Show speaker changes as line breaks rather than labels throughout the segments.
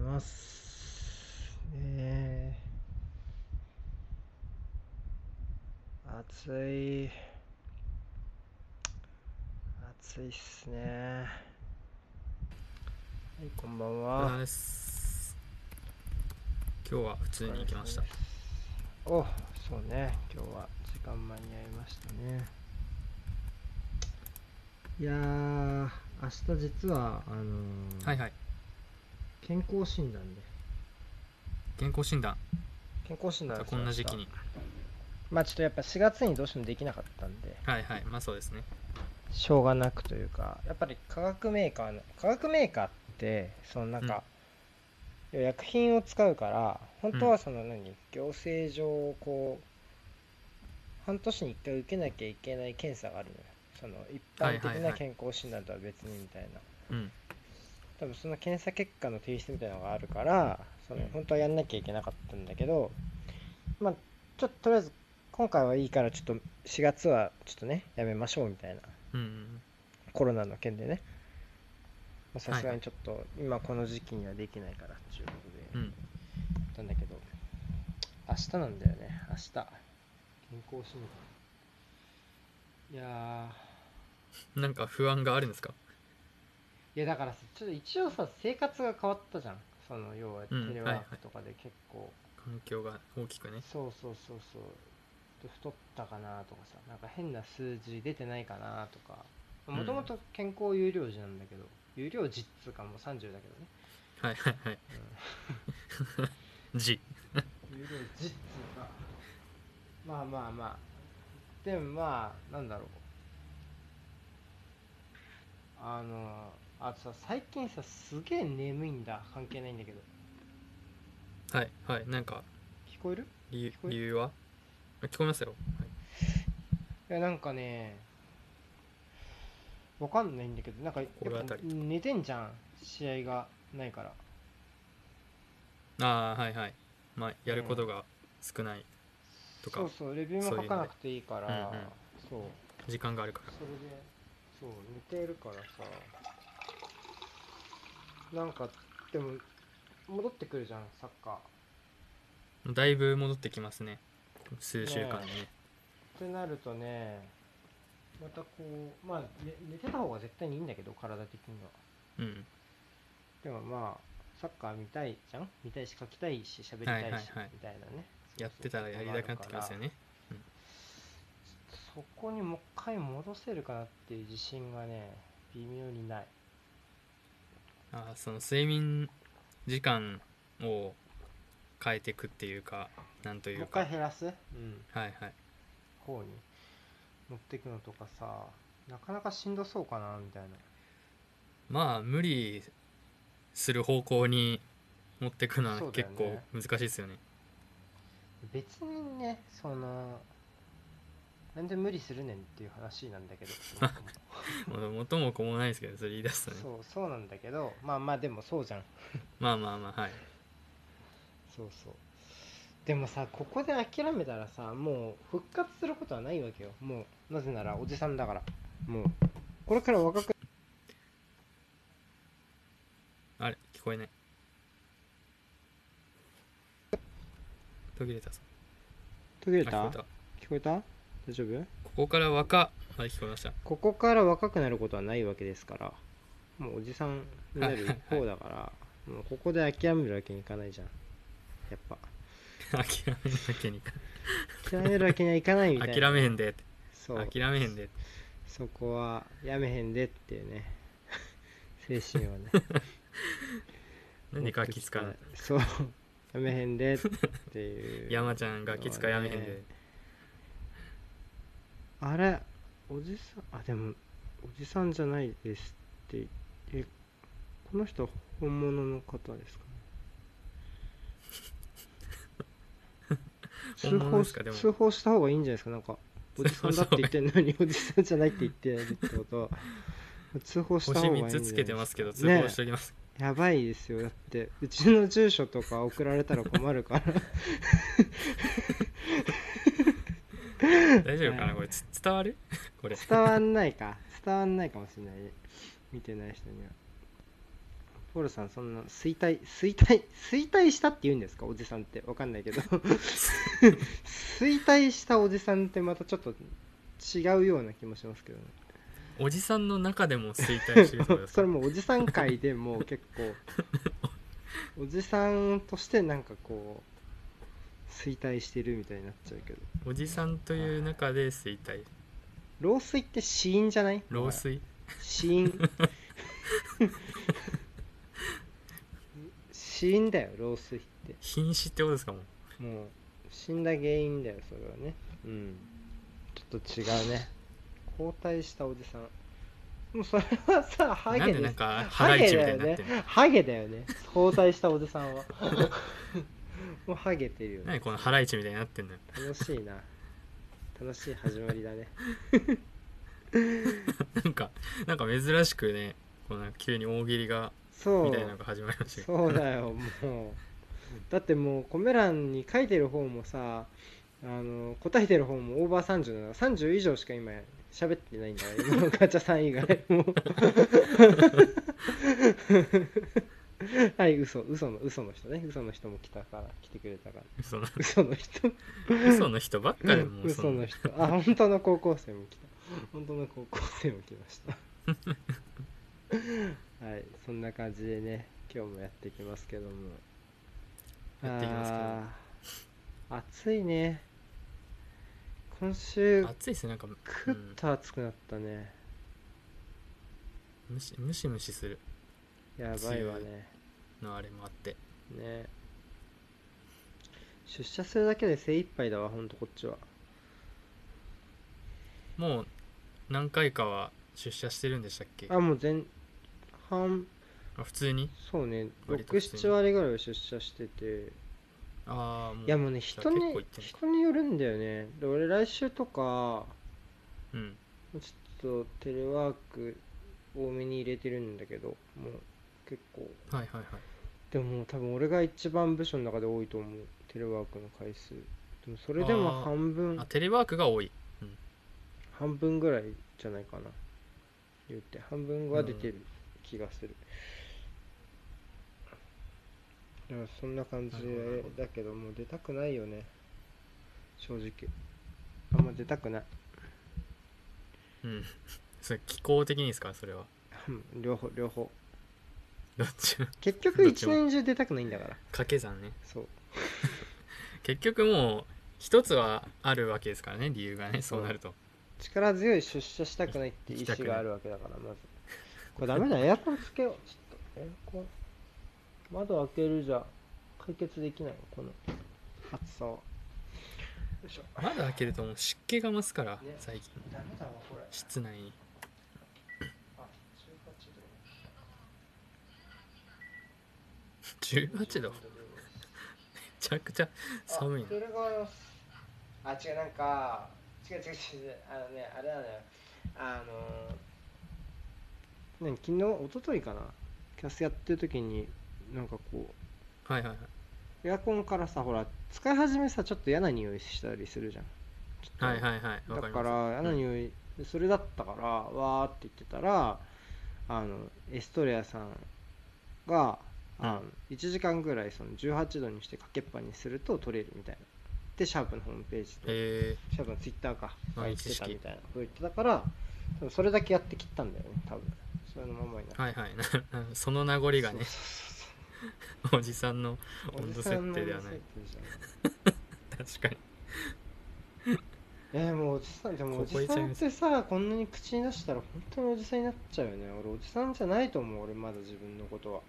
ますね暑い暑いっすねはいこんばん
お疲れ
は
様です今日は普通に行きました
おそうね今日は時間間に合いましたねいやー明日実はあのー
はいはい
健康診断で
健康診断
健康診
じ
断
ゃ
で
あ
す
こんな時期に
まあちょっとやっぱ4月にどうしてもできなかったんで
はいはいまあそうですね
しょうがなくというかやっぱり化学メーカーの化学メーカーってそのなんか、薬品を使うから本当はその何、行政上こう半年に1回受けなきゃいけない検査があるのよその一般
はいは
的
いは
ない健康診断とは別にみたいな、
うん
多分その検査結果の提出みたいなのがあるからその本当はやんなきゃいけなかったんだけどまあちょっととりあえず今回はいいからちょっと4月はちょっとねやめましょうみたいな
うんうん
コロナの件でねまあさすが
はいは
に
い
ちょっと今この時期にはできないからっていうこ
う
とで
ん
やったんだけど明日なんだよね明日健康診断いやー
うんなんか不安があるんですか
いやだからさちょっと一応さ生活が変わったじゃんその要はテ
うん
レワークとかで結構、
環境が大きくね
そうそうそうそうで太ったかなとかさなんか変な数字出てないかなとか
ん
もともと健康有料児なんだけど、有料児っつうかもう30だけどね、
はいはいはい
うん
字
有料児っつうかまあまあまあでもまあなんだろうあのあとさ最近さすげえ眠いんだ関係ないんだけど
はいはいなんか
聞こえる
理由
聞こえ
理由はあ聞こえますよ、はい
いやなんかねわかんないんだけどなんかや
心
っぱ
当たりと
寝てんじゃん試合がないから
ああはいはいまあやることが少ないとか
そうそうレビュー
そう
も
いう
書か
の
なくていいから
うんうん
そう
時間があるから
それでそう寝てるからさなんかでも戻ってくるじゃんサッカ
だいぶ戻ってきますね数週間でね
ーってなるとねまたこうまあ寝寝てた方が絶対にいいんだけど体的には
うん
でもまあサッカー見たいじゃん見たいし書きたいし喋りたいし、
はいはいはい
みたいなね
やってたらやりたくなってきますよね
そこにもう一回戻せるかなっていう自信がね微妙にない
あーその睡眠時間を変えていくっていうかなんとい
もう
う
一
かは
回
い
減らす、うん、
はい
方に持っていくのとかさなかなかしんどそうかなみたいな
まあ無理する方向に持っていくのは
そうだよ
結
ね
構難しいですよね
別にねそのなんで無理するねんっていう話なんだけ どそもそも
もう元も子もないですけどそれ言い出すとね
そうそうなんだけどまあまあでもそうじゃん
まあまあまあはい
そうそうでもさここで諦めたらさもう復活することはないわけよもうなぜならおじさんだからもうこれから若く
あれ聞こえない途切れたぞ
途切れ
あ
た
聞
聞
こえた
こえた大丈夫
ここから若はい聞こえました
ここから若くなることはないわけですからもうおじさんになる一方だからもうここで諦めるわけにいかないじゃんやっぱ
諦めなきゃにか
諦めるわけにはいかないみたいな
諦めへんでって
そう
諦めへんでって
そこはやめへんでっていうね 精神をね
なんでガキ使うの
そうやめへんでっていう
山ちゃんガキ使やめへんで
あれおじさんあでもおじさんじゃないですってえこの人は本物の方ですかね通
本物
報
で
し
すかでも
通報した方がいいんじゃないですかなんかおじさんだって言ってんの におじさんじゃないって言ってるってことは通報した方
星
がいいんじゃない
3つ
で
つ
す
けてますけど通
ね
報しておきます、
やばいですよだってうちの住所とか送られたら困るから
大丈夫か
は
ないこれつ伝わるこれ
伝わんないか伝わんないかもしれないね見てない人にはポールさんそんな衰退衰退衰退したって言うんですかおじさんってわかんないけど衰退したおじさんってまたちょっと違うような気もしますけどね
おじさんの中でも衰退してるってことです
そ
か
れもうおじさん界でもう結構おじさんとしてなんかこう衰退してるみたいになっちゃうけど
おじさんという中で衰退
老衰って死因じゃない
老衰
死因 死因だよ老衰って
瀕死ってことですかもう
もう死んだ原因だよそれはねうんちょっと違うね後退したおじさんもうそれはさハ
なん
ゲ
で
で
なん
す
か
ハ
ハライ
ゲ
チみ
だ
た
よ
いになっ
ね
てるの
ハゲだよね後退したおじさん はもうハゲてるよね
何このハライチみたいになってんのよ
楽しいな楽しい始まりだね
なんかなんか珍しくねこうなんか急に大喜利が
そう
みたいなのが始まりましたけど
そうだよもうだってもうコメ欄に書いてる方もさあの答えてる方もオーバー30なの30以上しか今喋ってないんだよ今のガチャさん以外もうはい嘘嘘の嘘の人ね嘘の人も来たから来てくれたから
嘘の
嘘の人
嘘の人ばっかでもうそ
嘘
の
の人あ本当の高校生も来た本当の高校生も来ました はいそんな感じでね今日もやっていきますけども
やっていきますけど
あー暑いね今週
暑いですねなんか、う
くっ
ん、
と暑くなったね、
ムシムシムシする
やばいわね
のあれもあって
ね出社するだけで精一杯だわほんとこっちは
もう何回かは出社してるんでしたっけ
あもう全半
あ普通に
そうね
割と普通に
67割ぐらいは出社してて
ああもう
いやもうね
じゃあ
人に
結構行ってんのか
人によるんだよねで俺来週とか
うん
ちょっとテレワーク多めに入れてるんだけどもう結構
はいはいはい
でももう多分俺が一番部署の中で多いと思うテレワークの回数でもそれでも
あー
半分
あテレワークが多い
半分ぐらいじゃないかな言って半分は出てる気がする、だからそんな感じ
なるほどなるほ
だけどもう出たくないよね正直あんま出たくない
うん それ気候的にですかそれは
うん両方両方
どっち も
結局
どっち
一
も
年中出たくないんだから
掛け算ね
そう
結局もう一つはあるわけですからね理由がねそうなると
力強い出社したくないって意
行きたく
思
ない
があるわけだから まずこれダメだエアコンつけようちょっとエアコン窓開けるじゃ解決できないのこの暑さはよいしょ
まだ開けるともう湿気が増すから
ね
最近
ダメだわこれ
室内に
あ18度
18度めちゃくちゃ寒い
あ
な
それがあ違うなんか違う違う違うあのねあれなのよあのー、ね昨日一昨日かなキャスやってる時になんかこ
はいはいはいう
エアコンからさほら使い始めさちょっと嫌な匂いしたりするじゃんちょっと
はいはいはいわ
だ
かり
か
ます
ら嫌な
うん
匂い、でそれだったからわーって言ってたらあのエストレアさんがあの、1時間ぐらいその18度にしてかけっぱにすると取れるみたいなでシャープのホームページで、
え
シャープのツイッターか
あ
言っ
知
てた
識
みたいなこと言ってたから多分それだけやって切ったんだよね多分それのままになっ
ー、
て
はいはいななその名残がねおじさんの
そうそうそうそう
温度
おじさんの
設定ではない
温度設定じゃない
確かに
えー、もうおじさんでもお
ここ
じ
行っち
さ
ゃい
んっ
ます
てさこんなに口に出したら本当におじさんになっちゃうよね俺おじさんじゃないと思う俺まだ自分のことは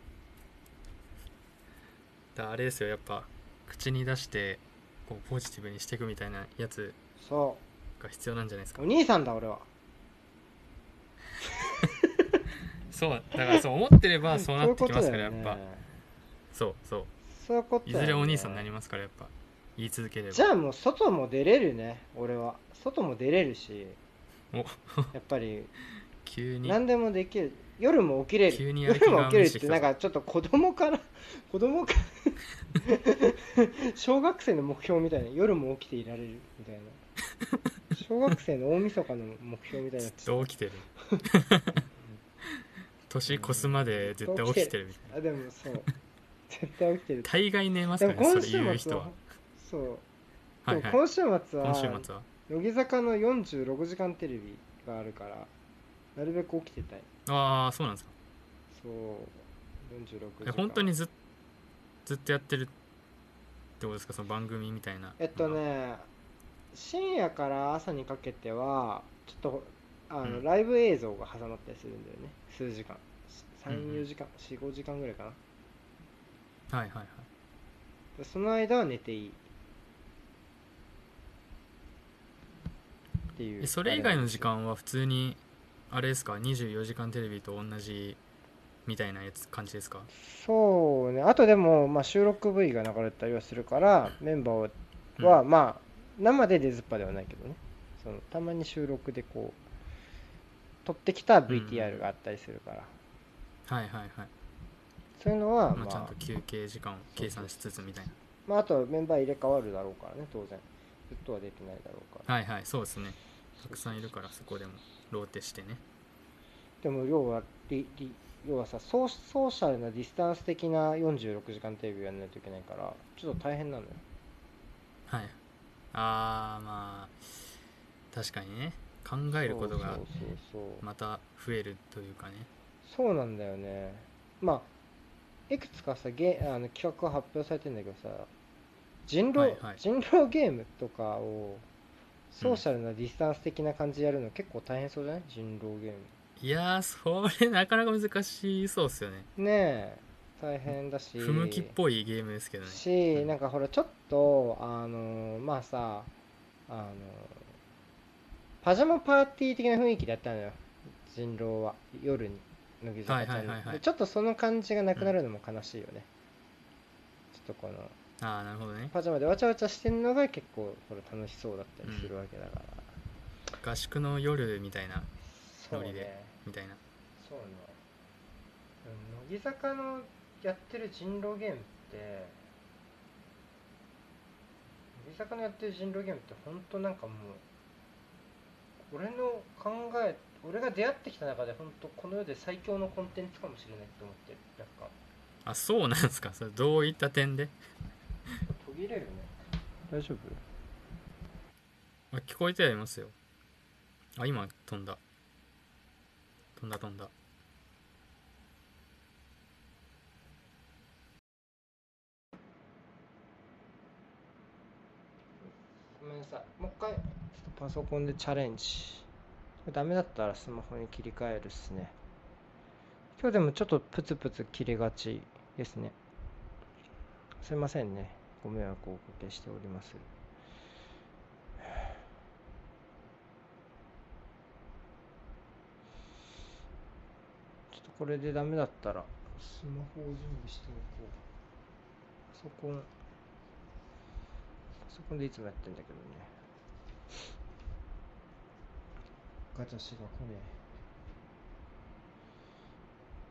だあれですよやっぱ口に出してこうポジティブにしていくみたいなやつ
そ
が必要なんじゃないです
う
か
お兄さんだ俺は
そうだからそう思ってればそうなってきますからやっ
そういうことだ
ぱ
よね
そうそう
そういうこと
い
だよ
ず
ね
れお兄さんになりますからやっぱ言い続ければ
じゃあもう外も出れるね俺は外も出れる し
お
やっぱり
急に
何でもできる夜も起きれる
急にやる気
夜も
が
起きれるっ
見え
て
てき
な
た
んかちょっと子供から 子供から小学生の目標みたいな夜も起きていられるみたいな 小学生の大晦日の目標みたいな
ずっと起きてる年越すまで絶対起きてるみたいな
あでもそう絶対起きてる
大概寝ます
で
か
も
らねそ
今
れ言う
週末
人は
はそう
はい
で
は
も
い
今週末
今
は
週末は
乃木坂の46時間テレビがあるからなるべく起きてたい
ああそうなんですか
そう46時
え
間
本当にずずっとやってるってことですかその番組みたいな
えっとね深夜から朝にかけてはちょっとあの、
うん
ライブ映像が挟まったりするんだよね数時間
うんうん
34時間45時間ぐらいかな
はいはいはい
でその間は寝ていいっていう
えそれ以外の時間は普通にあれですか24時間テレビと同じみたいなやつ感じですか
そうねあとでも、まあ、収録部位が流れたりはするからメンバー
うん
は、まあ生で出ずっぱではないけどねそのたまに収録でこう撮ってきた VTR があったりするから、
はいはいはい、
そういうのは、
ま
ま
あ、ちゃん
あ
と休憩時間を計算しつつみたいな
まあ、あとメンバー入れ替わるだろうからね当然ずっとはできないだろうから
はいはいそうですねたくさんいるからそこでもローテしてね
でも要はリリ要はさソーソーシャルなディスタンス的な46時間テレビをやらないといけないからちょっと大変なのよ
はいあーまあ確かにね考えることが
そうそうそう
また増えるというかね
そうなんだよねまあいくつかさゲあの企画が発表されてんだけどさ人狼、
はいはい
人狼ゲームとかをソーシャルなディスタンス的な感じでやるの結構大変そうじゃない人狼ゲー
いやーそれなかなか難しそうっすよね
ムねえ大変だし
不向きっぽいゲームですけどね
し
うん
なんかほらちょっとあのまあさあのパジャマパーティー的な雰囲気だったのよ人狼は夜に乃木坂ちゃん
はいはいはいは
の
い
でちょっとその感じがなくなるのも悲しいよね、ちょっとこの
ああなるほどね
パジャマでわちゃわちゃしてるのが結構ほら楽しそうだったりするわけだから、
合宿の夜みたいな
そう
ノリで
ね
みたいな
そうねうん乃木坂のやってる人狼ゲームって乃木坂のやってる人狼ゲームって本当なんかもう俺の考え俺が出会ってきた中で本当この世で最強のコンテンツかもしれないって思ってるなんか
あそうなんですか それどういった点で、
途切れるね大丈夫
あ、聞こえてはいますよあ今飛んだ飛んだ飛んだ
ごめんなさいもう一回ちょっとパソコンでチャレンジダメだったらスマホに切り替えるっすね今日でもちょっとプツプツ切れがちですねすいませんねご迷惑をおかけしておりますちょっとこれでダメだったらスマホを準備しておこうパソコンパソコンでいつもやってんだけどねガチャしが来ねえよ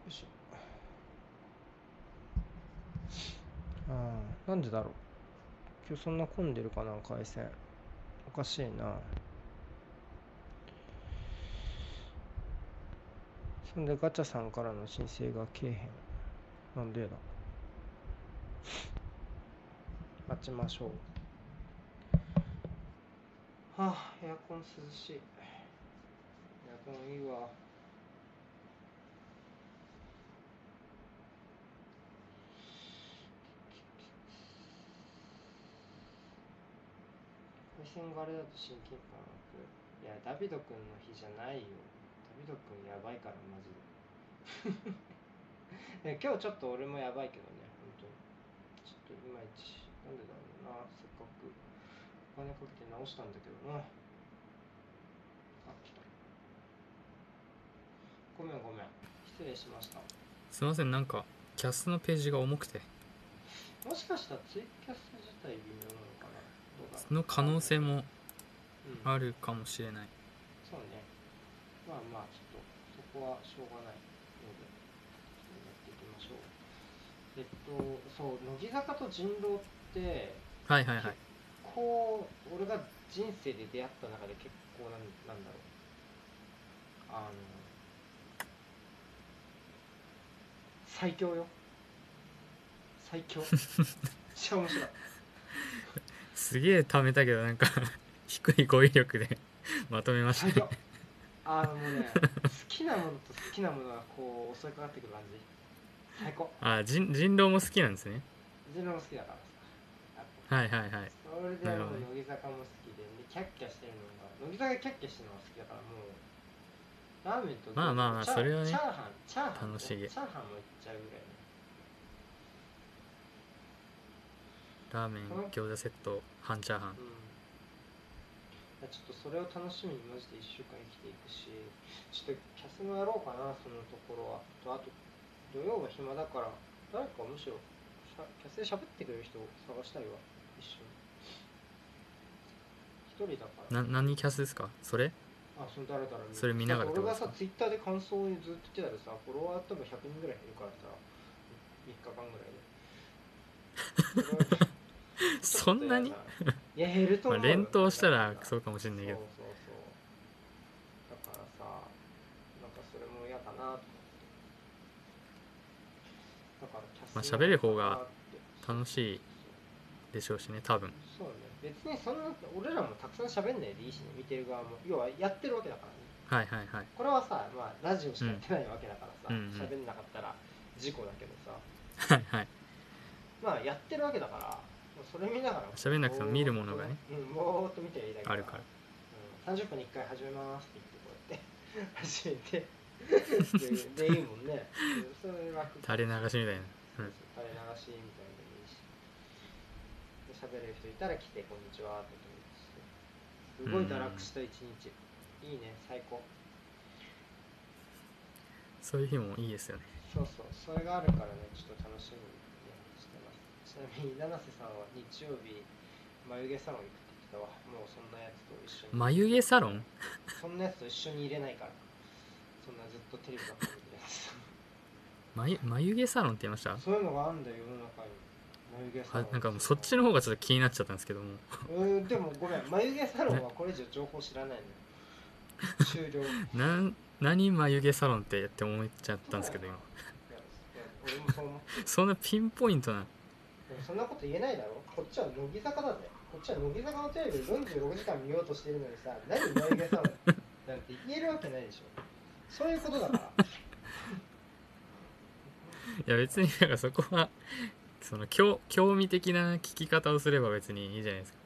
いしょああなんでだろう今日そんな混んでるかな回線おかしいなそんでガチャさんからの申請がけえへんなんでだ待ちましょうはあ、エアコン涼しい。エアコンいいわ。目線があれだと親近感湧く。いや、ダビド君の日じゃないよ。ダビド君やばいから、マジで。ね 今日ちょっと俺もやばいけどね、本当に。ちょっといまいち、なんでだろうな、せっかく。お金かけて直したんだけどなあ来たごめんごめん失礼しました
すいませんなんかキャストのページが重くて
もしかしたらツイキャス自体微妙なのかなどうだろう
その可能性も
うん
あるかもしれない
そうねまあまあちょっとそこはしょうがないのでちょっとやっていきましょうえっとそう乃木坂と人狼って
はいはいはい
こう俺が人生で出会った中で結構なんなんだろうあの最強よ最強超面白い
すげえ貯めたけどなんか 低い語彙力で まとめました
最
ね
強あのもうね好きなものと好きなものがこう襲いかかってくる感じ最高
あ人人狼も好きなんですね
自分も好きだからさ
はいはいはい
それでも
なるほ
う
どね
乃木坂も好きででキャッキャしてるのが乃木坂がキャッキャしてるのが好きだからもうラーメンと
まあまあまあ
チャー
それはね
チャーハンチャーハン
楽しげ
チャーハンもいっちゃうぐらいね
ラーメン餃子セット半チャーハ
う
ン
んいやちょっとそれを楽しみにマジで1週間生きていくしちょっとキャスもやろうかなそのところはとあと土曜は暇だから誰かむしろしゃキャスで喋ってくれる人を探したいわ一緒に一人だから
な何キャスですかそれ
あその誰だろう
それ見ながらって
俺
こと
がさ
ですか
ツイッターで感想をずっと言ってたらさフォロワー多分100人ぐらいいるから さ3日間ぐらいでそれはちょっと
そんなに
やだいや減ると
ま
思
あ
うよ、
連投したらそううかもし
そ
んないけど
そうそうそうだからさなんかそれも嫌だなと思ってだからキャス
まあ
の
喋る方が
方って
楽しいでしょうしね多分
そうね別にそんな俺らもたくさん喋んないでいいしね見てる側も要はやってるわけだからね
はいはいはい
これはさ、まあ、ラジオしかやってないわけだからさ
うんうんうん
喋、んなかったら事故だけどさ
はいはい
まあやってるわけだからそれ見ながら
喋んなくても見るものがね
うんぼーっと見てりゃいいだけ
あるから
うん、30分に1回始めますって言ってこうやって始めてででいいもん ねそれ楽
垂れ流しみた
垂
いなう
れ流しみたい
ん
なのでいいしで喋れる人いたら来てこんにちはって言ってもいいしすごい堕落した一日いいね最高
そういう日もいいですよね
そうそう、それがあるからね、ちょっと楽しみにしてます。ちなみに、七瀬さんは日曜日、眉毛サロン行くって言ってたわ。もうそんなやつと一緒に、
眉毛サロン
そんなやつと一緒に入れないから。そんなずっとテレビばっかり見てるやつ。
眉眉毛サロンって言いました
そういうのがあるんだよ、世の中に。眉毛サ
あ
ロン。
なんかもうそっちの方がちょっと気になっちゃったんですけども
うーん、でもごめん、眉毛サロンはこれ以上情報知らないのよ。終 了。
なん何眉毛サロンってって思っちゃったんですけど今
いやいや俺もそう思う
そんなピンポイントな
でもそんなこと言えないだろこっちは乃木坂だぜこっちは乃木坂のテレビ46時間見ようとしてるのにさ何眉毛さんなんて言えるわけないでしょそういうことだから
いや別になんかそこはその興興味的な聞き方をすれば別にいいじゃないですか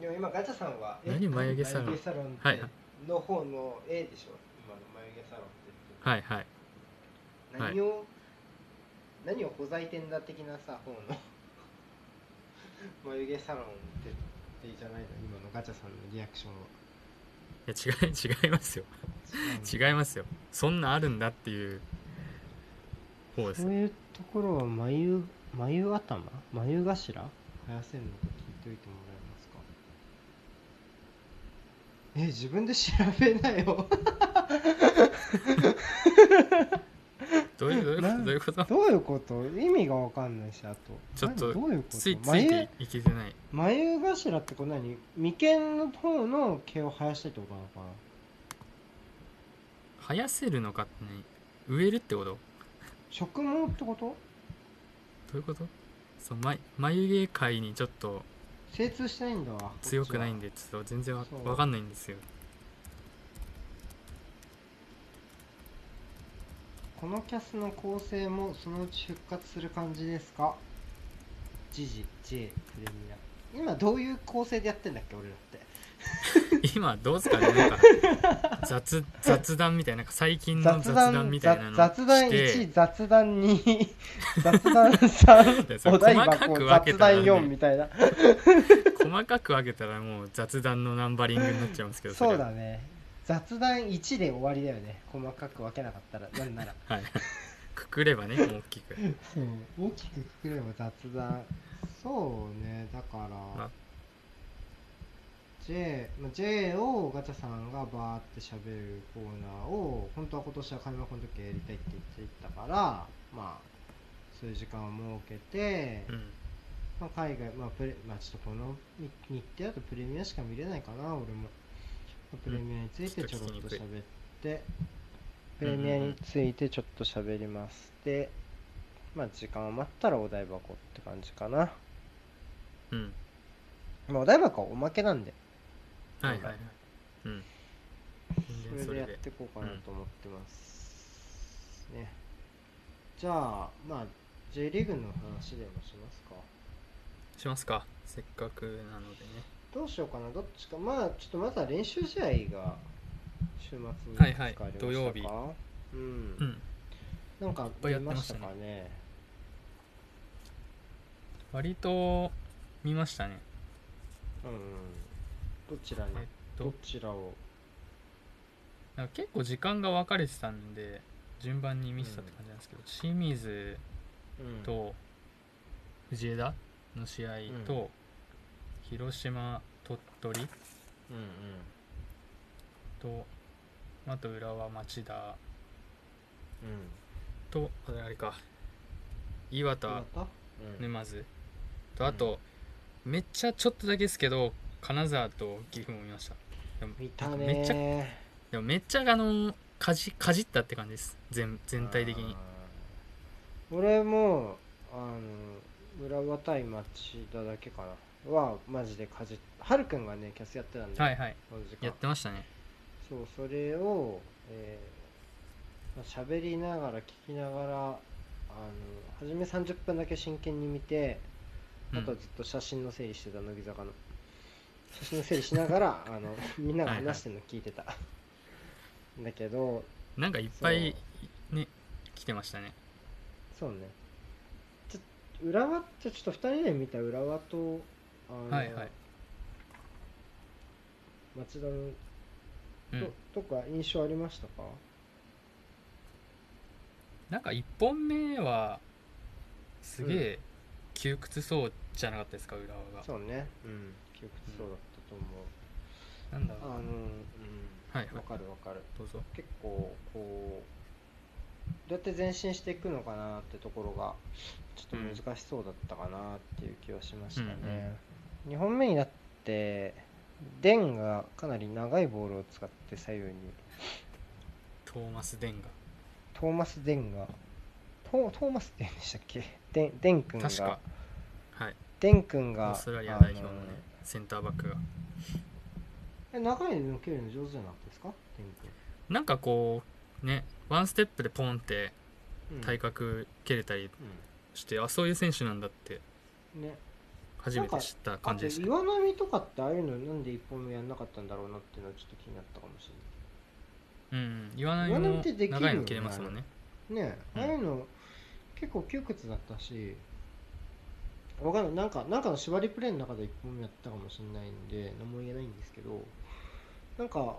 でも今ガチャさんはえ
何眉毛サロン
眉毛サロンって、
はいはい
の方の A でしょ今の眉毛サロンって
はいはいはい
何を、何をほざいてんだ的なさ方の眉毛サロンってってじゃないの今のガチャさんのリアクション
いや違い違いますよ
は
違いますよそんなあるんだっていう方です
そういうところは眉眉頭眉頭生やせるのか聞いておいてもらえますかえ自分で調べな よ
どういうどういうこ
な
とどういうこと
どういうこと意味がわかんないしあと
ちょっと
何どういうこ
つい
と
ついて
眉
いけてない
眉頭ってこれ何眉間の方の毛を生やしたいってことなのかな
生やせるのかって何植えるってことど
植毛ってこと
ういうことそう眉眉毛界にちょっと
精通してないんだわ
強くないん
で
でちょっと全然わ
そう
わかんないんですよ
このキャスの構成もそのうち復活する感じですかジジ J プレミア今どういう構成でやってんだっけ俺らって
今どうですかね なんか雑雑談みたいななんか最近の雑談みたいなの
雑雑談
して
1雑談2雑談3
それ
お台
細か
箱
く分け
雑
たら
談
ね
4みたいな
細かく分けたらもう雑談のナンバリングになっちゃうんですけど
そう
れ
だ
は
ね雑談1で終わりだよね細かく分けなかったらなんなら
はい くくればね大き く
そう大きくくくれば雑談そうねだから、
まあ
J, まあ J をガチャさんがバーって喋るコーナーを本当は今年は開幕の時はやりたいって言っていたからまあそういう時間を設けて、
うん
まあ、海外、まあプレまあ、ちょっとこの日日程だとプレミアしか見れないかな俺も、まあプレミアについてちょろっと喋って、プレミアについてちょっと喋ります。で、まあ時間余ったらお台箱って感じかな。
うん
まあお台箱はおまけなんで、
はいはいはいうん全然
そ
そ
れでや
れ
っ
で
ていこうかなと思ってます。ね。じゃあ、まあ J リーグの話でもしますか。
しますかせっかくなのでね
どうしようかな、どっちか、まあちょっとまずは練習試合が週末にい
はいはい
くつかありましたか
土曜日
うん
う。ん
なんか
ぱいや
見
ってま
ま
し
したた
ね
かね。
割と見ましたね
うんうん。どちらに
えっ、と
どちらを。
なんか結構時間が分かれてたんで順番に見せたって感じなんですけど、清水
うん
と藤枝の試合と、広島鳥取
うんうん。
とあと浦和町田
うん。
とあれあれか岩
どうだ
田
ったうん。
沼津とあと、めっちゃちょっとだけですけど金沢と岐阜も見ましたでも
見た
なん
ね
かめっちゃでもめっちゃあのかじかじったって感じです全全体的に
あー俺もあの浦和対町田だけかなはマジでかじっはるくんがねキャスやってたんで、
はいはい
この時間
やってましたね
そうそれをえーまあ喋、りながら聞きながらあの初め30分だけ真剣に見て
う
あ
ん
とはずっと写真の整理してた乃木坂の写真の整理しなが らあのみんなが話してるの聞いてただけど
なんかいっぱいね来てましたね
そうね。ちょ浦和ってちょっと2人で見た浦和と、あの
はいはい
町田の
う
とと
ん,、
か印象ありましたか
なんか1本目はすげえ窮屈そうじゃなかったですか浦和が
そうね。うん。記憶そうだったと思
なんだろう
う。あの、うん。
はいはい
わかるわかる。
どうぞ
結構、こう、どうやって前進していくのかなってところが、ちょっと難しそうだったかなっていう気はしましたね。2本目になって、デンがかなり長いボールを使って左右に
トーマス・デン
トーマス・デンがトトーマス・デンでしたっけデンデン君
ガ
が
確かはい
デン君
オ
が
ーストラリ
あ
ア
の
代表のねセンターバックが
え長いの抜けるの上手じゃなかったですかデン
なんかこうねワンステップでポンって
君、うん、
体格蹴れたりして、あそういう選手なんだって
うんね
初めて知った
あ
感じ
と
でした
岩波とかってああいうのなんで一本目やんなかったんだろうなっていうのはちょっと気になったかもし
うん岩波
岩波
も
ってできるよね
長いの蹴れますもんね
れないねえ、
うん
ああいうの結構窮屈だったしわかんないなんかなんかの縛りプレーの中で一本目やったかもしれないんで何も言えないんですけどなんか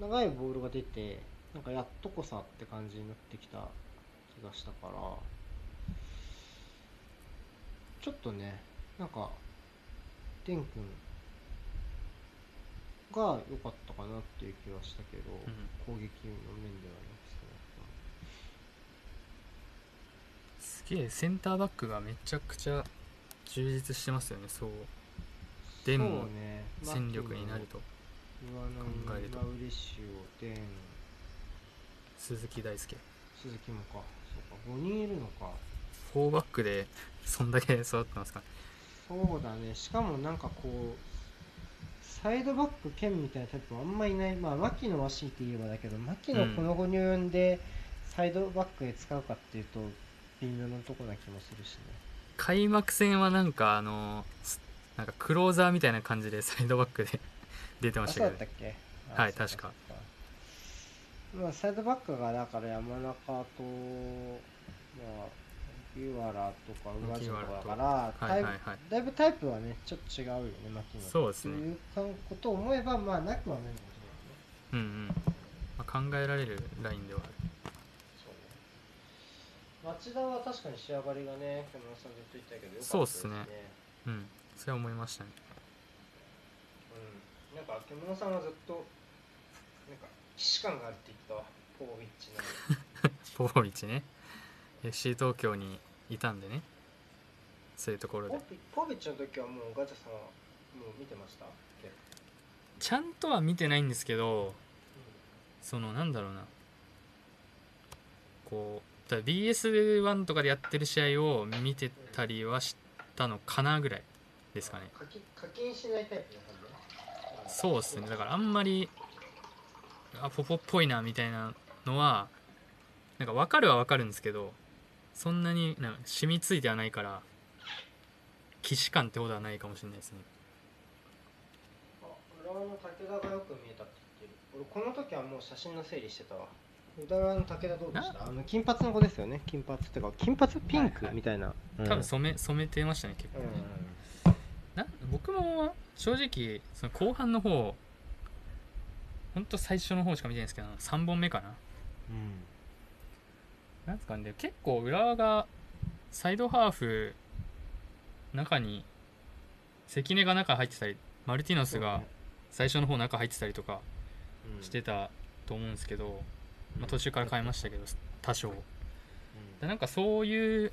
長いボールが出てなんかやっとこさって感じになってきた気がしたからちょっとねなんかデン君が良かったかなっていう気はしたけど、攻撃の面ではなくて
すげえセンターバックがめちゃくちゃ充実してますよねそうデンも
そうね
戦力になると
言わ
考
な
え
い
ると
今嬉しいよデン
鈴木大輔
鈴木もかそうか5人いるのか
4バックでそんだけ育ってますから
そうだねしかもなんかこうサイドバック兼みたいなタイプはあんまいないまあ牧野は強いて言えばだけど牧野この5人でサイドバックで使うかっていうと微妙なとこな気もするしね
開幕戦はなんかあのすなんかクローザーみたいな感じでサイドバックで 出てま
あ
し
そう
た
だった
けど
っけあ
はい
そっ
確か
そっまあ、サイドバックがだから山中と、まあ、荻原とか宇賀神とかだから、
はいはい
だ
は
い
い
ぶだいぶタイプはねちょっと違うよね牧野と
そうですね
っていうことを思えばまあなくはないかもし
うんうん、まあ、考えられるラインではある
れないねそうね町田は確かに仕上がりがね山田さんずっと言ったけどよかった
そうっすねうんそれは思いましたね
うん、なんか獣さんはずっとなんか既視感があるって言ってたわポポビッチの
ポポビッチね FC 東京にいたんでねそういうところで
ポビポビッチの時はもうガチャさんはもう見てましたっけ
ちゃんとは見てないんですけどそのなんだろうなこうただ BS1 とかでやってる試合を見てたりはしたのかなぐらいですかね
課金課金しないタイプな感じね
そうですねだからあんまりあポポっぽいなみたいなのはなんか分かるは分かるんですけどそんなになんか染みついてはないから既視感ってことはないかもしれないですね
あ浦和の武田がよく見えたって言ってる俺この時はもう写真の整理してたわ浦和の武田どうでしたあの金髪の子ですよね金髪ってか金髪ピンクみたいな、
多分
そ
染め染めてましたね結構
う
ね
ん、
な僕も正直その後半の方ほんと最初の方しか見てないんですけど3本目かななんですかね結構浦和がサイドハーフ中に関根が中入ってたりマルティノスが最初の方中入ってたりとかしてたと思うんですけど、まあ、途中から変えましたけど多少でなんかそういう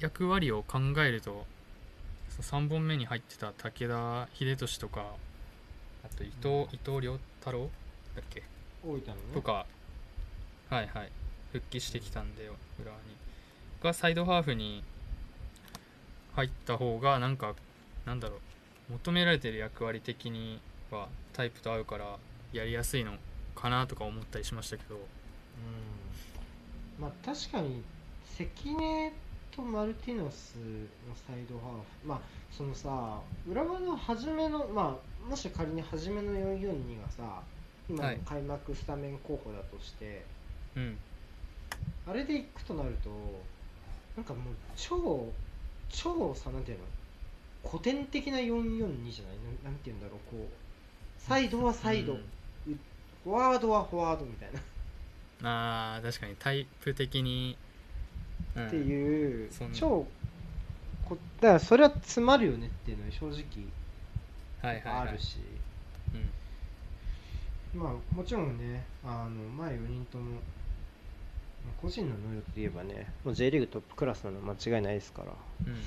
役割を考えると3本目に入ってた武田秀俊とかあと伊藤,、伊藤良太郎だっけ
大分のね
とか、はいはい復帰してきたんで裏にがサイドハーフに入った方がなんかなんだろう求められてる役割的にはタイプと合うからやりやすいのかなとか思ったりしましたけど
うんまあ確かに関根とマルティノスのサイドハーフまあそのさ浦和の初めのまあもし仮に初めの442がさ今の
はい
開幕スタメン候補だとして、
うん
あれでいくとなるとなんかもう超超さなんていうの古典的な442じゃないななんていうんだろうこうサイドはサイド、
うん
フォワードはフォワードみたいな
あー確かにタイプ的に、うん
っていう、
そんな
超こだからそれは詰まるよねっていうのは正直
はいは
あ
いはい
るし、
うん
まあもちろんねあの前4人ともまあ個人の能力で言えばねもう J リーグトップクラスなのは間違いないですから
うんうん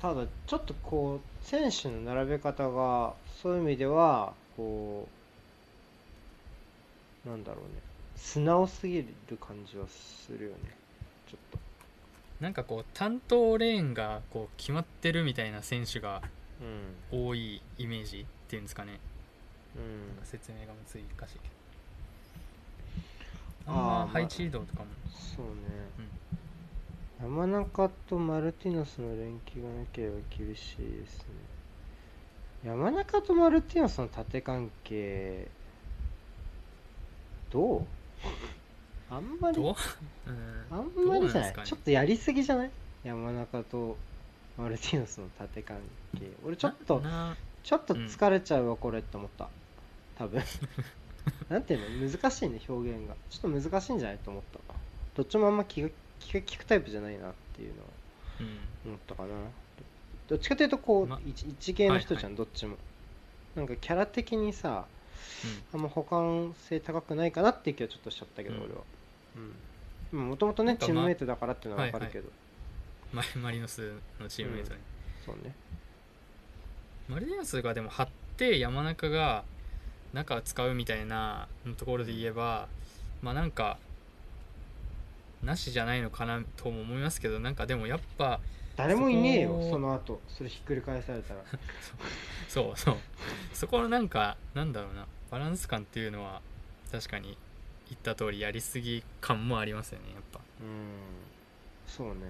ただちょっとこう選手の並べ方がそういう意味ではこうなんだろうね素直すぎる感じはするよねちょっと
なんかこう担当レーンがこう決まってるみたいな選手が
うん
多いイメージっていうんですかね
うん
説明が難しいけ
あー
どあ
ま
あ
あ
配置移動とかも
そうね、山中とマルティノスの連携がなければ厳しいですね山中とマルティノスの縦関係どうあんまり
どうう
あ
ん
んまりじゃない
どうなんですかね
ちょっとやりすぎじゃない山中とマルティノスの縦関係俺ちょっと
なな
ちょっと疲れちゃうわこれって思った多 分なんていうの難しいね表現がちょっと難しいんじゃないと思ったどっちもあんま気が気が利くタイプじゃないなっていうのは
うん
思ったかなどっちかというとこう、
ま
一一芸の人じゃん、
はい
どっちもなんかキャラ的にさあんま補完性高くないかなっていう気はちょっとしちゃったけど、
うん
俺はうんもともとね
なんか
チ
ま
ー
あ
ムメイトだからっていうのは分かるけど、
うんマリマリノスのチームメイトに、
そうね
マリノスがでも張って山中が中を使うみたいなところで言えばまあなんかなしじゃないのかなとも思いますけどなんかでもやっぱ
誰もいねえ
そ
よ
こを
その後それひっくり返されたら
そうそうそこのなんかなんだろうなバランス感っていうのは確かに言った通りやりすぎ感もありますよねやっぱ
うんそうね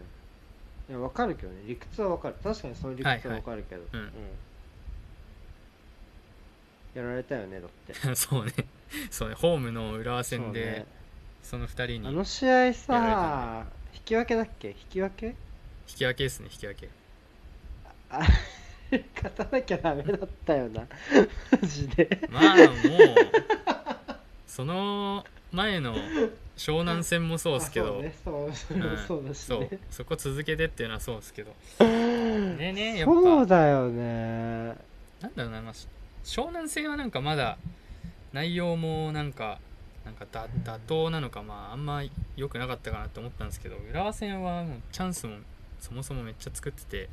いや分かるけどね理屈は分かる確かにその理屈は分かるけど、
はいはい
やられたよねだって
そうねそうねホームの浦和
そう
戦で
ね
その2人
あ
に
の試合
やら
さ引き分けだっけ引き分け
引き分けですね引き分け
あ勝たなきゃダメだったよなマジで
まあもうその前の湘南戦もそうですけ
あ
ど
そうねそうそれ
う
も
ん
そうだし
そう
ね、
そこ続けてっていうのはそうですけどねえねえやっぱ
そうだよね
なんだろうな、まあ、し湘南戦はなんかまだ内容もなんかなんかだ妥当なのか、まあ、あんま良くなかったかなと思ったんですけど浦和戦はもうチャンスもそもそもめっちゃ作っててっ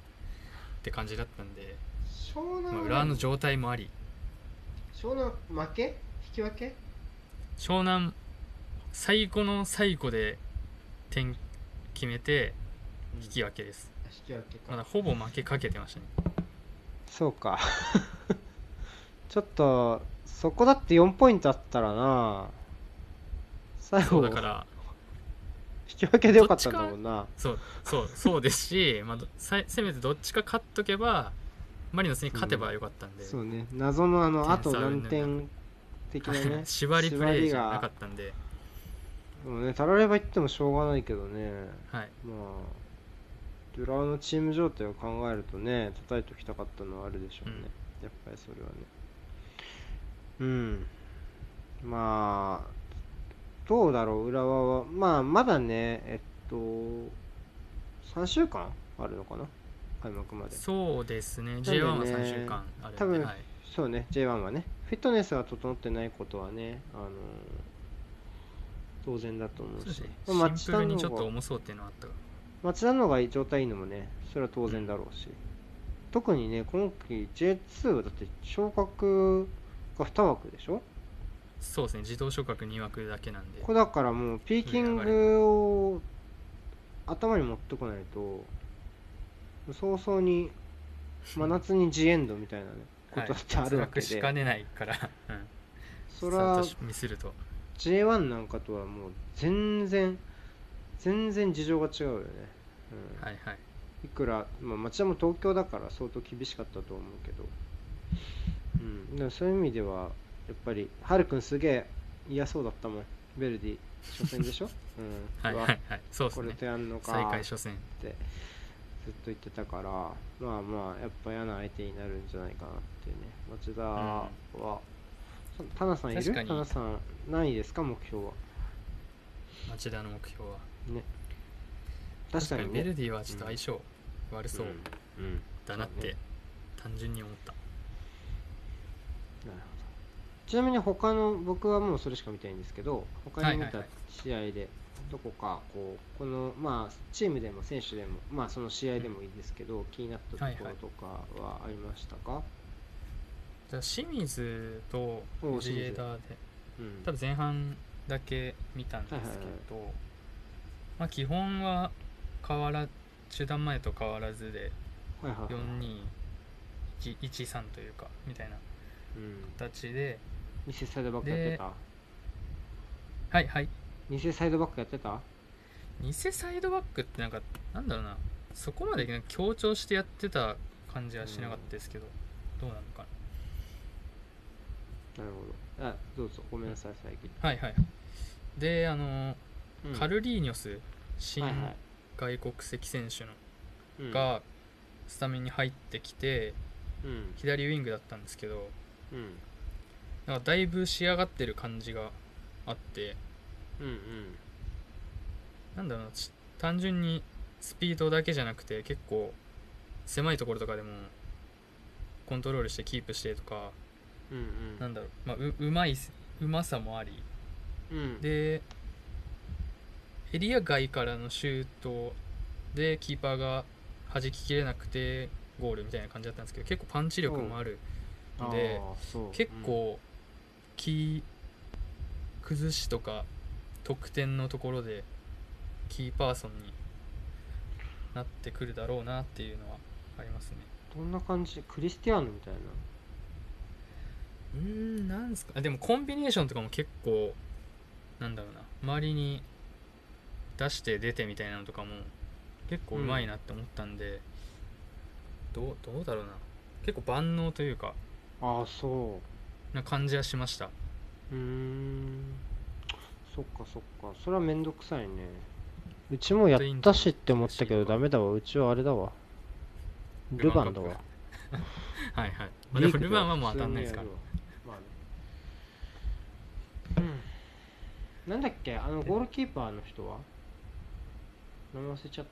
て感じだったんで、
湘南、
まあ、浦和の状態もあり
湘南負け引き分け
湘南最後の最後で点決めて
うん
引き分けです、
引き分けか
まだほぼ負けかけてましたね
そうか ちょっとそこだって4ポイントあったらな最後
そうだから
引き分けでよかったんだもんな
そうそうそうですし、 まあ、どさせめてどっちか勝っとけばマリノスに勝てばよかったんで、
そうね謎のあの
点
あと
差
何
云
点的なね
縛りプレイじゃなか
た
ったんで、
そうねたられば言ってもしょうがないけどね
はい、
まあドゥラーのチーム状態を考えるとね叩いておきたかったのはあるでしょうね、
うん
やっぱりそれはねうんまあどうだろう浦和はまあまだねえっと3週間あるのかな開幕まで
そうですね
だよね
J1 は3週間あるんで
多分
はい、
そうね J1 はねフィットネスが整ってないことはねあの当然だと思
そう
う
です
し
ね
まあ
シンプルにちょっ
町田の方が
と重そうっていうのはあったが
町田の方が状態いいのもねそれは当然だろうし、特にね今季 J2 はだって昇格が2枠でしょ
そうですね自動昇格2枠だけなんで
これだからもうピーキングを頭に持ってこないと早々に真夏に G エンドみたいなねことだってあるわけ
はい脱落 し
で、
かねないから、うん、
それは
スタートミスると
J1 なんかとはもう全然全然事情が違うよね、うん
はいはい
いくら、まあ、町田も東京だから相当厳しかったと思うけど、うん、でもそういう意味ではやっぱりハルくんすげえ嫌そうだったもんベルディ初戦でし ょ、うん、
はいうは
わ
いはいそうです
これ
ね
とやんのか
再開
ってずっ
初戦
と言ってたからまあまあやっぱ嫌な相手になるんじゃないかなっていうね町田は、そタナさんいる
確かに
タナさん何位ですか目標は
町田の目標は
ね確かに
ベ
ね
ルディはちょっと相性悪そう
うんうん
だなっ
そう
て
ね
単純に思った
なるほどちなみに他の僕はもうそれしか見てないんですけど他に見
はいはい
た
はい
試合でどこかこうこのまあチームでも選手でもまあその試合でもいいですけど気になったところとかはありましたか、
じゃあ清水と
お
藤枝で
うん
多分前半だけ見たんですけど、まあ、基本は変わら中断前と変わらずで
はいはいはい
4213というかみたいな
うん
形で
偽サイドバックやってた
はいはい
偽サイドバックやってた
偽サイドバックってなんかなんだろうなそこまでなんか強調してやってた感じはしなかったですけど、どうなのか
なるほどあどうぞごめんなさい最近、
なはいはいであの、
うん
カルリーニョス新
はいはい
外国籍選手の
うん
がスタメンに入ってきて
うん
左ウィングだったんですけど
うん
なんかだいぶ仕上がってる感じがあって
うんうん
なんだろうなち単純にスピードだけじゃなくて結構狭いところとかでもコントロールしてキープしてとか
うんう
なんんだろう、まあ、ううまいうまさもあり
うん
でエリア外からのシュートでキーパーが弾ききれなくてゴールみたいな感じだったんですけど結構パンチ力もあるので
あーそう
結構キー崩しとか得点のところでキーパーソンになってくるだろうなっていうのはありますね。
どんな感じクリスティアーノみたいな
うーんなんですかあでもコンビネーションとかも結構なんだろうな周りに出して出てみたいなのとかも結構うまいなって思ったんで、どうどうだろうな結構万能というか
ああそ
な感じはしました
ううーんそっかそっかそれはめんどくさいねうちもやったしって思ったけどダメだわうちはあれだわルヴァンだわ
はいはい、まあ、でもルヴァンはもう当たんないですから
リーグでは普通にやるわまあねうんなんだっけあのゴールキーパーの人は名前忘れちゃっ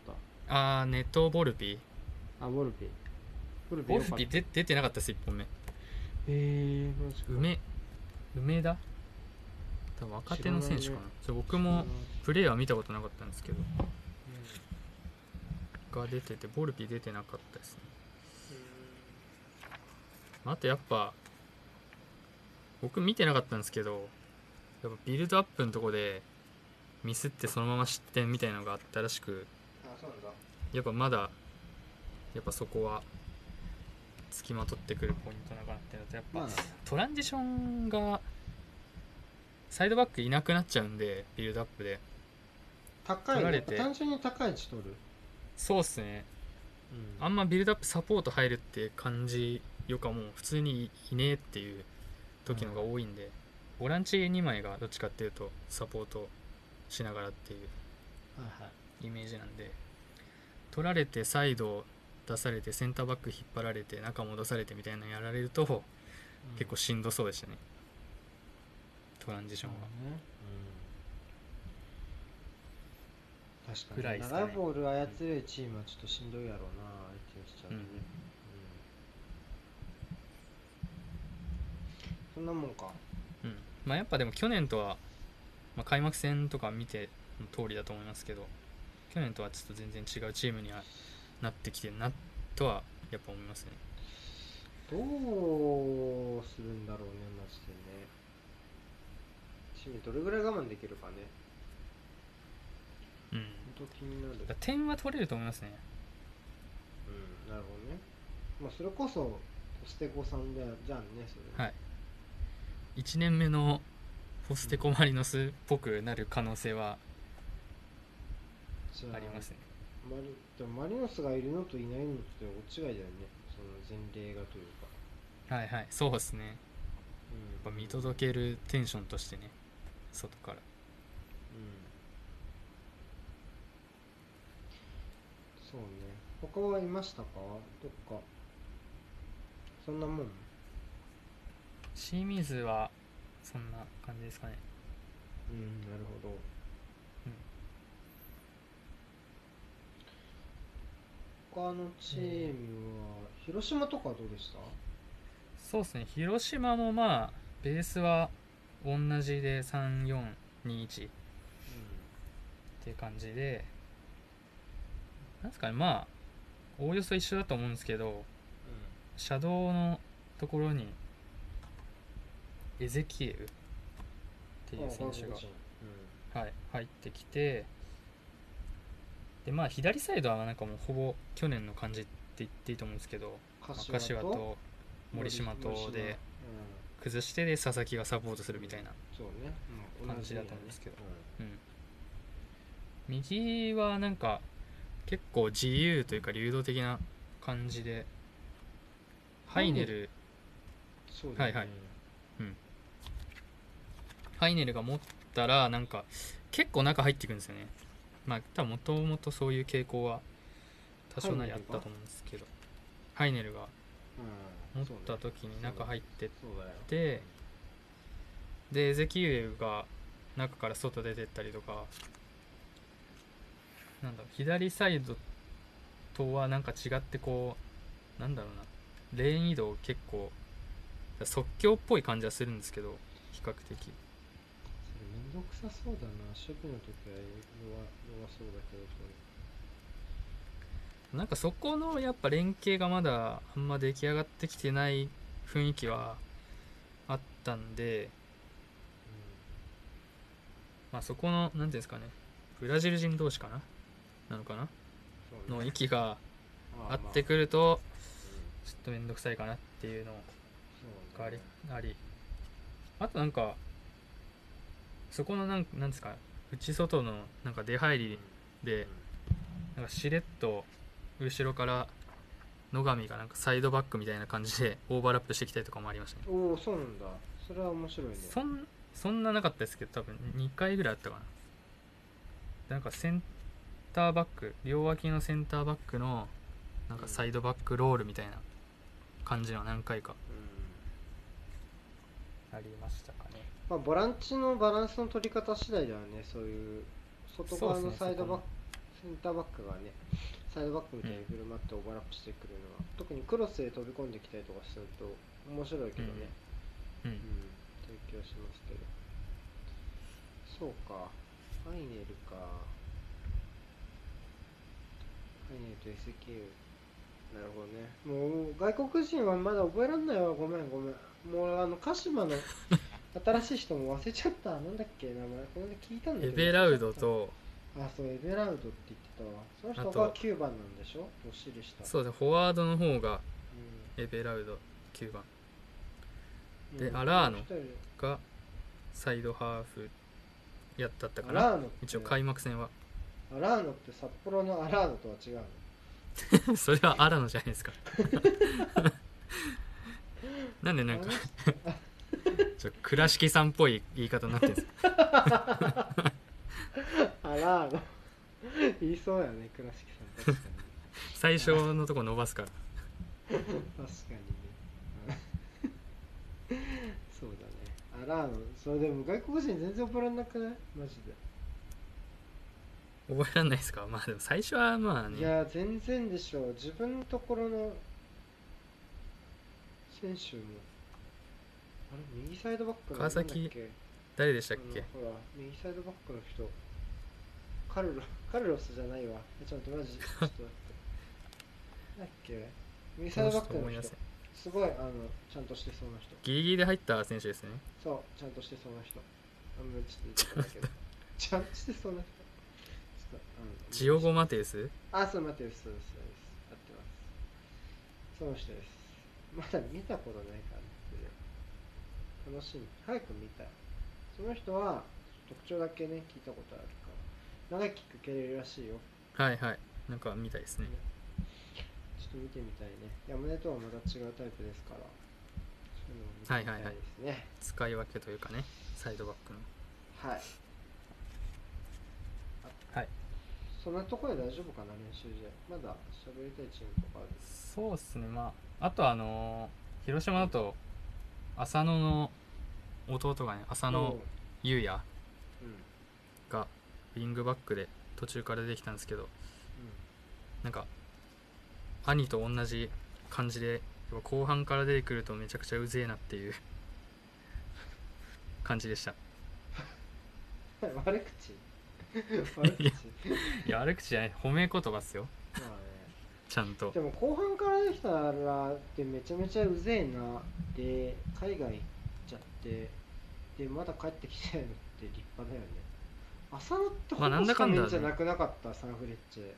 ああネットボルピ
たあボルビボルビ
ボ
よ
ル
かった
ピ
へ
で出てなかったです1本目
えマジか
梅梅田多分若手の選手
知
かな
らないね
そう僕
うん
もプレーは見たことなかったんですけどが出ててボルピ出てなかったですねあとやっぱ僕見てなかったんですけどやっぱビルドアップのとこでミスってそのまま失点みたいなのがあったらしく
あそうなんだ
やっぱまだやっぱそこは付きまとってくるポイントなのかなっていうのとやっぱ、
まあ
トランジションがサイドバックいなくなっちゃうんでビルドアップで
高
取ら
い
れ
ね
て
単純に高い位置取る、
そうっすね
うん
あんまビルドアップサポート入るって感じよかもう普通にいねえっていう時のが多いんで、ボランチ2枚がどっちかっていうとサポートしながらっていう
はいはい
イメージなんで取られてサイド出されてセンターバック引っ張られて中戻されてみたいなのやられると結構しんどそうでしたねトランジションは、
うん確かに
ぐらいですか
長
ね
いボール操れるチームはちょっとしんどいやろうな相手をしちゃうとね、
うんうん
うんそんなもんか
うんまあ、やっぱでも去年とは、まあ、開幕戦とか見ての通りだと思いますけど去年とはちょっと全然違うチームにはなってきてるなとはやっぱ思いますね
どうするんだろうねマジでねチームどれぐらい我慢できるかね
うん
本当気になる
だから点は取れると思いますね
うん、なるほどね。まあ、それこそ、ステコさんで、じゃんね、それ。
はい1年目のホステコマリノスっぽくなる可能性は
じゃ
ありますね
マリ、でもマリノスがいるのといないのって大違いだよね。その前例がというか。
はいはいそうですねやっ
う
ぱ
ん。
見届けるテンションとしてね外から
うん。そうね。他はいましたかどっか。そんなもん。
シーミーズはそんな感じですかね
うん、なるほど。他のチームは、広島とかはどうでした
そうですね広島もまあベースは同じで3421っていう感じでなんですかねまあおおよそ一緒だと思うんですけどシャドウのところにエゼキエウって
うん。
いう選手
韓国人
が、はい、入ってきてでまあ左サイドはなんかもうほぼ去年の感じって言っていいと思うんですけどまあ
うん。
柏と森島と
森島
で。崩してで佐々木がサポートするみたいな、
うん、そうね、うん、
感じだったんですけど
同
うん、右はなんか結構自由というか流動的な感じでハイネル
じだねうんそうだね
はいはいハイネルが持ったらなんか結構中入ってくるんですよねまあ多分もともとそういう傾向は多少なりあったと思うんですけどハイネルが
うん
持った時に中入ってっ
そうだよ
てでエゼキエウが中から外出てったりとかなんだろう左サイドとはなんか違ってこうなんだろうなレーン移動結構即興っぽい感じはするんですけど比較的
それめんどくさそうだな守備の時は弱弱そうだけどそれ
なんかそこのやっぱ連携がまだあんま出来上がってきてない雰囲気はあったんで、まあ、そこのなんていうんですかねブラジル人同士かななのかな
うんそう
の
ね
息が
ま
合
あ
っ
まあ
てくると
うん
ちょっと面倒くさいかなっていうの
そう
があ
だ
り
ね
ありあとなんかそこのなんなんですか内外のなんか出入りでなんかしれっと後ろから野上がなんかサイドバックみたいな感じでオーバーラップしてきたりとかもありましたね
うんおおそうなんだそれは面白いね
そんそんななかったですけど多分2回ぐらいあったかななんかセンターバック両脇のセンターバックのなんかサイドバックロールみたいな感じの何回か
うん
ありましたかね
まあボランチのバランスの取り方次第ではねそういう外側
そう
の
ですね
サイドバッ
そこ
ク
も
センターバックがねサイドバックみたいに振る舞ってオーバーラップしてくるのは、特にクロスで飛び込んできたりとかすると面白いけどね、
うん
うん提供しますけどそうかファイネルかファイネルと SQ なるほどね もう外国人はまだ覚えらんないわごめんごめんもうあの鹿島の新しい人も忘れちゃったなんだっけ名前これで聞いたんだけ
エ
ど
ベラウドと
あそうエベラウドって言ってたわその
あ
人
と
が9番なんでしょどっしりした
そうですねフォワードの方が
う
エベラウド9番
ん
で
うん
アラーノ
一人
がサイドハーフやったったか
ア
な
ラーノって
一応開幕戦は
アラーノって札幌のアラーノとは違うの
それはアラノじゃないですか なんでなんか ちょ倉敷さんっぽい言い方になってるんですか
アラーノ言いそうやね倉敷さん確かに
最初のとこ伸ばすから
確かにねそうだねアラーノそれでも外国人全然覚えられなくないマジで、
覚えられないですかまあでも最初はまあ
い
ね
や全然でしょう自分のところの選手もあれ右サイドバックの
川崎
なんだっけ
誰でしたっけ
あのほら右サイドバックの人カルロ カルロスじゃないわえちょっと待 ってマジちょっと待ってなんだっけ右サイドバック
この人思
の
い出
人
せ
すごいあのちゃんとしてそうな人
ギリギリで入った選手ですね
そう、ちゃんとしてそうな人。あんまりちょっと言ってたけ ど。ちゃんとしてそうな人。ちょっと、うん。
ジオゴ・マテウス
あ、そう、待ってよ、そうです、そうです。合ってます。その人です。まだ見たことないからね、それ楽しみ。早く見たい。その人は、特徴だけね、聞いたことあるから。長きくけれるらしいよ。
はいはいなんかみたいですね
ちょっと見てみたいね。山根とはまた違うタイプですから。そういうのを見てみたいですね。
使い分けというかねサイドバックの
はい。
はい。
そんなところで大丈夫かな、練習で。まだ喋りたいチームとかある。
そうっすねまああとあのー広島だと浅野の弟がね浅野優也
うん。うん。
がウィングバックで途中から出てきたんですけどなんか兄と同じ感じでやっぱ後半から出てくるとめちゃくちゃうぜえなっていう 感じでした
うん。 悪 口悪口
いやいや悪口じゃない褒め言葉っすよ
まあ
ちゃんと
ね。でも後半からできたらってめちゃめちゃうぜえな。で、海外行っちゃって、で、まだ帰ってきてないのって立派だよね。浅野ってほ
まあな
ぼ
んだ
スタ
かんだ
メンじゃなくなかった、サンフレッチェ。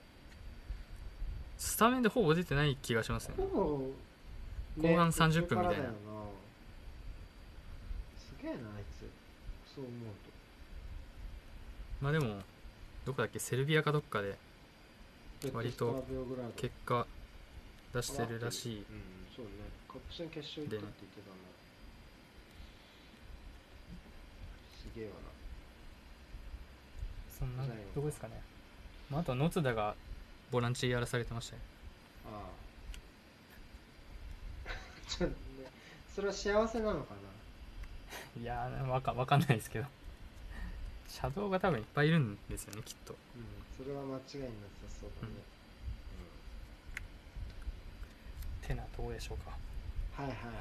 スタメンでほぼ出てない気がしますね
ほぼ、
後半
途中
30分み
から
たいな
だよすげえなあいつそう思うと
まあでもどこだっけセルビアかどっかで
ベテ
割と
ストラベオグラード
結果出してるらしい
うんそうねカップ戦決勝行ったって言ってたなすげえわ
そんなどこですかね、まあ、あとは野津田がボランチやらされてましたね
なああ ちょっとねそれは幸せなのかない
やーわかわかんないですけどシャドウが多分いっぱいいるんですよねきっと
うんそれは間違いなさそうだね、
てなとこでしょうか
はいはい。わ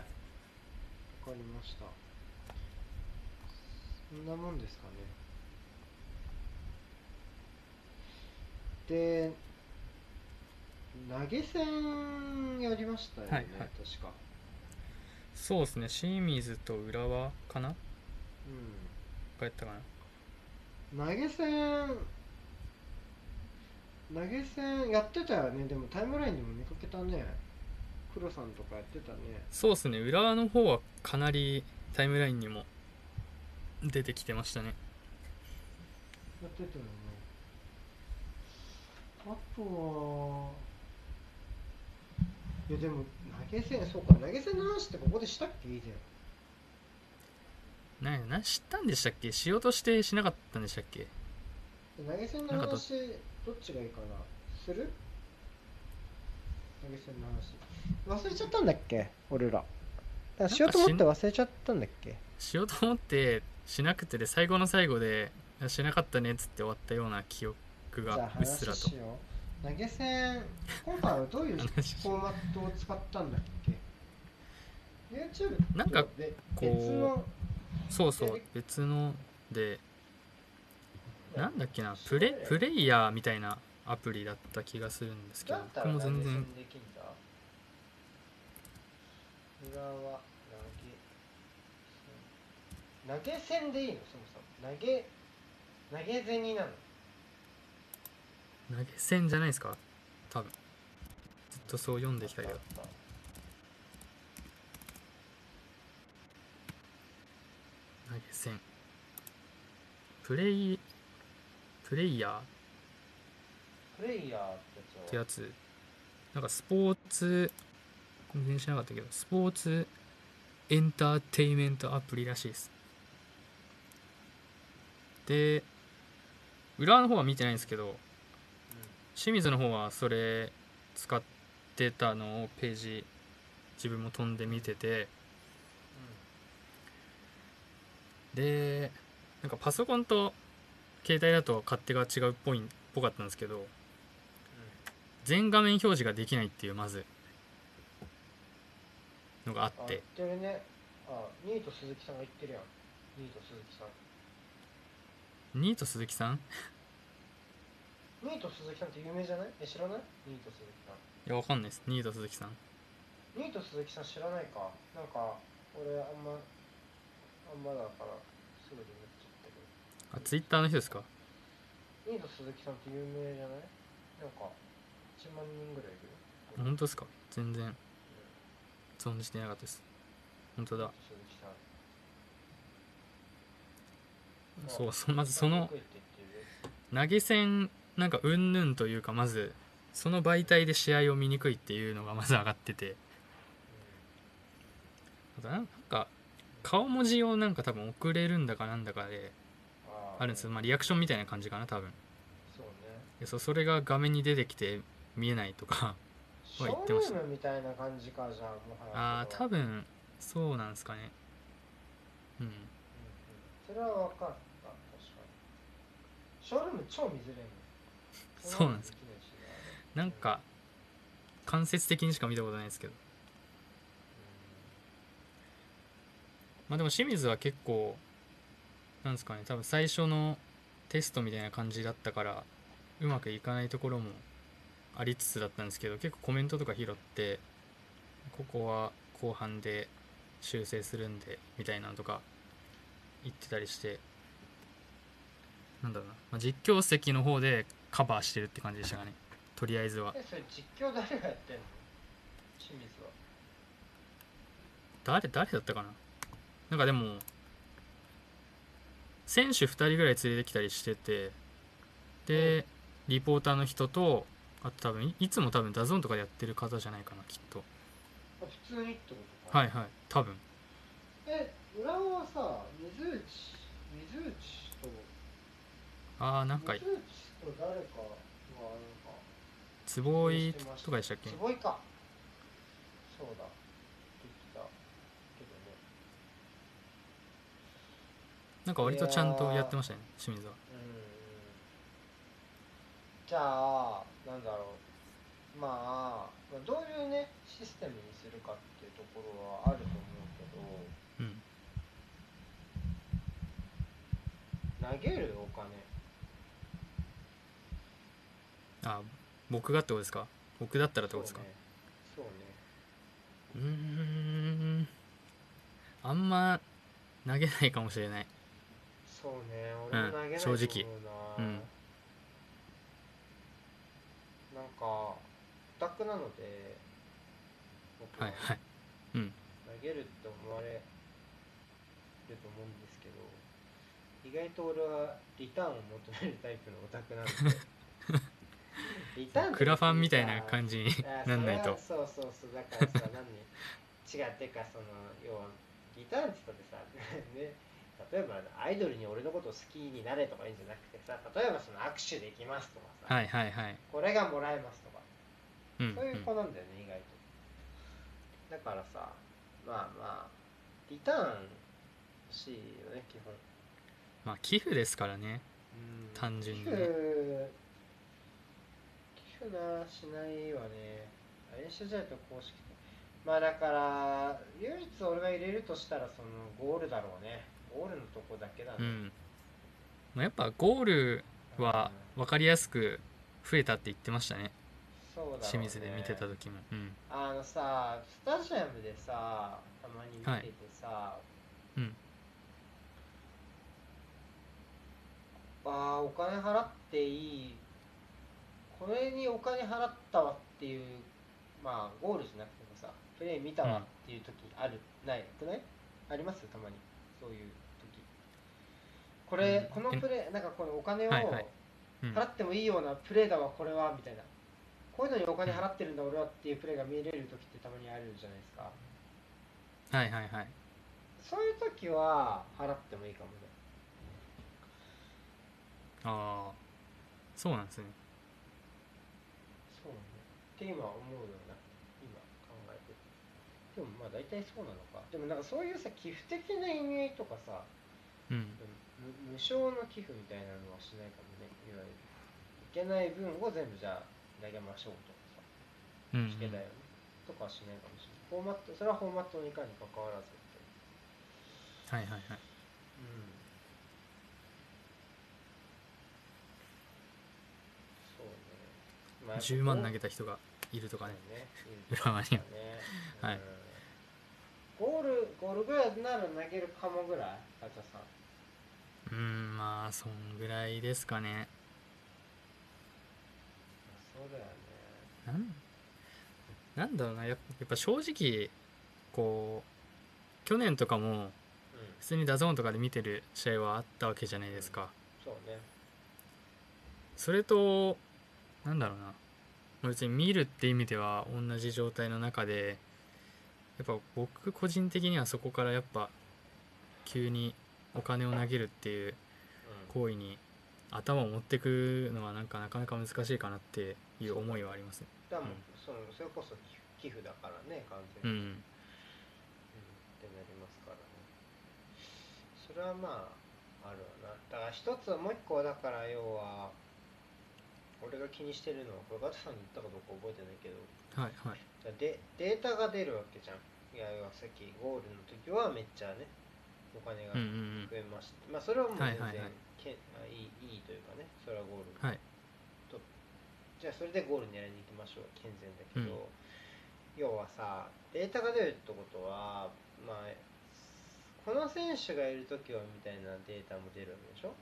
かりました。そんなもんですかね。で、投げ銭やりましたよね、
はいはい
確か。
そうですね清水と浦和かながやったかな
うん。投げ銭、投げ銭やってたよね。でもタイムラインでも見かけたね。黒さんとかやってたね。
そうですね浦和の方はかなりタイムラインにも出てきてましたね
やってたよねあとはいやでも投げ銭そうか投げ銭の話ってここでしたっけ以前
な何したんでしたっけしようとしてしなかったんでしたっけ
投げ銭の
なんかど
話どっちがいいかなする投げ銭の話忘れちゃったんだっけ俺らだからしようと思って忘れちゃったんだっけ
しようと思ってしなくてで最後の最後であしなかったねっつって終わったような記憶
じゃあ
がうっす
話
らと
しよう投げ銭今回はどういうフォ
話し
ーマットを使ったんだっけ YouTube
なんか
とで
こう
別の
そうそう
で
別のでなんだっけなプレプレイヤーみたいなアプリだった気がするんですけど
だった
僕
ら
も
投げ銭できんだ浦和投
全然
げ銭投げ銭でいいのそもそも投げ投げ銭なの
投げ銭じゃないですか多分ずっとそう読んできたけど投げ銭プレイプレイヤーっ
プレイヤーって
て
や
や
つ
つなんかスポーツ全然知らなかったけどスポーツエンターテイメントアプリらしいですで裏の方は見てないんですけど清水の方はそれ使ってたのをページ自分も飛んで見ててでなんかパソコンと携帯だと勝手が違うっぽいっぽかったんですけど全画面表示ができないっていうまずのがあ
あ
っ
言っててるねあニート鈴木さんが言ってるやんニート鈴木さん
ニート鈴木さん
ニート鈴木さんって有名じゃないえ知らないニート鈴木さん
いやわかんないですニート鈴木さん
ニート鈴木さん知らないかなんか俺あんまあんまだからすぐになっちゃったけど
あツイッターの人ですか
ニート鈴木さんって有名じゃないなんか1万人ぐらいいるよ
本当ですか全然存じてなかったです本当だ
鈴木さん
そうそまずその
かっこいいって言ってるよ
投げ銭なんかうんぬんというかまずその媒体で試合を見にくいっていうのがまず上がっててあとなんか顔文字をなんか多分送れるんだかなんだかで
あー
あるんですよ、まあ、リアクションみたいな感じかな多分
そうね
でそそれが画面に出てきて見えないとか
シ
は
ョ
言っ
ー
て
ル
ました
ームみたいな感じかじゃあもはや
ああ多分そうなんですかねうん
それは分かった確かにショールーム超見づらいもん
そうなんです
そなのきないしな
なんか間接的にしか見たことないですけどまあでも清水は結構なんですかね多分最初のテストみたいな感じだったからうまくいかないところもありつつだったんですけど結構コメントとか拾ってここは後半で修正するんでみたいなのとか言ってたりしてなんだろうな、まあ、実況席の方でカバーしてるって感じでしたかねとりあえずは
えそれ実況誰がやってんの清水は
誰誰だったかななんかでも選手2人ぐらい連れてきたりしててでリポーターの人とあと多分いいつも多分ダゾーンとかでやってる方じゃないかなきっと
あ普通にってことか
はいはい多分
え浦和はさ水内水内と
ああなんか
水内と誰かはなんか
坪井とかでしたっけ
坪井かそうだできたけどね
なんか割とちゃんとやってましたね清水は
うんじゃあなんだろうまあ、まあ、どういうねシステムにするかっていうところはあると思う
うん
けど投げるお金
あー僕がってことですか僕だったらって
そ
こ
う
とですか
ねそうね
うーんあんま投げないかもしれない
そうね俺も投げないと
う
思
ん正直
うな、
うん
なんかオタクなので僕
はいはいうん
投げるって思われると思うんですけど意外と俺はリターンを求めるタイプのオタクなんで リターンって別にさ
クラファンみたいな感じに
あ
なんないと
それはそうそうそうだからさ何違うっていうかその要はリターンって言ったってさ、 ね、例えばアイドルに俺のことを好きになれとか言うんじゃなくてさ例えばその握手できますとかさ、
はいはいはい
これがもらえますとか
うんうん
そういう子なんだよね、意外と。だからさ、まあまあ、リターン欲しいよね、基本。
まあ寄付ですからね単
寄
純に
付、
ね
寄付な、しないわね。練習試合と公式。まあだから、唯一俺が入れるとしたら、そのゴールだろうね。ゴールのとこだけだね。
うん、まあ、やっぱゴールは分かりやすく増えたって言ってましたね
そうだろうね
清水で見てた時も、うん、
あのさ、スタジアムでさ、たまに見ててさ、
うん
お金払っていいこれにお金払ったわっていうまあゴールじゃなくてもさプレー見たわっていう時ある、ないくないありますたまにそういう時これ、
うん
このプレーなんかこのお金を
はいはい
払
うん
ってもいいようなプレーだわこれはみたいなこういうのにお金払ってるんだ俺はっていうプレーが見れる時ってたまにあるじゃないですか
はいはいはい
そういう時は払ってもいいかもね
ああそうなんですね
そうね。って今思うような、今考えてる。でもまあ大体そうなのか。でもなんかそういうさ、寄付的な意味合いとかさ、
うん
無無償の寄付みたいなのはしないかもね、いわゆる。いけない分を全部じゃあ投げましょうとか
うんう
さ、し
ん
てだよね。とかはしないかもしれない。フォーマット、それはフォーマットにいかに関わらずって。
はいはいはい
うん。そうね。まあやっぱ
10万投げた人がいるとかね
うん
裏側には
うん
はい
ゴール、ゴールぐらいなら投げるかもぐらい、ガチャさん。
うんまあそんぐらいですかね
そうだよね。
なんなんだろうなやっぱやっぱ正直こう去年とかも
うん、
普通にダゾーンとかで見てる試合はあったわけじゃないですか
そうね。
それとなんだろうな別に見るって意味では同じ状態の中でやっぱ僕個人的にはそこからやっぱ急にお金を投げるっていう行為に頭を持ってくのはなんかなかなか難しいかなっていう思いはありますね
でも
うん
そのそれこそ寄付寄付だからね、完
う
全に。うん、っ
ん
てなりますからね。それはまあ、あるわな。だから一つは、もう一個はだから、要は、俺が気にしてるのは、これガチャさんに言ったかどうか覚えてないけど、
はいはい
だでデータが出るわけじゃんいや要はさっきゴールの時はめっちゃねお金が
うんう
増
ん
え
うん
ました、まあそれはもう全然、
はいはいはい
けあいいいいというかねそれはゴール、
はい
とじゃあそれでゴール狙いに行きましょう健全だけど、
うん
要はさデータが出るってことはまあこの選手がいる時はみたいなデータも出るわけでしょ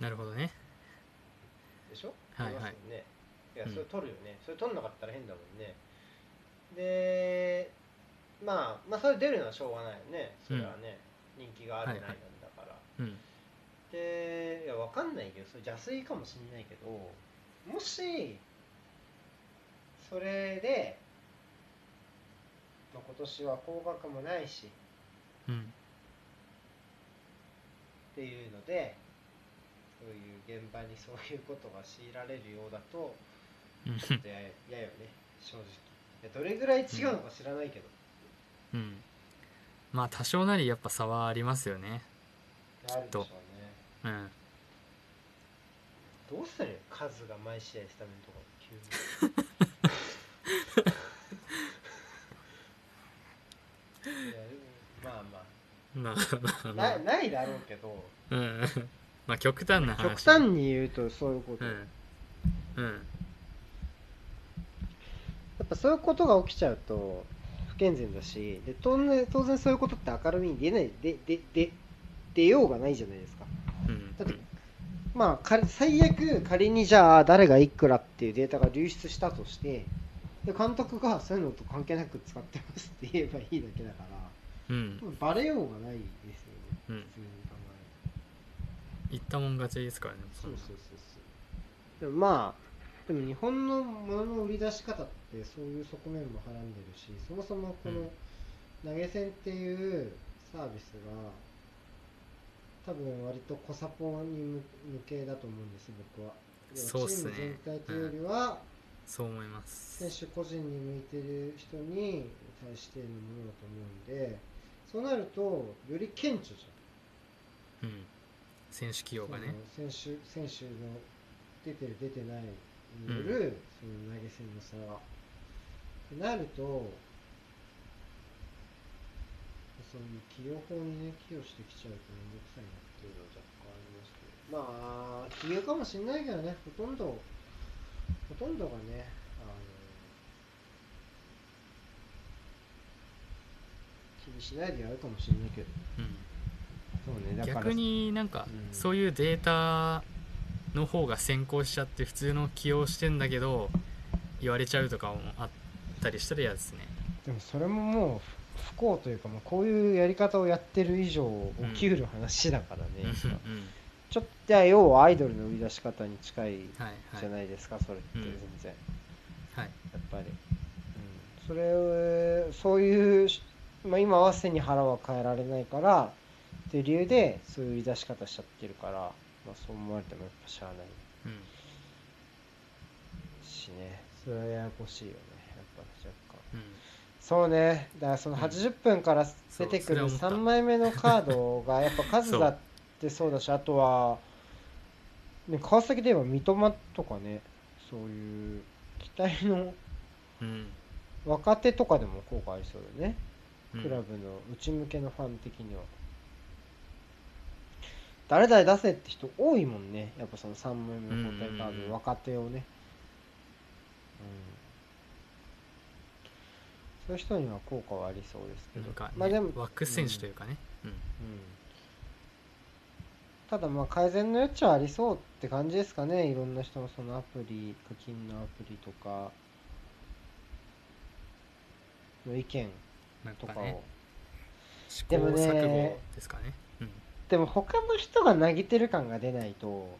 なるほどね
でしょ
はい
あ
はい
りますよねいや
うん
それ取るよね、それ取んなかったら変だもんねでまあまあそれ出るのはしょうがないよねそれはね、人気がある
はい
ない
は
ないんだから、
うん
でいやわかんないけどそれ邪推かもしんないけどもしそれで、まあ、今年は高額もないし
うん
っていうのでそういう現場に そういうことが強いられるようだと
うん
ちょっとやややよね正直いやどれぐらい違うのか知らないけど、
うんまあ多少なりやっぱ差はありますよね
あるでしょうね
うん
どうする数が毎試合スタメンとか急に いやでもまあ
まあまあ
ま
ま
あ
あ
なないだろうけど
うんまあ極端な話
極端に言うとそういうこと、
う
や
んうん
っぱそういうことが起きちゃうと不健全だしで当然当然そういうことって明るみに出ないででで出ようがないじゃないですか
うん
だってまあ仮最悪仮にじゃあ誰がいくらっていうデータが流出したとしてで監督がそういうのと関係なく使ってますって言えばいいだけだから
うん
もうバレようがないですよね
う
普
ん
通に考
言ったもん勝ちですからね
えるとそうそうそうそうでもまあでも日本のものの売り出し方ってそういう側面もはらんでるしそもそもこ
うん
の投げ銭っていうサービスが多分割とコサポに向けだと思うんです僕は。
そうっすね
チーム全体というよりは、
そう思います
選手個人に向いてる人に対してのものだと思うんでそうなるとより顕著じ
うん選手起
ゃん
用がね
その選手選手の出てる出てないによる、その投げ銭の差が。ってなるとそういう起用法にね寄与してきちゃうと面倒くさいなっていうのは若干ありますけどまあ起用かもしれないけどねほとんどほとんどがねあの気にしないでやるかもしれないけど
うん
そうね
逆になんか
うん
そういうデータの方が先行しちゃって普通の起用してんだけど言われちゃうとかもあったりしたら嫌ですね
でもそれももう不幸というかもうこういうやり方をやってる以上
ん
起きる話だからね、
うんうん
今ちょっとじゃあ要はアイドルの売り出し方に近い
はいは
じゃ
い
ないですか、それって
うん
全然、
はい
やっぱり、うん、それをそういう、まあ、今は背に腹は変えられないからっていう理由でそういう売り出し方しちゃってるから、まあ、そう思われてもやっぱしゃあない
うん
しねそれはややこしいよねやっぱり若干
うん
そうねだからその
うん
80分から出てくる
そうそれは思った
3枚目のカードが やっぱ数だってそうだしあとは、ね、川崎で言えば三笘とかねそういう期待の
うん
若手とかでも効果ありそうだね、
うん
クラブの内向けのファン的には誰々出せって人多いもんねやっぱその3枚目の交代カ
うんうん
ー
うん
ド若手をね、うん、そういう人には効果はありそうですけど
なんか、ね
まあでも
枠選手というかね、うん
うんただまあ改善の余地はありそうって感じですかねいろんな人のそのアプリ課金のアプリとかの意見
なん
と
か
かを、
ね試行
でもね
錯誤ですかねうん
でも他の人が投げてる感が出ないと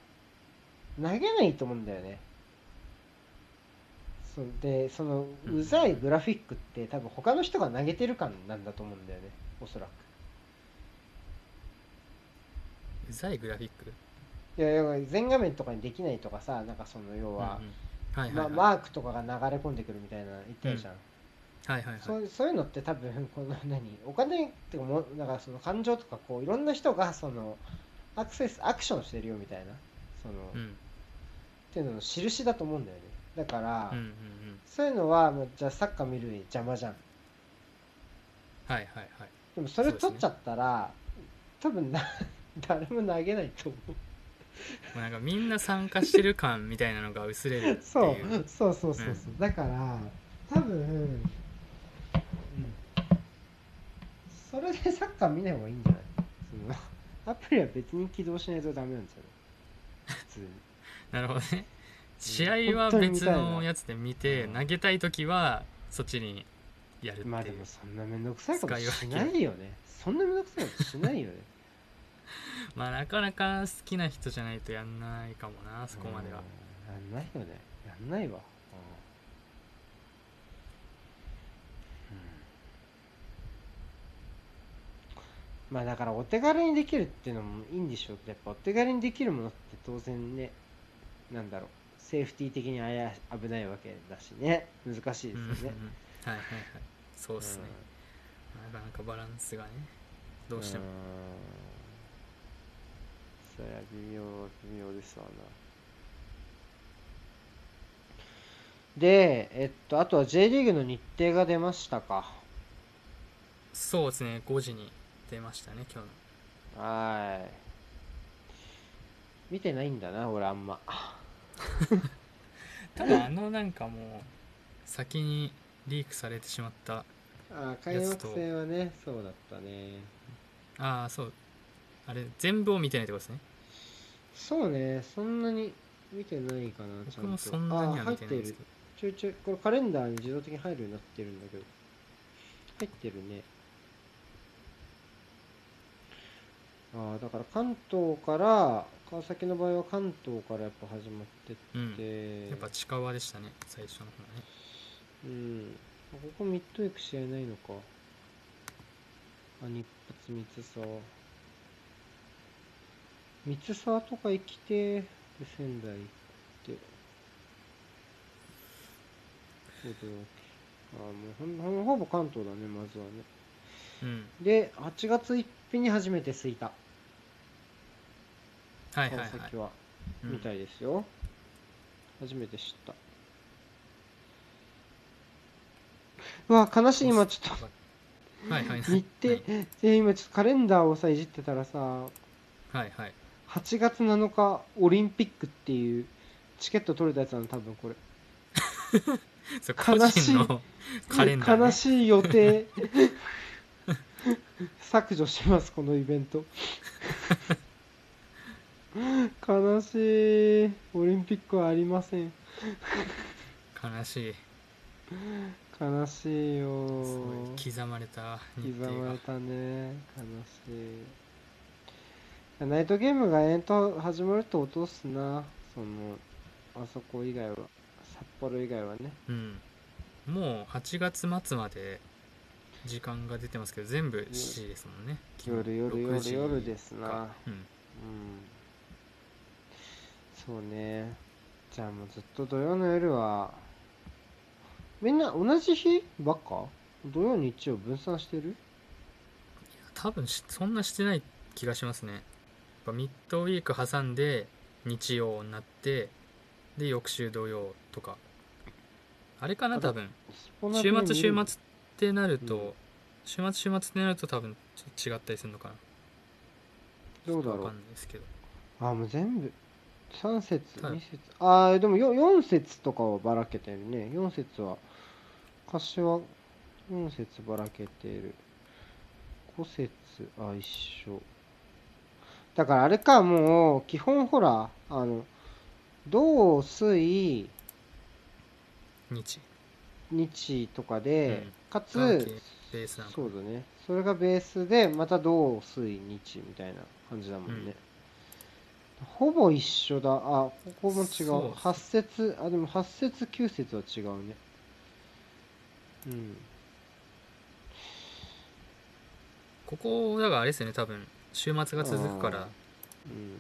投げないと思うんだよねそうでその
うん
うざいグラフィックって多分他の人が投げてる感なんだと思うんだよねおそらく
うざいグラフィック
いやいや全画面とかにできないとかさなんかその要は
うんうんはいはい
ま
は
あ、
い、
マークとかが流れ込んでくるみたいな言ったじゃん、
はいはいはい
そうそういうのって多分 この何お金っていうかもなんかその感情とかこういろんな人がそのアクセスアクションしてるよみたいなその、
う
っ
ん
ていうのの印だと思うんだよねだから、
うんうんうん
そういうのはもうじゃあサッカー見る邪魔じゃん
はいはいはい
でもそれ
そうです
取
ね
っちゃったら、多分な 誰も投げないと思う
もうなんかみんな参加してる感みたいなのが薄れるっていう
そうそうそうそうそう、だから多分、うん、それでサッカー見ない方がいいんじゃないそのアプリは別に起動しないとダメなんですよね普 通に
なるほどね試合は
本当に見
別
たいな
のやつで見て
うん
投げたい時はそっちにやるっていう、
まあでもそんな面倒くさいこと
使い
し
分け
ないよねそんな面倒くさいことしないよね
まあなかなか好きな人じゃないとやんないかもなそこまでは
うんやんないよねやんないわ、うんまあだからお手軽にできるっていうのもいいんでしょうけどやっぱお手軽にできるものって当然ねなんだろうセーフティー的にあや危ないわけだしね難しいで
うんうんうん
すよね、
はいはいはいそう
う
っ
ん
すね、なかなかバランスがねどうしても
ーんそりゃ微妙微妙ですわなでえっとあとは J リーグの日程が出ましたか
そうですね5時に出ましたね今日の
はーい見てないんだな俺あんま
ただあのなんかもう先にリークされてしまった
あ
開幕戦
はねそうだったね
ああそうあれ全部を見てないってことですね
そうねそんなに見てないかなちゃんと
僕もそんなには見てないんですけど
ちょいちょいこれカレンダーに自動的に入るようになってるんだけど入ってるねああだから関東から川崎の場合は関東からやっぱ始まってっ
うん
て
やっぱ近場でしたね最初の方ね
うんあここミッドウィーク試合ないのかあ日発三沢三沢とか行きてで仙台行ってそうだよあもうほんほんほぼ関東だねまずはね
うん
で8月1日に初めて着いた
はいはい
川
はい
崎は、
うん
みたいですよ初めて知ったうわ悲しい今ちょっと
はいはい
日程で今ちょっとカレンダーをさいじってたらさ
はいはい
8月7日オリンピックっていうチケット取れたやつなの多分これ
そう個
悲し
人
い
のカレンダー、ね、
悲しい予 定 削除しますこのイベント悲しいオリンピックはありません
悲しい
悲しいよ
すごい刻まれた日
刻
程
ま
が
れたね悲しいナイトゲームが延々と始まると落とすなそのあそこ以外は札幌以外はね
うんもう8月末まで時間が出てますけど全部7時ですもんね
夜夜
6
夜
時
夜ですな
かうん
うんそうねじゃあもうずっと土曜の夜はみんな同じ日ばっか土曜日曜分散してる
多分しそんなしてない気がしますねやっぱミッドウィーク挟んで日曜になってで翌週土曜とかあれかな
ただ
多分
スポナビ
週
で見
末
れ
週
る
末ってなると、
うん
週末週末ってなると多分ちょっと違ったりするのかな
どうだろう
わかんないですけど
あもう全部3節
はい
2節あーでも 4, 4節とかはばらけてるね4節は柏4節ばらけてる5節あ一緒だからあれかもう基本ほらあの土水
日
日とかで、
うん
か
がベ
つ
ベースなのか
そうだねそれがベースでまた土水日みたいな感じだもんね、ほぼ一緒だあここも違
そう
う8節あでも8節9節は違うねうん
ここだからあれですよね多分週末が続くからっ
うんうん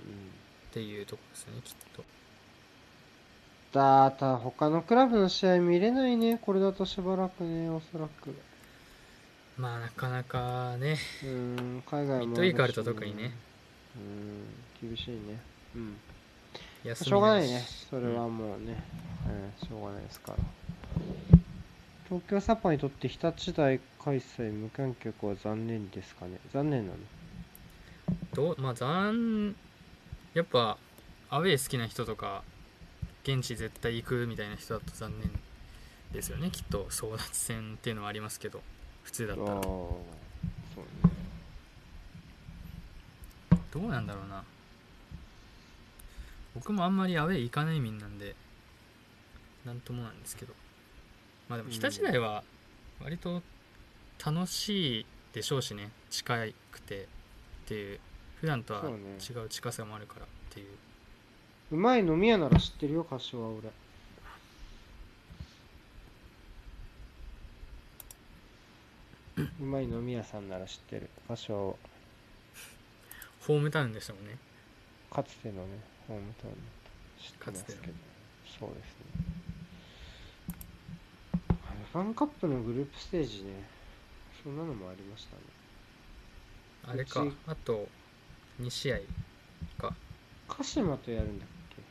ていうところですよねきっと
だーた他のクラブの試合見れないねこれだとしばらくねおそらく
まあなかなかね
うん海外もる
ミッドウィークあると
し
特にね
うん厳しいねうん
休み
しょうがないね
し
それはもうね、うん、しょうがないですから東京サッパーにとって日立大開催無観客は残念ですかね残念なの
どうまあ残やっぱアウェー好きな人とか現地絶対行くみたいな人だと残念ですよねきっと争奪戦っていうのはありますけど普通だった
あ
ら
あ
ど
そうね
うなんだろうな僕もあんまりアウェー行かない民なんでなんともなんですけどまあでも日立大は割と楽しいでしょうしね近くてっていう普段とは
そうね
違う近さもあるからっていう
うまい飲み屋なら知ってるよ柏は 俺うまい飲み屋さんなら知ってる柏は
ホームタウンでしたもんね
かつてのねホームタウンだと知って
か
ま
つ
す
て
け
の
どそうですねあれファンカップのグループステージねそんなのもありましたね
あれか
うち、
あと2試合か。
鹿島とやるんだっけ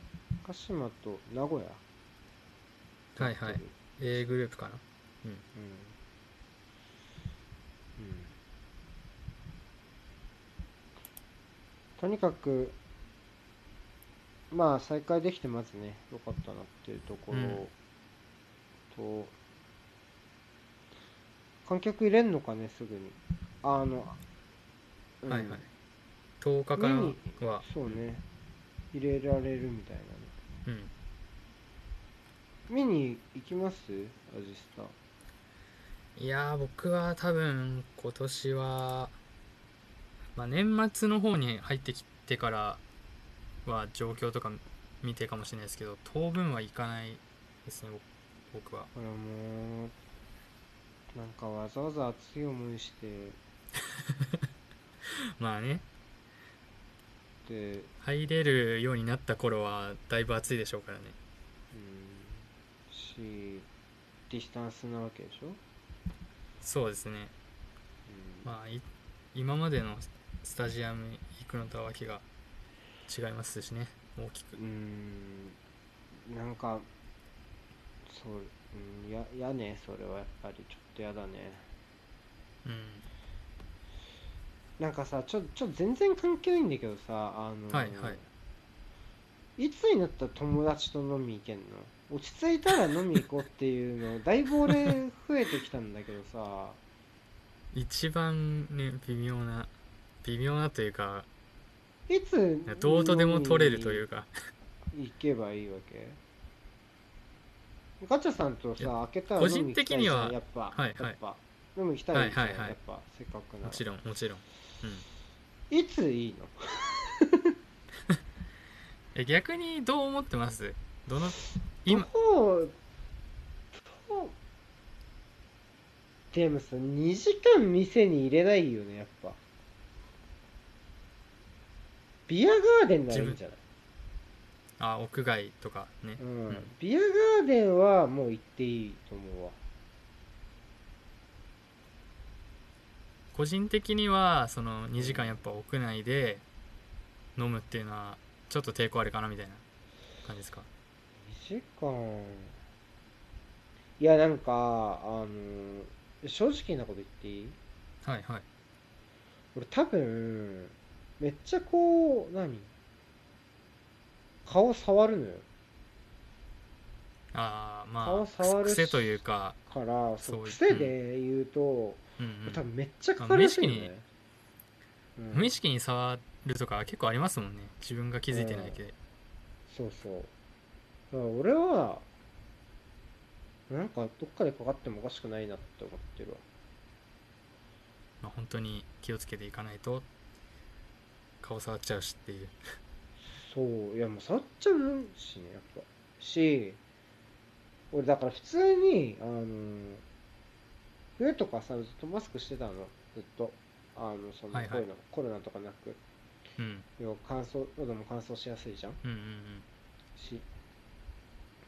鹿島と名古屋
はいはい。A グループかな。
うんうんとにかくまあ再開できてまずね良かったなっていうところと、観客入れんのかねすぐにあの、うん
はいはい。10日からは、
そうね入れられるみたいなね
うん。
見に行きますアジスタ
いやー、僕は多分今年は、まあ、年末の方に入ってきてからは状況とか見てかもしれないですけど、当分はいかないですね、僕僕は。
これもうなんかわざわざ熱い思いして
まあね、
で
入れるようになった頃はだいぶ暑いでしょうからね。
うんしディスタンスなわけでしょ、うん
そうですね。まあい今までのスタジアムに行くのとはわけが違いますしね大きく
うんなんかそう、うん、ややねそれはやっぱりちょっとやだね
うん
なんかさちょちょ全然関係ないんだけどさあの
はいはい
いつになったら友達と飲み行けんの落ち着いたら飲み行こうっていうのだいぶ俺増えてきたんだけどさ
一番ね微妙な微妙なというか
いつ
どうとでも取れるというか
行けばいいわけガチャさんと
い
さ開けたら
個
飲
人
み行きたい
的に
じゃん
は
やっぱ、
はいはい
やっぱ飲み行きたいじゃん、
はいはいはい
やっぱせっかくなら
もちろんもちろん
いついいの
え逆にどう思ってますどの今
どうどうでもさ2時間店に入れないよねやっぱビアガーデンならいいんじゃない、
あ屋外とかね
うん
うん
ビアガーデンはもう行っていいと思うわ
個人的にはその2時間やっぱ屋内で飲むっていうのはちょっと抵抗あるかなみたいな感じですか
2時間いやなんかあの正直なこと言っていい
はいはい
俺多分めっちゃこう何顔触るのよ
ああま
顔触
あ
るし
癖というか
からそう
そう
癖で言うと、
うんうん
多分めっちゃかかりやすいよねうん
無意識に触るとか結構ありますもんね自分が気づいてないだけで
そうそうだから俺はなんかどっかでかかってもおかしくないなって思ってるわ
まあ、本当に気をつけていかないと顔触っちゃうしっていう
そういやもう触っちゃうしねやっぱし俺だから普通にあの冬とかさずっとマスクしてたのずっとあのその
はいは
こう
い
いうのコロナとかなく
うん
要は乾燥喉も乾燥しやすいじゃん
うんうん
し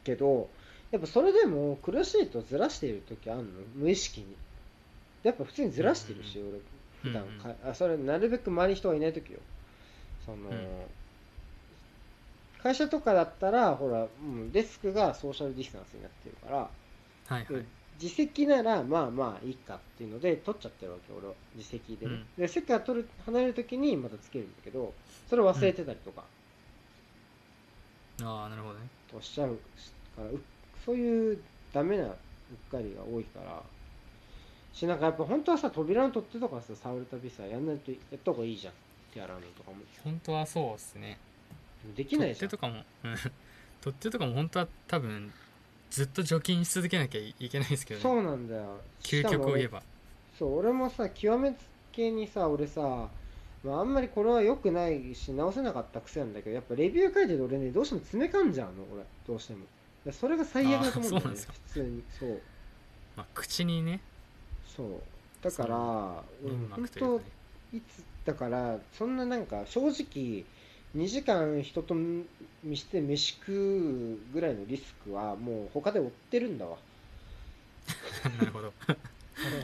けどやっぱそれでも苦しいとずらしている時あんの無意識にやっぱ普通にずらしてるし、
うんうん
俺普段か、あそれなるべく周り人がいない時よその、
うん
会社とかだったらほらもうデスクがソーシャルディスタンスになってるから、
はいはい
で自席ならまあまあいいかっていうので取っちゃってるわけ俺は自席でね、で席から取る離れる時にまたつけるんだけどそれ忘れてたりとか、
ああなるほどね
としちゃうからうそういうダメなうっかりが多いからしなんかやっぱ本当はさ扉の取っ手とかさ触るたびさやんないとやった方がいいじゃん手洗うのとかも
本当はそうですね
でき
取
ない
っ
じゃ
手
ん
とかもうん取っ手とかも本当は多分ずっと除菌し続けなきゃいけないですけど、
そ
ね、
うなんだよ
究極を言え
ば
ば
そう俺もさ極めつけにさ俺さまあ、あんまりこれは良くないし直せなかった癖なんだけどやっぱレビュー書いてると俺ねどうしても詰めかんじゃうの俺どうしてもでそれが最悪だと思うんだよね
あーそうなんですか
普通にそう
まあ、口にね
そうだから俺
粘
本
膜とい
当
うかね
いつだからそんななんか正直2時間人とみ見して飯食うぐらいのリスクはもう他で追ってるんだわ
なるほど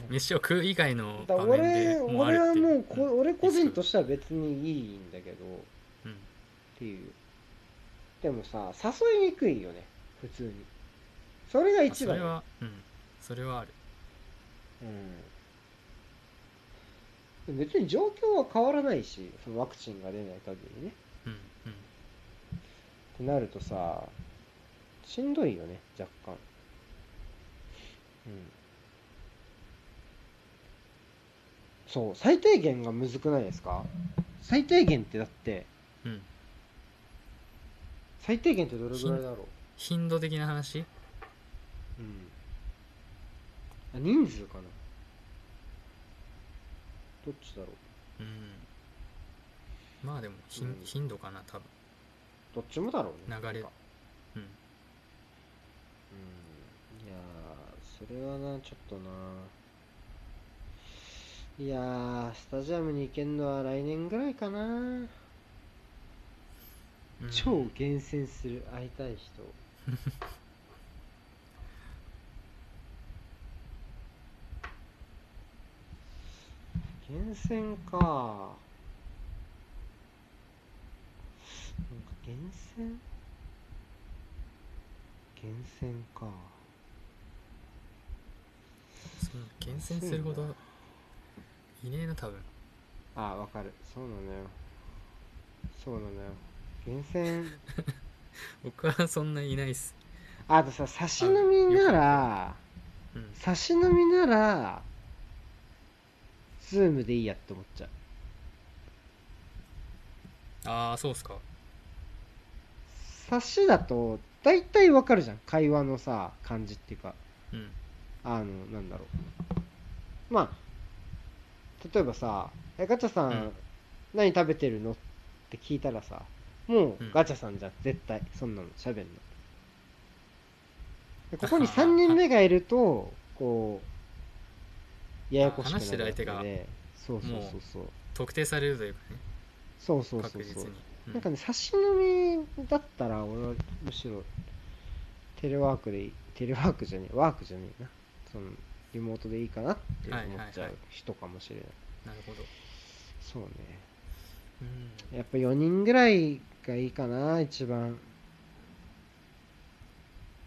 飯を食う以外の
だ
場面
俺
でもあ
俺
るっ
は
てい
も
う
うこ、俺個人としては別にいいんだけどっ
うんうん
ていうでもさ誘いにくいよね普通にそれが
まあ
一
そ
番
れ
よ
はうんそれはある
うん、別に状況は変わらないしそのワクチンが出ない限りね
うんうん
ってなるとさしんどいよね若干うんそう最低限がむずくないですか最低限ってだって
うん
最低限ってどれぐらいだろ
頻度的な話
ううんあ人数かなどっちだろう
うんまあでも頻,、
うん
頻度かな多分
どっちもだろうね
流れ
なんか
うん
うんいやーそれはなちょっとないやースタジアムに行けんのは来年ぐらいかな、
うん
超厳選する会いたい人厳選かなんか厳選厳選か
そんな厳選するほどいねえな多分
あわかるそうなのよそうなのよ厳選
僕はそんないないっす
あとさ差し飲みなら
うん
差し飲みならズームでいいやって思っちゃう
ああそうっすか
察しだと大体わかるじゃん会話のさ感じっていうか
うん
あのなんだろうまあ例えばさ「えガチャさん、
うん
何食べてるの?」って聞いたらさもう
うん
ガチャさんじゃん絶対そんなの喋んのでここに
ははは
3人目がいるとこうややこしくなる
話してる相手が
わけでそうそうそうそう
特定されるというかね
そうそうそう
確
そ
実
う
にう
なんかね、差し飲みだったら、俺はむしろ、テレワークでいい、テレワークじゃねえ、ワークじゃねえな。その、リモートでいいかなって思っちゃ
はいはいは
う
い
人かもしれない。
なるほど
そうね。
うん
やっぱ4人ぐらいがいいかな、一番。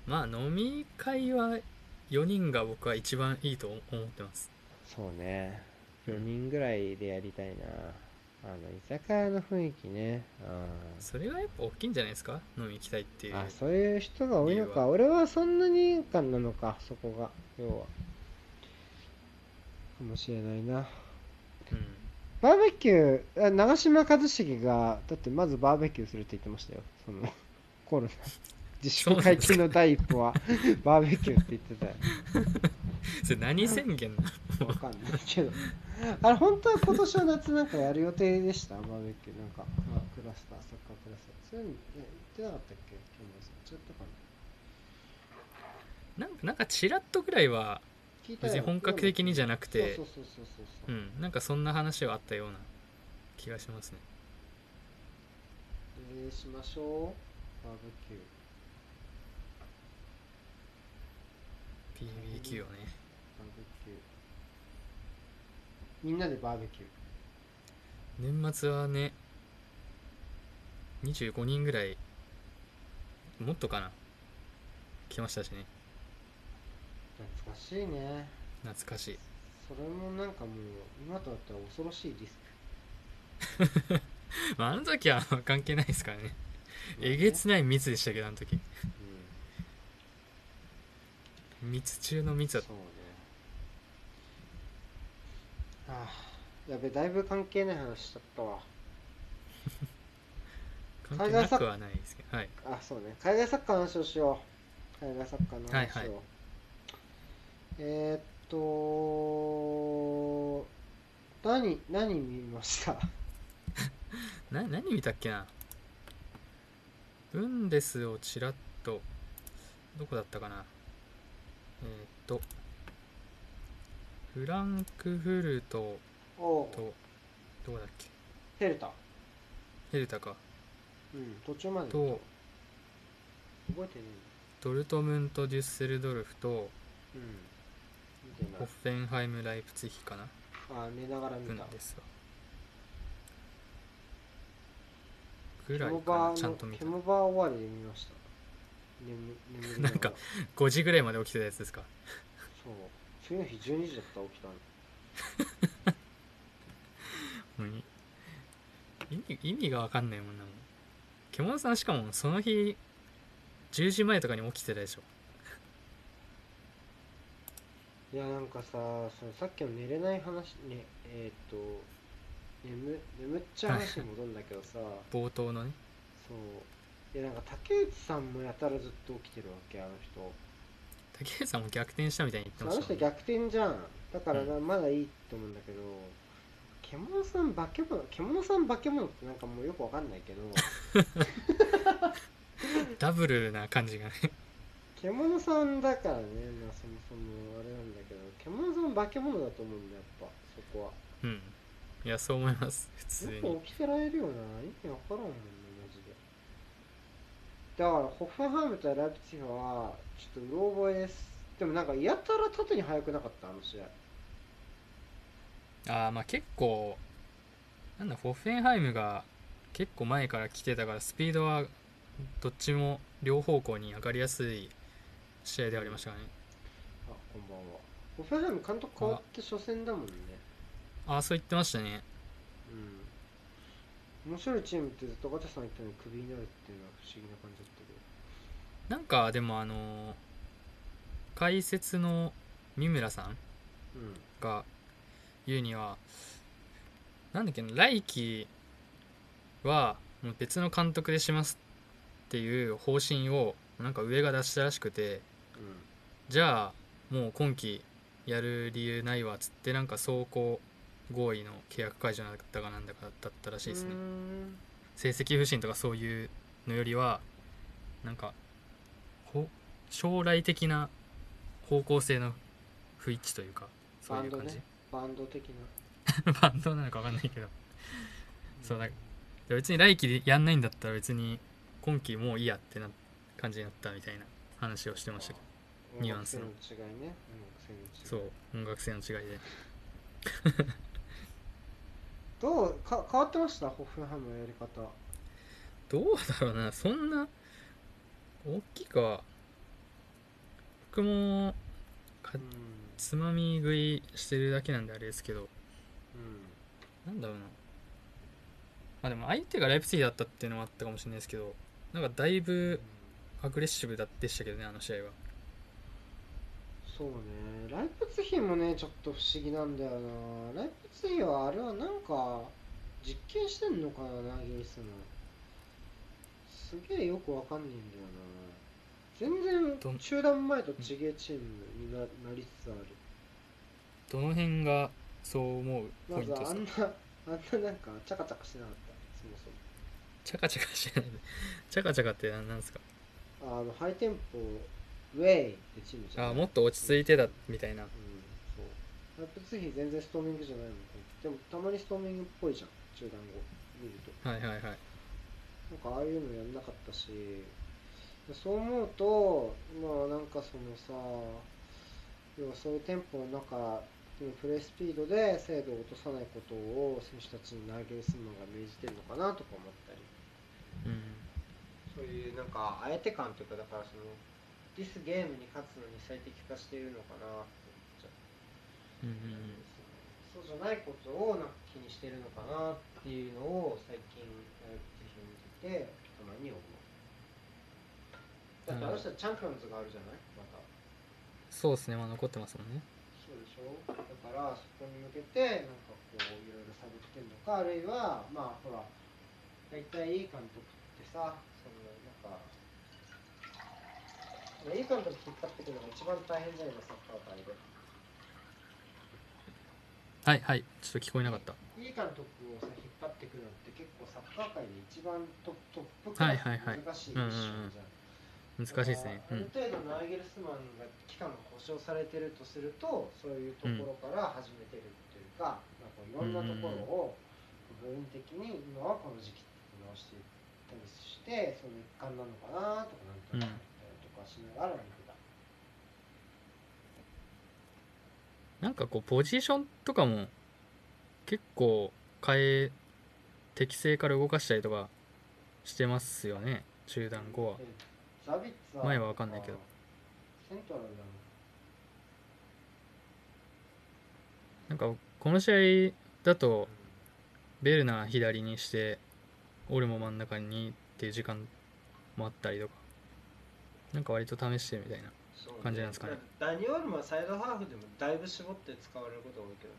まあ飲み会は4人が僕は一番いいと思ってます
そうね。4人ぐらいでやりたいな。あの、居酒屋の雰囲気ね。う
それがやっぱ大きいんじゃないですか飲み行きたいってい
ん
う
あ、そういう人が多いの
理由
か。
は
俺はそんなにかなのか、そこが。要は。かもしれないな。
うん
バーベキュー、あ長嶋一茂が、だってまずバーベキューするって言ってましたよ。その、コロナ。自
そ
粛
うなん
解
ですか
禁の第一歩は、バーベキューって言ってたよ。
それ何宣言なの
わかんないけど。あれ、本当は今年の夏なんかやる予定でしたバーベキュー。なんか、まあクラスター、サッカークラスター。そういうの、ね、言ってなかったっけ去年さん。違ったかな
なんかなんかちらっとぐらいは
聞いたよ
別に本格的にじゃなくて
そうそうそうそうそうう。
んなんかそんな話はあったような気がしますね
えーしましょう。バーベキュー。
PBQ をね
バーベキュー。みんなでバーベキュー。
年末はね25人ぐらいもっとかな来ましたしね
懐かしいね。
懐かしい
それもなんかもう今となったら恐ろしいリス
まああの時は関係ないですからね
ク、
えげつない密でしたけどあの時
うん
密中の密
そ
だ
う
っ
ねああやべだいぶ関係ない話しちゃったわ
た関係なくはないですけどはい
あそうね海外サッカーの話をしよう海外サッカーの話を、
はいはい
えーっと何何見ました
な何見たっけなブンデスをちらっとどこだったかなえーっとフランクフルト
おう
とどこだっけ
ヘルタ
ヘルタか
うん途中まで覚
と
えてね
ドルトムント・デュッセルドルフと
えうん見て
ホ
な
ッ
い
フェンハイム・ライプツィヒかな
あ寝ながら見
ブン
た
デスはぐらいか
バ
なちゃんと見
ケ
た
モバー終わりで見ました眠眠りがら
なんか5時ぐらいまで起きてたやつですか
そう次の日12時だった起きたの
もうい意味意味が分かんないもんなもん獣さんしかもその日10時前とかに起きてたでしょ
いやなんかさそのさっきの寝れない話ねえーっと眠眠っちゃう話に戻るんだけどさ
冒頭のね
そういやなんか竹内さんもやたらずっと起きてるわけあの人
竹内さんも逆転したみたいに言って
そう
ま
あの
した
人
もん
逆
ね
転じゃんだからな、まだいいと思うんだけど獣さん化け物獣さん化け物ってなんかもうよくわかんないけど
ダブルな感じがね
獣さんだからねまあそもそもあれなんだけど獣さん化け物だと思うんだやっぱそこは
うんいやそう思います普通
よ
に
く起きてられるよな意味わからんもんねマジでだからホッフェンハイムとライプツィヒはちょっとうろ覚えですでもなんかやたら縦に速くなかったあの試合
ああまあ結構なんだホッフェンハイムが結構前から来てたからスピードはどっちも両方向に上がりやすい試合ではありましたからね
あこんばんはホッフェンハイム監督変わって初戦だもんね
ああそう言ってましたね
うん面白いチームってずっとガチャさん言ったのにクビになるっていうのは不思議な感じだったけど
なんかでもあのー解説の三村さん
うん
が言うにはなんだっけな来季はもう別の監督でしますっていう方針をなんか上が出したらしくてじゃあもう今期やる理由ないわっつってなんか走行合意の契約解除だったかなんだかだったらしいですね
うーん
成績不振とかそういうのよりはなんかほ将来的な方向性の不一致というかそういう感じ
バンド的な
バンドなのか分かんないけどそうなんかで別に来季でやんないんだったら別に今季もういいやってな感じになったみたいな話をしてましたけニュアンスの
音楽性の違いね音楽性の違い
どそう音楽性の違いで
どうか変わってましたホッフンハムのやり方
どうだろうなそんな大きいか僕もか
う
つまみ食いしてるだけなんであれですけど
んうん
なんだろうなまあでも相手がライプツィヒだったっていうのもあったかもしれないですけどなんかだいぶアグレッシブだでしたけどねあの試合は
そうねライプツヒもねちょっと不思議なんだよなライプツヒはあれはなんか実験してんのかな投げるすのすげえよくわかんないんだよな全
どん
然中断前と違えチームにななりつつある
どの辺がそう思う
ま
ポイン
ず
トで
あ
す
ん
か
なあんななんかチャカチャカしてなかったそもそも
チャカチャカしてないでチャカチャカって何なんですか
あのハイテンポウェイってチームじゃない
あもっと落ち着いてたみたいな
うんそうライプツヒ全然ストーミングじゃないもんでもたまにストーミングっぽいじゃん中断後見ると
はいはいはい
なんかああいうのやんなかったしそう思うとまあなんかそのさ要はそういうテンポの中のプレースピードで精度を落とさないことを選手たちに投げするのが命じてるのかなとか思ったり
うん
そういうなんかあえて感というかだからそのディスゲームに勝つのに最適化しているのかなって思っちゃう
うんうん
そうじゃないことをなんか気にしてるのかなっていうのを最近ライブ見ててたまに思うだってあの人はチャンピオンズがあるじゃないまた
そうですねまあ残ってますもんね
そうでしょだからそこに向けてなんかこういろいろ探ってんのかあるいはまあほら大体いい監督ってさそのなんかいい監督引っ張ってくるのが一番大変じゃないですかサッカー界で
はいはいちょっと聞こえなかった
いい監督をさ引っ張ってくるのって結構サッカー界で一番トトップクラス
はいはいはい
難しいミッションじゃん
難しいですね
ある
うん
程度ナイゲルスマンが期間が故障されてるとするとそういうところから始めてるっていうか,、なんかいろんなところを部分的に今はこの時期見直していったりしてその一環なのかなとかなんとか思ったりとかしながら見てた、
なんかこうポジションとかも結構変え適正から動かしたりとかしてますよね中断後は
でザビッツァーと
前はわかんないけど
セントラルだもん
なんかこの試合だとベルナー左にして俺も真ん中にっていう時間もあったりとかなんか割と試してみたいな
そう
感じなんですかね
ダニオールマンサイドハーフでもだいぶ絞って使われることが多いけどね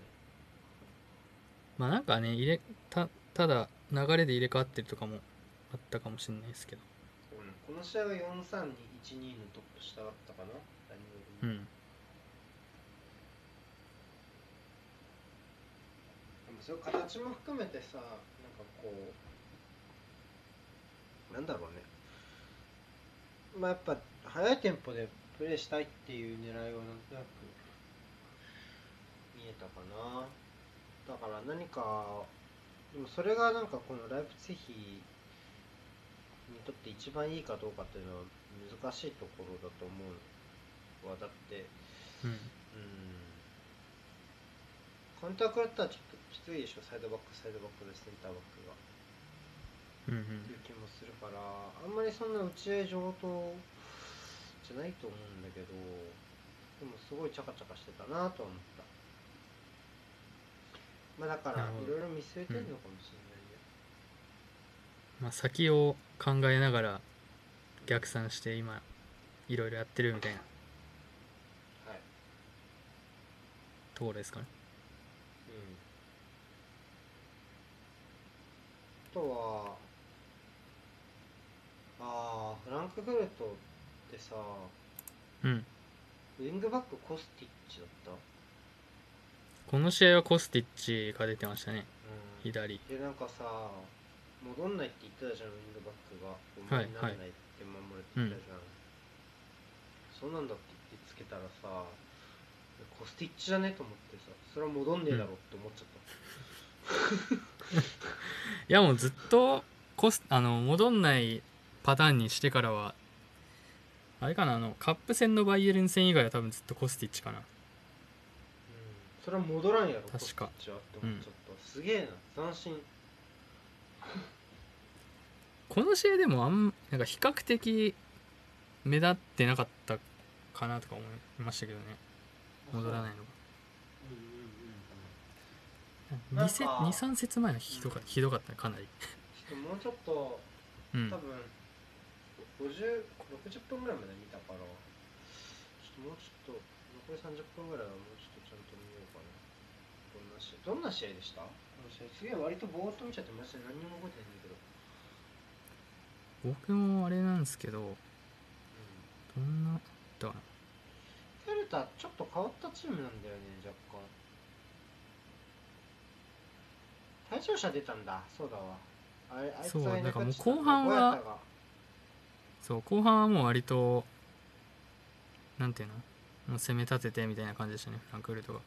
まあなんかね入れたただ流れで入れ替わってるとかもあったかもしれないですけど
この試合は43212のトップ下だったかなダニオ
う
ール
ん
でもそういう形も含めてさなんかこうなんだろうねまあやっぱ速いテンポでプレーしたいっていう狙いはなんとなく見えたかなだから何かでもそれがなんかこのライプツィヒにとって一番いいかどうかっていうのは難しいところだと思うわだって
うん
カウンター食らったらちょっときついでしょサイドバックサイドバックでセンターバックがっ
うんう
てい
ん
う気もするからあんまりそんな打ち合い上等じゃないと思うんだけどでもすごいチャカチャカしてたなとは思ったまあだから
なるほ
いろ
ど
いろ見据えてるのかもしれないね、
まあ先を考えながら逆算して今いろいろやってるみたいな
はい
ところですかね
あとはンクフルトってさ
うん。
ウィングバックコスティッチだった
この試合はコスティッチが出てましたね。
うん
左。
でなんかさ戻んないって言ってたじゃんウィングバックがこう戻んないって守るって言ってたじゃん、そうなんだって言ってつけたらさコスティッチだねと思ってさそれは戻んねえだろって思っちゃった、
いやもうずっとコスあの戻んないパターンにしてからはあれかなあのカップ戦のバイエルン戦以外は多分ずっとコスティッチかな
うんそれは戻らんやろ
確か
コスティッチはって思っちゃった、すげえな斬新
この試合でもあんなんか比較的目立ってなかったかなとか思いましたけどね戻らない
うんうんうんうんなん
のが
か
23節前のひどかひどかったねかなり
ちょっともうちょっと
うん
多分50 60分ぐらいまで見たからちょっともうちょっと残り30分ぐらいはもうちょっとちゃんと見ようかなどんな試合どんな試合でしたこの試合すげえ割とぼーっと見ちゃってマジで何にも覚えてないんだけど、
僕もあれなんですけど
う、
どんなだかなん
フェルタちょっと変わったチームなんだよね若干退場者出たんだそうだわあれあいつがいなくなっちゃった
そうなんかもう後半
小
は
屋田が
そう後半はもう割となんていうのもう攻め立ててみたいな感じでしたねフランクフルトが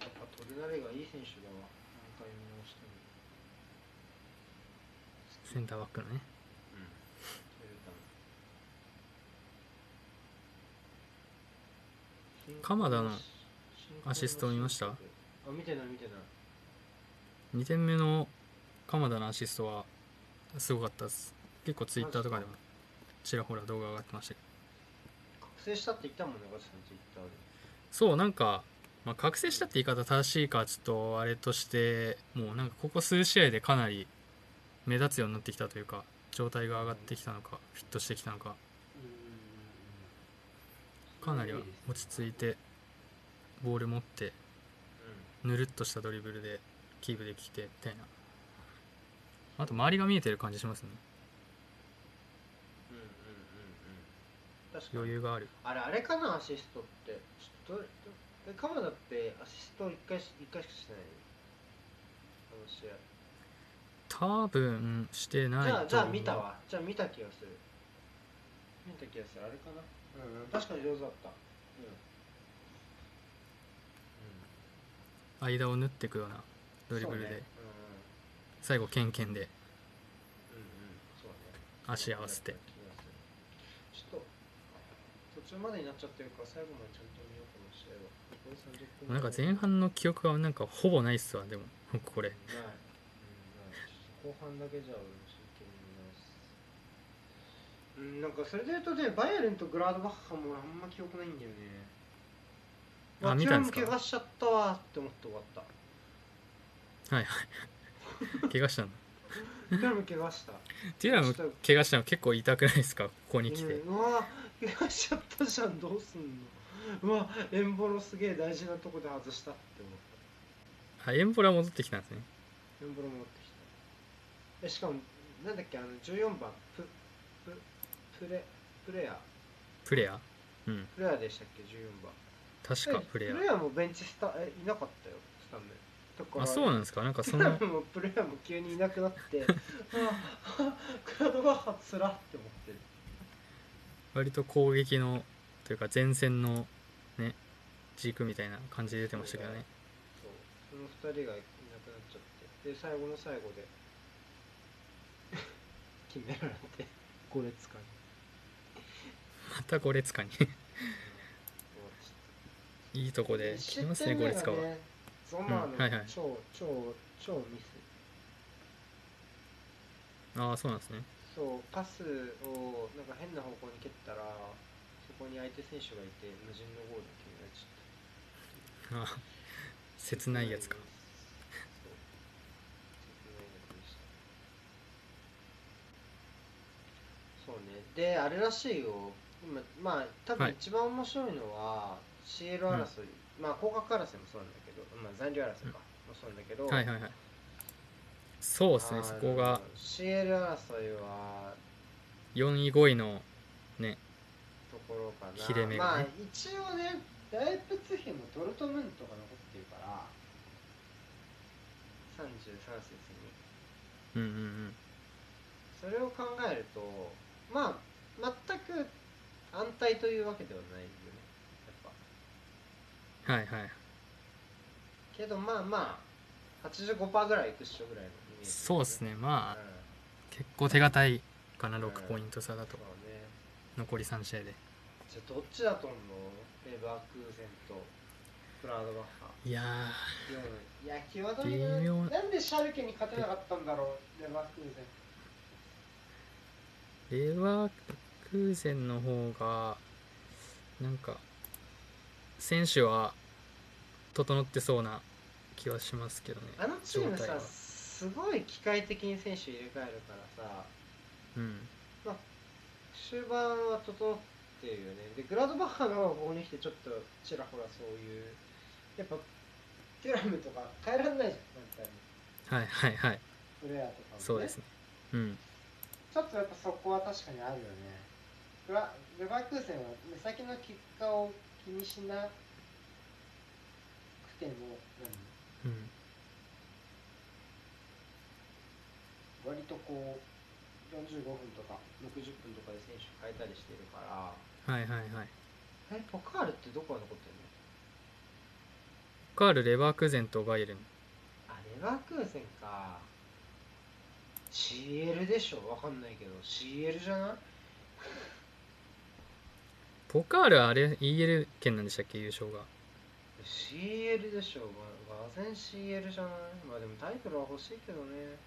やっぱトルナレがいい選手だわ。何回見直しても。
センターバックのね
うん。トルナ
鎌田のアシスト見ました
あ、見てない見てない。
2点目の鎌田のアシストはすごかったです結構ツイッターとかでもちらほら動画上がってましたけど
覚醒したって言ったもんね、ガチさんツイッターで。
そうなんか、まあ、覚醒したって言い方正しいかちょっとあれとしてもうなんかここ数試合でかなり目立つようになってきたというか状態が上がってきたのかフィットしてきたのかかなりは落ち着いてボール持って
うん。
ぬるっとしたドリブルでキープできてみたいなあと周りが見えてる感じしますね
うんうんうんうん。確かに
余。裕がある
あれあれかなアシストってちょっとどれどえ鎌田ってアシスト1回し一回しかしてないあの試合
多分してない
じゃあじゃあ
と思う
見たわじゃあ見た気がする見た気がするあれかなうん、うん、確かに上手だったうん、
間を縫っていくよう
う
な
ん、
ドリブルで、
そうね
最後ケンケンで
うんうんうんそうね
足合わせて
ちょっと途中までになっちゃってるから最後までちゃんと見ようこの試合は残り30分
なんか前半の記憶はなんかほぼないっすわでも僕これ
ない、うん、ない後半だけじゃ俺も真剣に見直すうんなんかそれで言うとねバイエルンとグラードバッハも俺あんま記憶ないんだよね
あ
あ
見たんですか
怪我しちゃったわって思って終わった
怪我したの
テュラム怪我した
テュラム怪我したの結構痛くないですかここに来て
うんうわ怪我しちゃったじゃんどうすんのうわエンボロすげえ大事なとこで外したって思った
あエンボラ戻ってきたんですね
エンボロ戻ってきたえしかもなんだっけあの14番プププレプレア
プレアうん
プレアでしたっけ14番
確かプレ
プ
ア
レアもベンチスタえいなかったよスタメンだから
あそうなんですかなんかその
プレアもプレアも急にいなくなってああクラウドバッハつらって思ってる
割と攻撃のというか前線のね軸みたいな感じで出てましたけどね
そうその二人がいなくなっちゃってで最後の最後で決められて5列間に
またゴレツカに
終わっちゃった
いいとこで切りますね
1
ゴ
点目
レ
が
ツカは
ねゾマーの
うんはいはい
超、超超ミス
ああそうなんですね
そうパスをなんか変な方向に蹴ったらそこに相手選手がいて無人のゴールを決められちゃった
あー切ないやつか
そう切ないやつでしたそうねであれらしいよ今まあ多
は
分
い
一番面白いのは CL 争い、まあ降格争いもそうなんだけど、まあ、残留争いかもそうなんだけど、
はいはいはいそうですねそこが
CL 争いは
4位5位の
ところかな
切れ目が
まあ
ね
一応ねダイプツヒもドルトムントが残ってるから33節に
うんうんうん
それを考えるとまあ全く安泰というわけではないよねやっぱ
はいはい
けどまあまあ85%ぐらいいくっしょぐらいのイメージ
そうですね
うん
まあ結構手堅いかな
うん
6ポイント差だ
そう
と
ね
残り3試合で
じゃあどっちだと思うレバークーゼンとクラウドバッハ
いや
4位
ー
いや際どいな
微妙
なんでシャルケに勝てなかったんだろうレバークーゼン
レバークーゼンの方がなんか選手は整ってそうな気はしますけどね
あのチーム
状態
さ
は
すごい機械的に選手入れ替えるからさ
うん
終盤は整ってるよねでグラドバッハの方がここに来てちょっとちらほらそういうやっぱテュラムとか変えられないじゃん簡単に
はいはいはい
プレイヤーとかも、ね、
そうですねうん
ちょっとやっぱそこは確かにあるよねグラレバークーセンは目先の結果を気にしなくても何
うん
割とこう45分とか60分とかで選手変えたりしてるから
はいはいはい
えポカールってどこが残ってるの
カールレバークーゼンとバイエルン
あレバークーゼンか CL でしょわかんないけど CL じゃない
ポカールはあれ EL 圏なんでしたっけ優勝が
CL でしょががぜん CL じゃないまあでもタイトルは欲しいけどね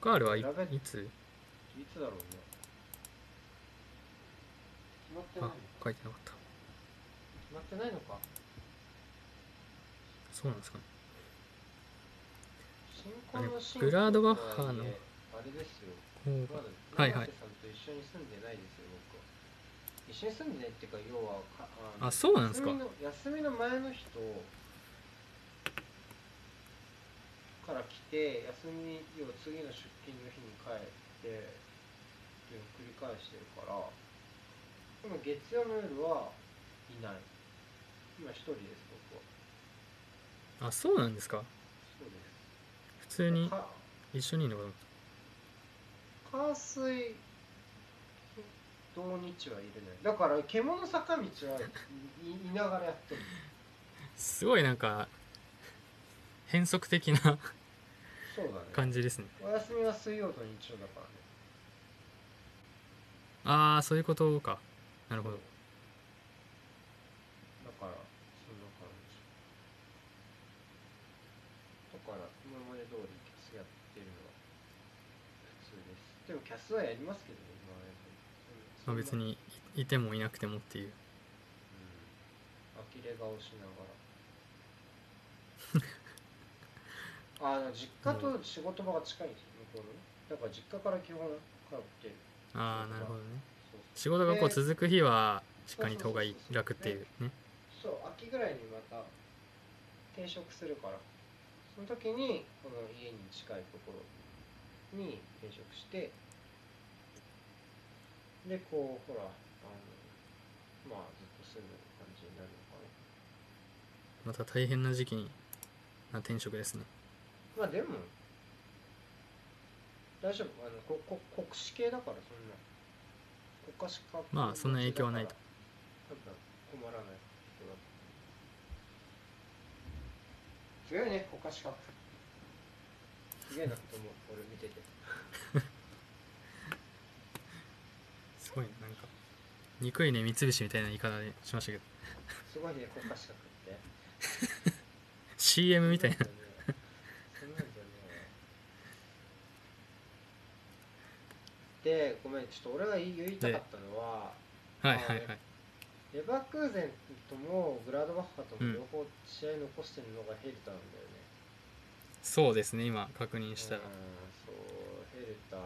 ポカールはい
やべ
いつ
いつだろうね決まってない
あ
の
書いてなかった
決まってないのか
そうなんですかね
新婚の新
グラードバッハ
と
の
はいえあれですよ
ほう
まだ
はい
永
はい
瀬さんと一緒に住んでないですよ僕は一緒に住んでないっていうか要はかあの
あそうなんですか
休みの休みの前の日とから来て休み要は次の出勤の日に帰ってっていうのを繰り返してるからでも月曜の夜はいない今一人です僕は
あそうなんですか
そうです
普通に
か
一緒にいるのかと思っ
火水土日はいるねだから獣坂道はい、いいながらやってる
たすごいなんか変則的な
そうだね
感じですね
お休みは水曜と日曜だからね
ああそういうことかなるほど
だからそんな感じだから今まで通りキャスやってるのは普通ですでもキャスはやりますけどね今まで
まあ、
通り
別、にいいてもいなくてもっていう
うん、呆れ顔しな がらあの実家と仕事場が近いんですよ向こうのねだから実家から基本通ってる
ああなるほどね
そう
仕事がこう
で
続く日はしっかりいた方がいい
そうそうそうそう
楽っていうね
そう秋ぐらいにまた転職するからその時にこの家に近いところに転職してでこうほらあのまあずっと住む感じになるのかな
また大変な時期にな転職ですね
まあでも大丈夫あのここ国試系だからそんな国家資格
まあそんな影響はないと
多分困らない人だ強いね国家資格すげえなと思う俺見てて
すごいねなんか憎いね三菱みたいな言い方でしましたけど
すごいね国家資格って
CM みたいな
そんなんじゃねえそんなんじゃねえでごめんちょっと俺が言い言いたかったのは、
はいはいはい
レバークーゼンともグラードバッハとも両方試合残してるのがヘルタなんだよね。
そうですね今確認した
う
ら
んそう、ヘルタ。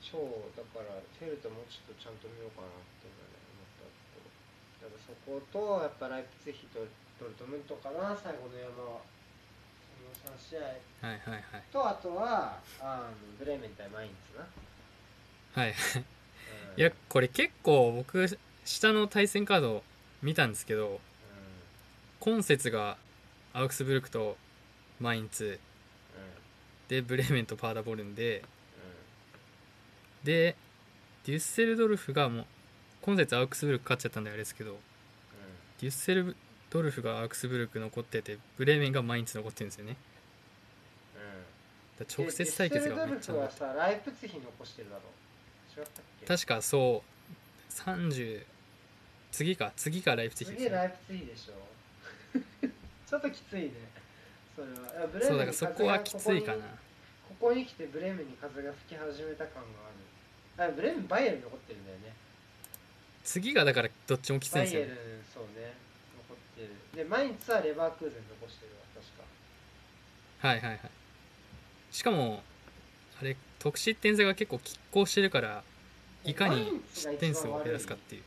超、だからヘルタもうちょっとちゃんと見ようかなっていうのはね思ったところ。だからそこと、やっぱライプツィヒとドルトムントかな、最後の山は。その3試合
はいはいはい
と、あとは、あのブレーメン対マインツな。
はい
うん
いやこれ結構僕下の対戦カード見たんですけど
う
今節がアウクスブルクとマインツ
んうん
でブレーメンとパーダボルンで
うん
でデュッセルドルフがもう今節アウクスブルク勝っちゃったんであれですけど
う
デュッセルドルフがアウクスブルク残っててブレーメンがマインツ残ってるんですよね
んうん
だから直接対決がめっちゃ
デュッセルドルフ
多
はいさライプツィヒ残してるだろう違ったっけ
確かそう30次か次かライプツィヒです
次
ね
ライプツィヒでしょちょっときついねそれはいやブレー
そうだ
メンに
からそ
風が
こはきついかな
ここにここに来てブレーメンに風が吹き始めた感があるあブレーメンバイエルン残ってるんだよね
次がだからどっちもきついん
バ
です
イ
よ
エ
ね
ルンそうね残ってるで毎日はレバークーゼン残してるわ確か
はいはいはいしかもあれ得失点差が結構拮抗してるからいか
マイ
に
ンツが一
失
番
点数を減らすかっ
悪い
ていう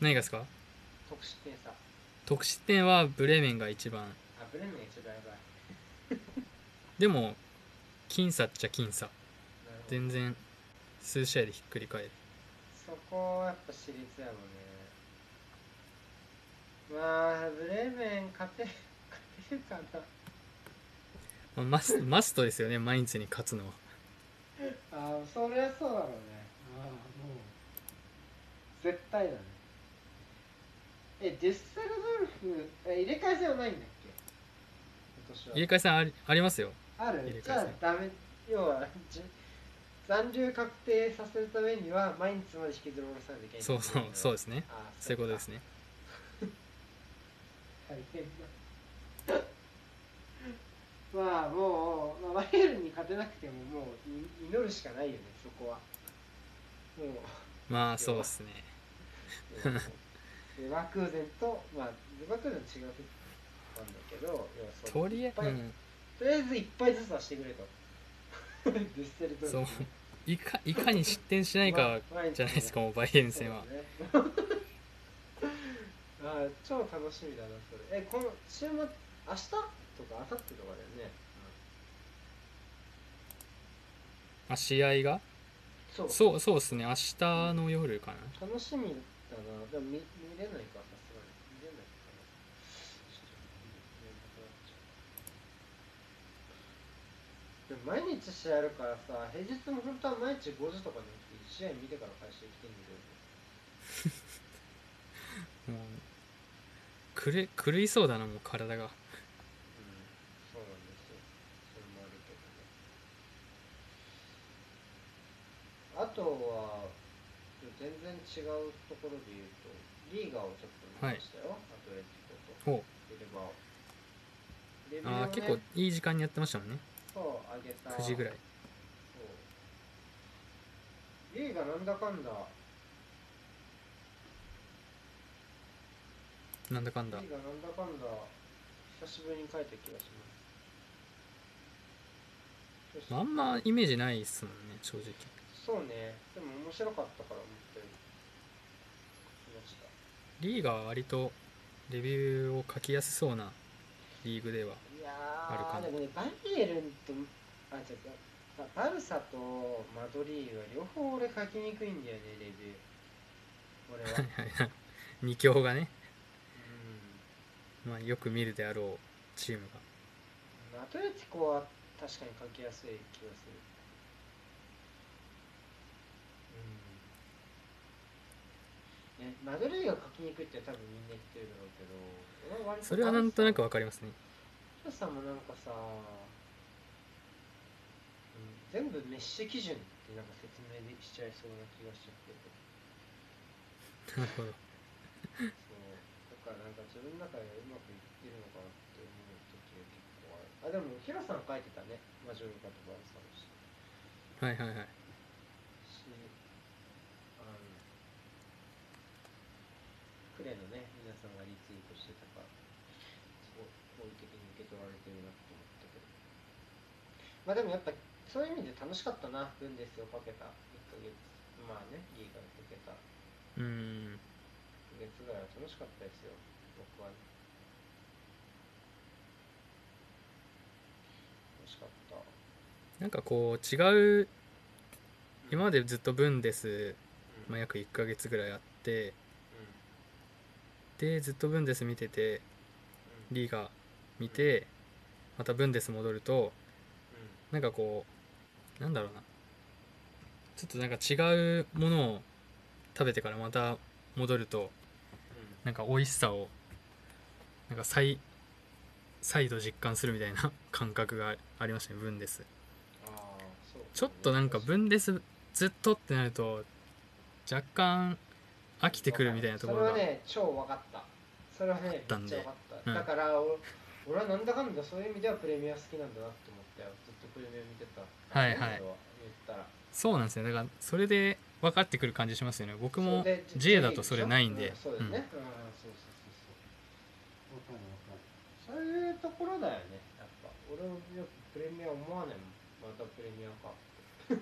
何がですか
得失点差あ
得失点はブレーメンが一番
ブレーメンが一番やばい
でも僅差っちゃ僅差
なるほど
全然数試合でひっくり返る
そこはやっぱ私立やもんねまあブレーメン勝て 勝てるかな
まあ マスマストですよねマインツに勝つのは
ああそりゃそうだろうねああもう絶対だねえデュッセルドルフえ入れ替え戦はないんだっけ今年は
入れ替えさんありありますよ
あ
入れ替
る
え
じゃあ
戦
ダメ要はじ残留確定させるためには毎日まで引きずらさないといけない
そうそうそうですね
ああ
そういうことです
ね
ね
大変だまあもう、まあ、バイエルンに勝てなくてももうい祈るしかないよねそこはもう
まあそうですね
もうレバークーゼンとまあレバークーゼンと違うなんだけど要はそう
とりあえ
いっ
ず、
ぱい
うん
とりあえずいっぱいずつはしてくれとデュッセルドルフ
そういかいかに失点しないか
まあ
じゃないですかもうバイエルン戦は
そうだねああ超楽しみだなそれえこの週末明日とか明後日とかだよね
あ試合が
そう
そうそうですね明日の夜かな
楽しみだなでも見見れないかさすがに見れないかなちょっと見れなくなっちゃうでも毎日試合あるからさ平日も本当は毎日5時とかに起きて1試合見てから会社行きてんだけど
もう狂い狂いそうだなもう体が
うんそうなんですよそれもあるけどねあとは全然違うところで言うとリーガをちょっと見ましたよ、アトレティコと
ほ
入れ歯をレ
うあー結構いい時間にやってましたもんね
構上げた
9時ぐらい
そうリーがなんだかんだ
なんだかん
リー
だ
がなんだかんだ久しぶりに書いた気がします
あんまイメージないっすもんね正直
そうねでも面白かったから思ったより書きました
リーガは割とレビューを書きやすそうなリーグではい
や
あるか
ー
も
でもねバイエルンとあ違うババルサとマドリーは両方俺書きにくいんだよねレビュー俺 は
2強がね、
うん
まあ、よく見るであろうチーム
アトレティコは確かに書きやすい気がする。うん。ね、マドリーが書きにくいって多分みんな言ってるだろうけど、俺は割
が
と
それはなんとなく
バ
わかりますね
ルサもなんかさ、うん、全部メッシ基準ってなんか説明できちゃいそうな気がしちゃってて。
なるほど
そうだからなんか自分の中でうまくいってるのかなって思う時が結構あるあでもヒロさん書いてたねマジョリカとバルサのし
はいはいはい
しあのクレのね皆さんがリツイートしてたからすごい好意的に受け取られてるなと思ったけどまあでもやっぱそういう意味で楽しかったな分ですよかけた1ヶ月まあねリーガーかけた
うー
うん
ん
夏ぐらいは楽しかったですよ僕はね楽しかったう
なんかこう違う今までずっとブンデス、
ん
まあ、約1ヶ月ぐらいあって
うん
でずっとブンデス見てて
うん
リーガ見てまたブンデス戻るとなんかこうなんだろうなちょっとなんか違うものを食べてからまた戻ると
う
なんか美味しさをなんか再再度実感するみたいな 感覚がありましたねブンデス
んああそう
ちょっとなんか
ぶ
ブンデスずっとってなると若干飽きてくるみたいなところ
そ
が
れはね超分かったそれはねめっち
た
ゃ
ん
分
で
かった、
うん
だからお俺はなんだかんだそういう意味ではプレミア好きなんだなって思ったよずっとプレミア見てた
はいはい
俺言ったら
そうなんですよだからそれで分かってくる感じしますよね僕も
それで
J だとそれないんで
うそうだよね、うん、そうそうそうそうわかるわかるそういうところだよねやっぱ俺もよくプレミア思わないもんまたプレミア かって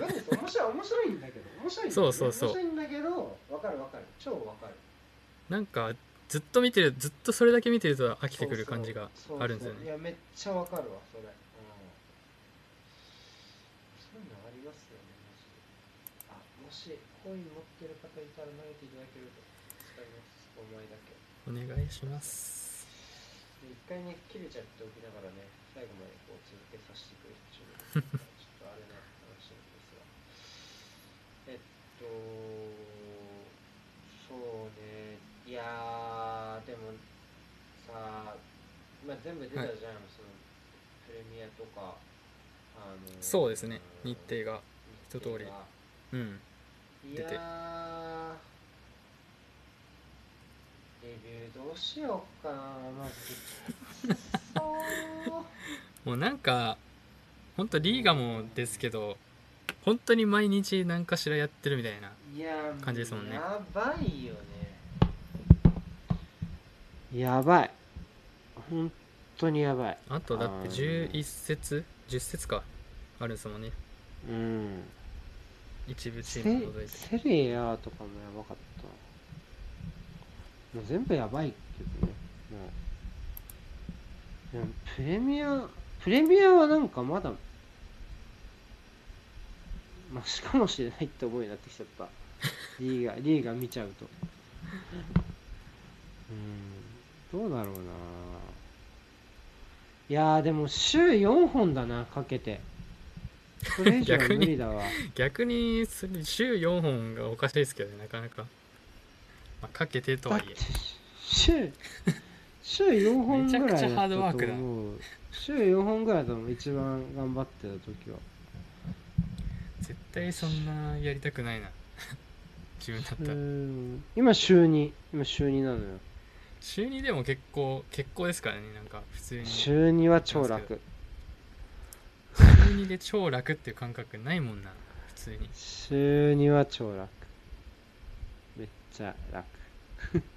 なんです面白い面白いんだけど面白いんだけど
そうそうそう
面白いんだけどわかるわかる超わかる
なんかずっと見てるずっとそれだけ見てると飽きてくる感じが
そうそう
あるんですよ
そう
ね
そういやめっちゃわかるわそれ、うん、そういうのありますよねマジであもしコイン持ってる方いたら投げていただけると使いますお前だけ
お願いします
で一回ね切れちゃっておきながらね最後までこう続けさせてくれるっていうのがちょっとあれな話なんですがえっとそうねいやーでもさあ今全部出たじゃん、そのプレミアとかあのー
そうですね日程が
日程が
一通うん
い
出
や
て
ーレビューどうしようかなマジでそう
もうなんかほんとリーガもですけど本当に毎日何かしらやってるみたいない
や
感じですもんね
やばいよねやばい本当にやばい
あとだって
あー
11節10節かあるんですもんね
うん
一部チ
セ
ーム除いて
セリエ A とかもやばかったもう全部やばいけどねもうでもプレミアプレミアはなんかまだましかもしれないって思いになってきちゃったリーガリーガ見ちゃうとうんどうだろうないやーでも週4本だなかけてそれ以上は無理だわ
逆にそれ週4本がおかしいですけどねなかなか、まあ、かけてとはいえ
だって週週4本ぐらいだ
めちゃくちゃハ
っ
ードワ
た
ーク
と
だ
思う週4本ぐらいだと思う一番頑張ってた時は
絶対そんなやりたくないな 自分だった
う
ら
ん今週2今週2なのよ
週2でも結構結構ですからねなんか普通に週
週2は超
なんですけ
楽
2で超楽っていう感覚ないもんな普通に
週2は超楽めっちゃ楽か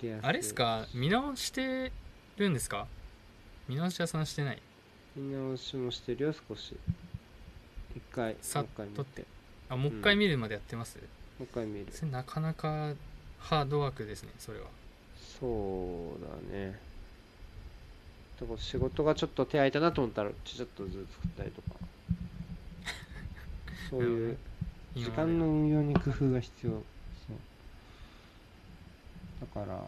けやすい
あれですか見直してるんですか見直し屋さんしてない
見直しもしてるよ少し一回
さっ
もう一回見
とってあもう一回見るまでやってます、
もう一回見る
それなかなかハードワークですねそれは
そうだね。だから仕事がちょっと手空いたなと思ったら、ちょちょっとずつ作ったりとか。そういう時
今まで
間の運用に工夫が必要。そうだから、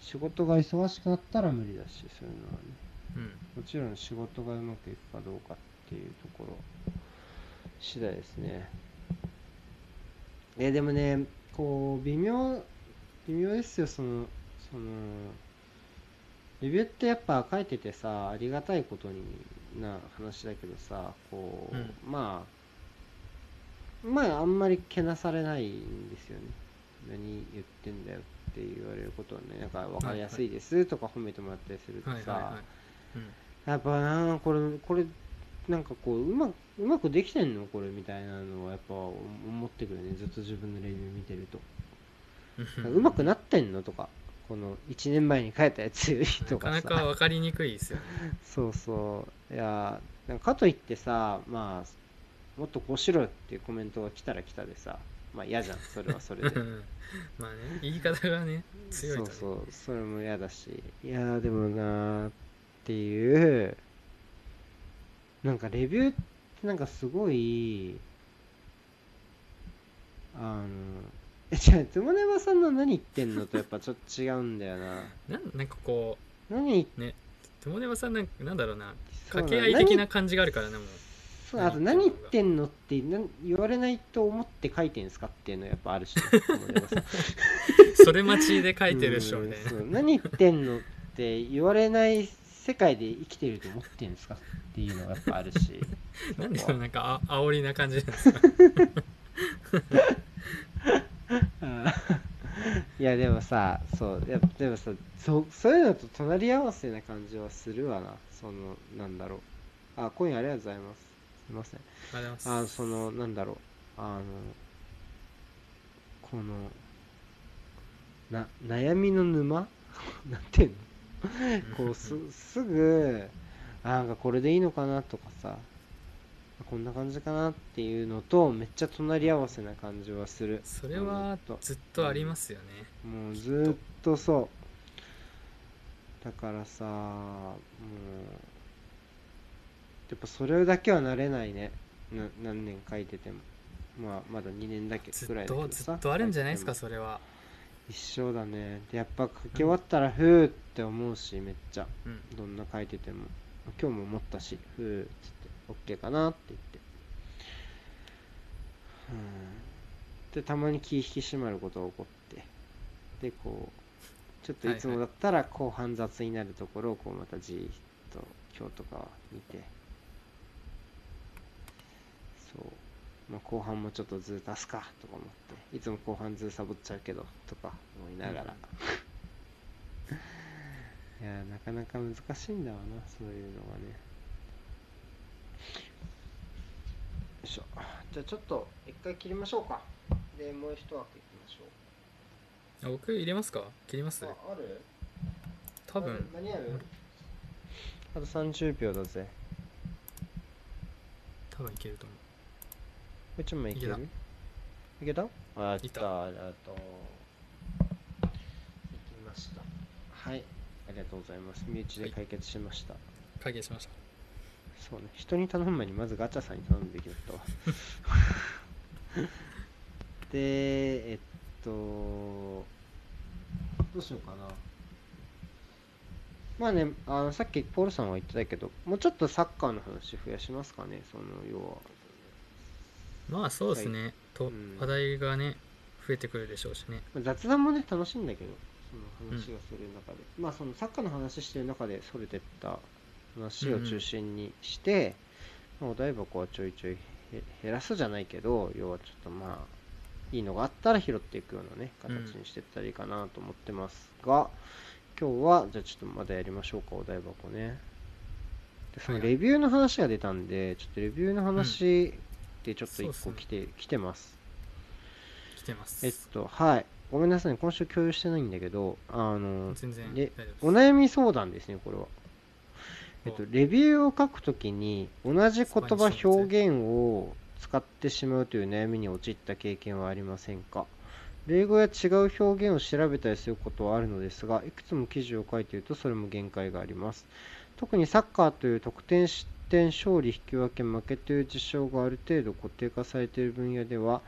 仕事が忙しくなったら無理だし、そういうのはね。
うん
もちろん仕事がうまくいくかどうかっていうところ次第ですね。えでもね、こう微妙微妙ですよそのそのレビューってやっぱ書いててさありがたいことにな話だけどさこう、
うん
まあまああんまりけなされないんですよね。何言ってんだよって言われることはねなんか分かりやすいですとか褒めてもらったりすると
はいはい
さ、
はいうん
やっぱなこれこれなんかこううまうまくできてんのこれみたいなのはやっぱ思思ってくるねずっと自分のレビュー見てると、う まくなってんのとかこの1年前に書いたやつと
なか
か
な
さ
か分かりにくいですよね。
そうそういやなんかかといってさまあもっとこうしろよっていうコメントが来たら来たでさまあ嫌じゃんそれはそれで
まあね言い方がね強いと
そ
ね
うそうそれも嫌だしいやーでもなーっていうなんかレビューってなんかすごいあのえじゃあつむねばさんの何言ってんのとやっぱちょっと違うんだよ な
なんなんかこう
何言っ
友ネバさんなんかなんだろうな
そう
掛け合い
何
的な感じがあるからねもう
そうあと何言ってんのってなん言われないと思って書いてんすかっていうのやっぱある しね、つむねばさん
それ待ちで書いてるっしょみたいな
うんそう何言ってんのって言われない世界で生きてると思ってんですかっていうのがやっぱある し
なんでそ
そこは
のなんかあ煽りな感じなんですか
うんいやでもさそうやっぱでもさそそういうのと隣り合わせな感じはするわなそのなんだろうあ今夜ありがとうございますすいません
ありがとうござい
あ
ます
そのなんだろうあのこのな悩みの沼 なんていうの こうすすぐあなんかこれでいいのかなとかさこんな感じかなっていうのとめっちゃ隣り合わせな感じはする
それはずっとありますよね
もうずーっとそうだからさもうやっぱそれだけはなれないねな何年書いててもまあまだ2年だけ
ず
ぐら
っ
いだけ
と
ど
ず
さ
っとあるんじゃないです
書
か
て
それは
ても一生だねでやっぱ書き終わったらふーって思うしめっちゃ
うん
どんな書いてても今日も思ったしふーっつって OK かなって言ってうんでたまに気引き締まることが起こってでこうちょっといつもだったら後半雑になるところをこうまたじーっと今日とかは見てそう、まあ、後半もちょっとずー足すかとか思っていつも後半ずーサボっちゃうけどとか思いながら、 いやーなかなか難しいんだわなそういうのがねよいしょ
じゃあちょっと一回切りましょうかでもう一枠いきましょう
あ僕入れますか切ります
あある
多
ある
分
間に合う
あと30秒だぜ
多分いけると思う
こっちもいけるいけたあ
い
い
た
たありがとう
行きました
はいありがとうございます身内で解決しました、
会議しました
そうね人に頼む前にまずガチャさんに頼むべきだ ったわでえっとどうしようかなまあねあのさっきポールさんは言ってたけどもうちょっとサッカーの話増やしますかねその要は
まあそうですね、と
うん
話題がね増えてくるでしょうしね
まあ雑談もね楽しいんだけどその話がする中で、まあそのサッカーの話してる中でそれてった話を中心にして、まあお台箱はちょいちょいへ減らすじゃないけど要はちょっとまあいいのがあったら拾っていくようなね形にしていったらいいかなと思ってますが、今日はじゃあちょっとまだやりましょうかお台箱ねでその
はいはい
レビューの話が出たんでちょっとレビューの話でちょっと
そうっ
一
す
個
ね
来て,、来てます
来てます
えっと、はい。ごめんなさいね、今週共有してないんだけど、あの、
全然大
で
丈
お
夫です
悩み相談ですね、これは。えっと、レビューを書くときに、同じ言葉表現を使ってしまうという悩みに陥った経験はありませんか例語や違う表現を調べたりすることはあるのですが、いくつも記事を書いているとそれも限界があります。特にサッカーという得点失点勝利引き分け負けという事象がある程度固定化されている分野では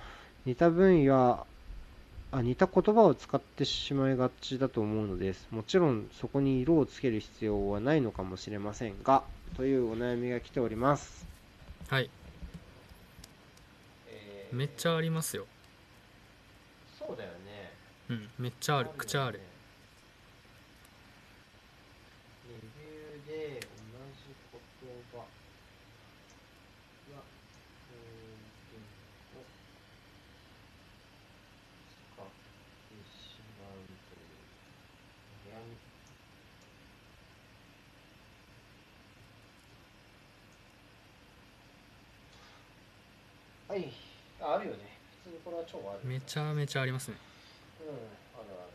似た分野あ似た言葉を使ってしまいがちだと思うのですもちろんそこに色をつける必要はないのかもしれませんがというお悩みが来ております
はい
えー
めっちゃありますよ
そうだよね
うんめっちゃある口ある
レビューで同じ言葉や表現を使ってしまうという悩みはいああるよね普通にこれは超ある
めちゃめちゃありますね
うん、あるある。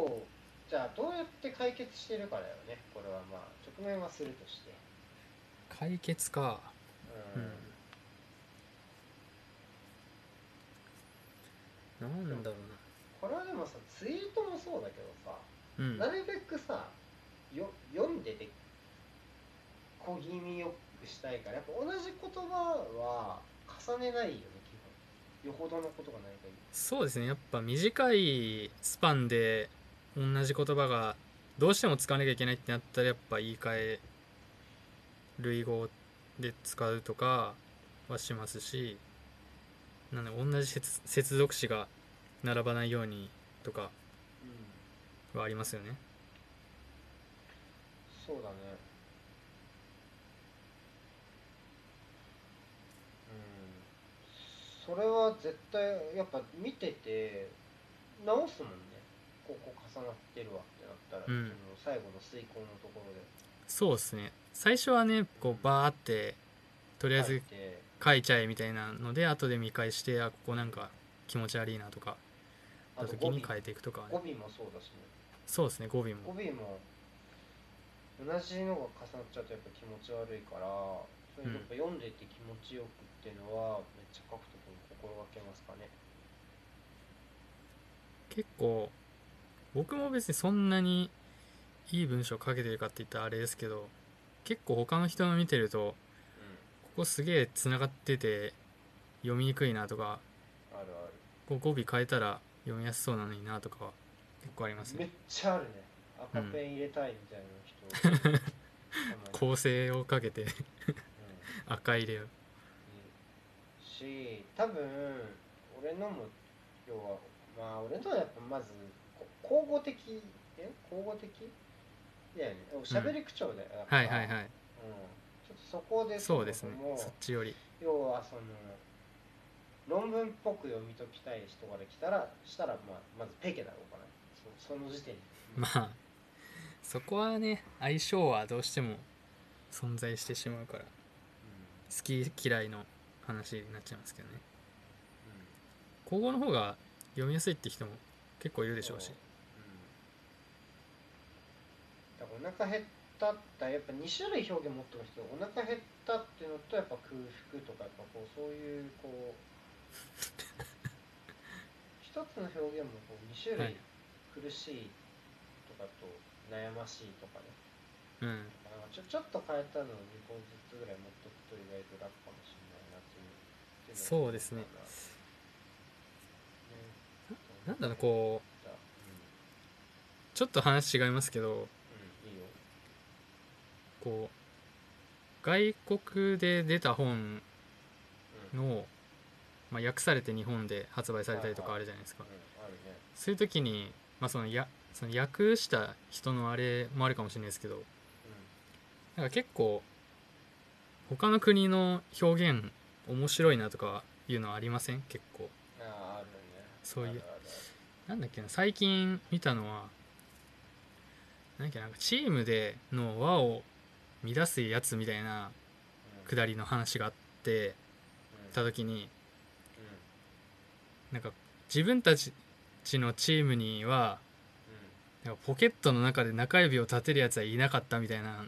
どう、じゃあどうやって解決してるかだよね、これはまあ、直面はするとして。
解決か
うん。
うんなんだろ
これはでもさツイートもそうだけどさ、
うなうん
なるべくさよ読んでて小気味よくしたいからやっぱ同じ言葉は重ねないよね基本よほどのことがない限り
そうですねやっぱ短いスパンで同じ言葉がどうしても使わなきゃいけないってなったらやっぱ言い換え類語で使うとかはしますしなので同じ接接続詞が並ばないようにとかはありますよね。
そうだねうんそれは絶対やっぱ見てて直すもんねここ重なってるわってなったら、
うん
その最後の遂行のところで
そうですね最初はねこうバーってとりあえ
書い
ず
て
書いちゃえみたいなので後で見返してあここなんか気持ち悪いなとか
あ
た
と
時
語尾
に変えていくとかは
語
ね
尾もそうだしね
そうですね語尾も
語尾も同じのが重なっちゃうとやっぱ気持ち悪いからそれやっぱ読んでて気持ちよくっていうのはめっちゃ書くときに心がけますかね
結構僕も別にそんなにいい文章書けてるかって言ったらあれですけど結構他の人の見てると
う
ここすげえつながってて読みにくいなとか
んあるある
こう語尾変えたら読みやすそうなのになとかは結構あります
めっ
ね
ちゃあるね赤ペン入れたいみたい な人、たまにうん
構成をかけて 赤入れを
し多分俺のも要はまあ俺のはやっぱまずこ交互的え交互的だよねおしゃべり口調だよ、だから
はいはいはい
うんちょっとそこで
そうですね
もう
そっちより
要はその論文っぽく読み解きたい人から来たらしたら、まあ、まずペケだろうからそその時点で
まあそこはね相性はどうしても存在してしまうから
う
好き嫌いの話になっちゃいますけどね
んうん
口語の方が読みやすいって人も結構いるでしょうし
そううん、だからお腹減ったってやっぱ2種類表現持ってる人お腹減ったってのとやっぱ空腹とかやっぱこうそういう こう一つの表現もこう2種
はい
類苦しいとかと悩ましいとかね
うん
なんかちょちょっと変えたのを2個ずつぐらい持っておくと意外と楽かもしれないなっていうっていのが
そうですね
ね
なんだろうこう
うん
ちょっと話違いますけど
うんいいよ
こう外国で出た本
うん
の、まあ、訳されて日本で発売されたりとかあるじゃないですか、
うんあるね
そういう時に、まあ、そのやその訳した人のあれもあるかもしれないですけどなんか結構他の国の表現面白いなとかいうのはありません結構
うんあああるね
そういう
あるある
なんだっけな最近見たのはなんだっけななんかチームでの輪を乱すやつみたいな
うん
くだりの話があってた時に
うんうん
なんか自分たちのチームにはなんかポケットの中で中指を立てるやつはいなかったみたいな
う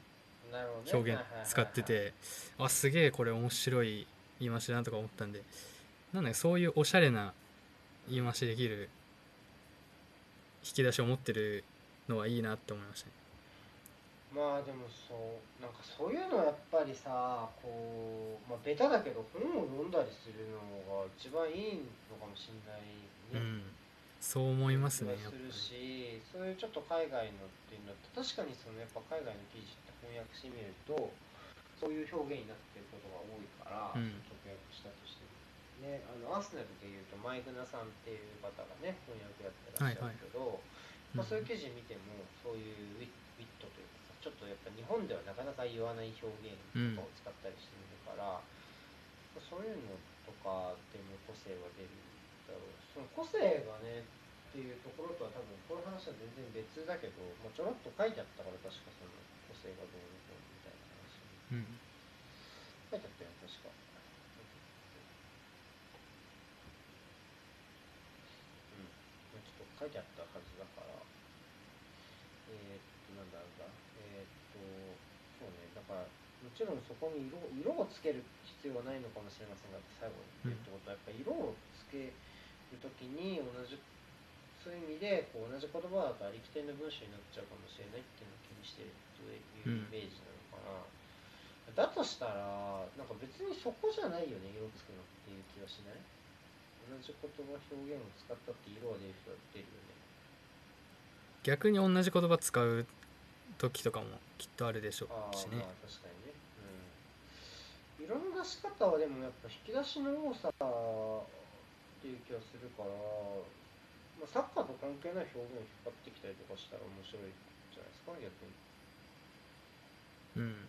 んなるほどね
表現
はいはいはいはい
使っててあすげえこれ面白い言い回しだなとか思ったんでなんだかそういうおしゃれな言い回しできる引き出しを持ってるのはいいなって思いましたね
まあでもそうなんかそういうのはやっぱりさこうまあベタだけど本を読んだりするのが一番いいのかもしれな
う
いね
んそう思いますねやっ
気が
ぱ
す
り
るしそういうちょっと海外のっていうのって確かにそのやっぱ海外の記事って翻訳してみるとそういう表現になってることが多いから、
うん
直訳したとしても。ね、あのアーセナルでいうとマイグナさんっていう方がね翻訳やってらっしゃるけど、
うん
まあ、そういう記事見てもそういうウィウィットというかさちょっとやっぱ日本ではなかなか言わない表現とかを使ったりしてみるから、そういうのとかでも個性は出るだろうしその個性がねっていうところとは多分この話は全然別だけど、まあ、ちょろっと書いてあったから確かその個性がどうのこうのみたいな話
うん
書いてあったよね確か。うんまあちょっと書いてあったはずだから、えー、っと、なんだなんだ、えー、っと、そうね、だから、もちろんそこに色を色をつける必要はないのかもしれませんが、最後に言うってことは、やっぱり色をつけるく時に同じそういう意味でこう同じ言葉だとありきてんの文章になっちゃうかもしれないっていうのを気にしてるというイメージなのかな、だとしたらなんか別にそこじゃないよね色つくのっていう気はしない同じ言葉表現を使ったって色は出る人は出るよね
逆に同じ言葉使う時とかもきっとあるでしょ
あ
うし
あ
ね
まあ確かにねうん色の出し方はでもやっぱ引き出しの多さっていう気はするから、まあ、サッカーと関係ない表現を引っ張ってきたりとかしたら面白いじゃないですか逆に
うん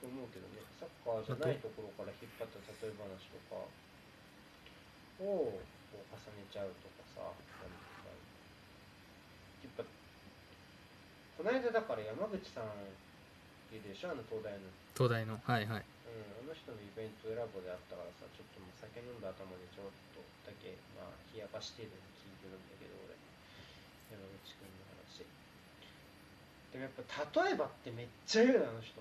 と思うけどねサッカーじゃないところから引っ張った例え話とかをこう重ねちゃうとかさなんかやっぱこの間だから山口さんいるでしょあの東大の、う
東大のはいはい
ん、あの人のイベント選ぼであったからさちょっともう酒飲んだ頭でちょっとだけまあ冷やかしてるの聞いてるんだけど俺山口君の話でもやっぱ例えばってめっちゃ言うのあの人